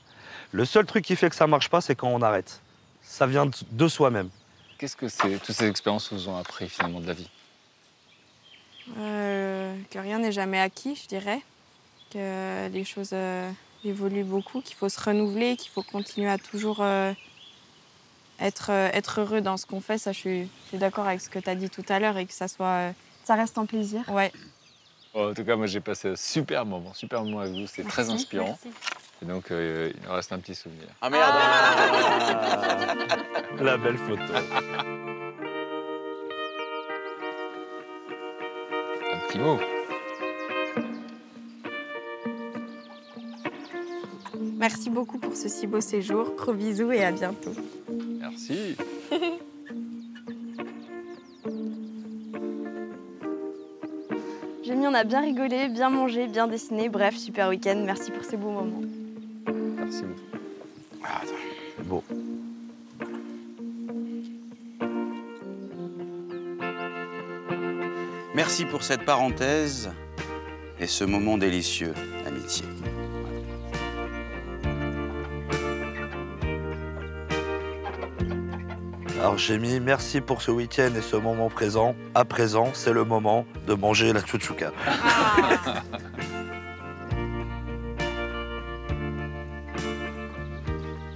G: Le seul truc qui fait que ça marche pas, c'est quand on arrête. Ça vient de- de soi-même.
I: Qu'est-ce que c'est Toutes ces expériences vous ont appris, finalement, de la vie
D: Euh, que rien n'est jamais acquis, je dirais. Que les choses euh, évoluent beaucoup, qu'il faut se renouveler, qu'il faut continuer à toujours euh, être, euh, être heureux dans ce qu'on fait. Ça, je suis, je suis d'accord avec ce que tu as dit tout à l'heure et que ça soit. Ça reste un plaisir. Ouais.
I: En tout cas, moi, j'ai passé un super moment, super moment avec vous. C'était très
D: Merci,
I: inspirant.
D: merci.
I: Et donc, euh, il nous reste un petit souvenir. Ah,
C: Ah merde
G: La belle photo.
I: Un petit mot.
D: Merci beaucoup pour ce si beau séjour. Gros bisous et à bientôt.
I: Merci.
H: Ah, Jamy, on a bien rigolé, bien mangé, bien dessiné. Bref, super week-end. Merci pour ces beaux moments.
I: Merci beaucoup.
C: Beau. Merci pour cette parenthèse et ce moment délicieux, amitié.
G: Alors j'ai mis merci pour ce week-end et ce moment présent. À présent, c'est le moment de manger la chouchouka.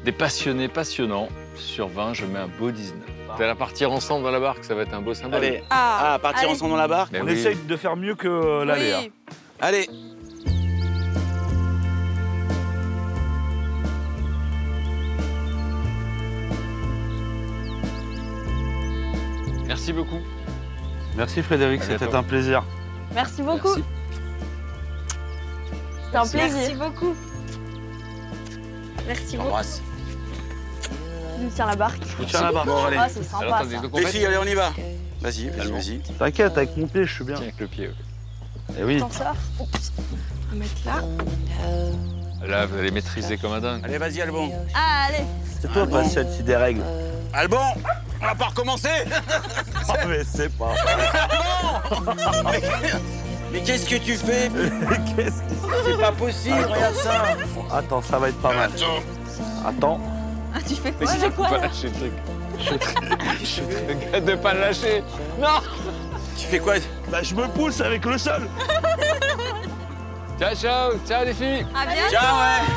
I: Des passionnés passionnants. Sur 20, je mets un beau 19. Vous allez partir ensemble dans la barque, ça va être un beau symbole.
C: Allez, ah, partir
I: allez.
C: ensemble dans la barque
I: Mais On oui. essaye
G: de faire mieux que
I: Oh
G: euh, l'aller, hein.
C: Allez
I: Merci beaucoup.
G: Merci Frédéric,
I: À
G: c'était
I: bientôt.
G: un plaisir.
H: Merci beaucoup. C'était un plaisir.
D: Merci beaucoup.
H: Merci beaucoup.
C: Embrasse.
H: Je me tiens la barque.
C: Je vous tiens la barre.
H: Ah, c'est sympa, ça.
C: Les filles, allez, on y va. Vas-y, vas-y, vas-y.
G: T'inquiète, avec mon pied, je suis bien.
I: Tiens, avec le pied.
G: Eh oui.
H: T'en sors. Oups.
D: On va mettre là.
I: Là, vous allez maîtriser comme un dingue.
C: Allez, vas-y, Alban.
H: Ah, allez.
G: C'est toi, Patiel, si des règles.
I: Euh.
C: Alban On va pas recommencer
G: Ah, mais c'est pas.
C: Mais, mais qu'est-ce que tu fais
I: Euh,
G: Qu'est-ce que
C: C'est pas possible,
G: Attends.
C: regarde ça
G: Bon, Attends, ça va être pas mal. Attends.
H: Ah, tu fais
I: Mais
H: quoi,
I: si
H: là
I: je peux pas lâcher le truc. Je suis très de pas le lâcher. Non
C: Tu fais quoi
G: Bah, je me pousse avec le sol.
I: Ciao, ciao, ciao les filles.
H: À bientôt.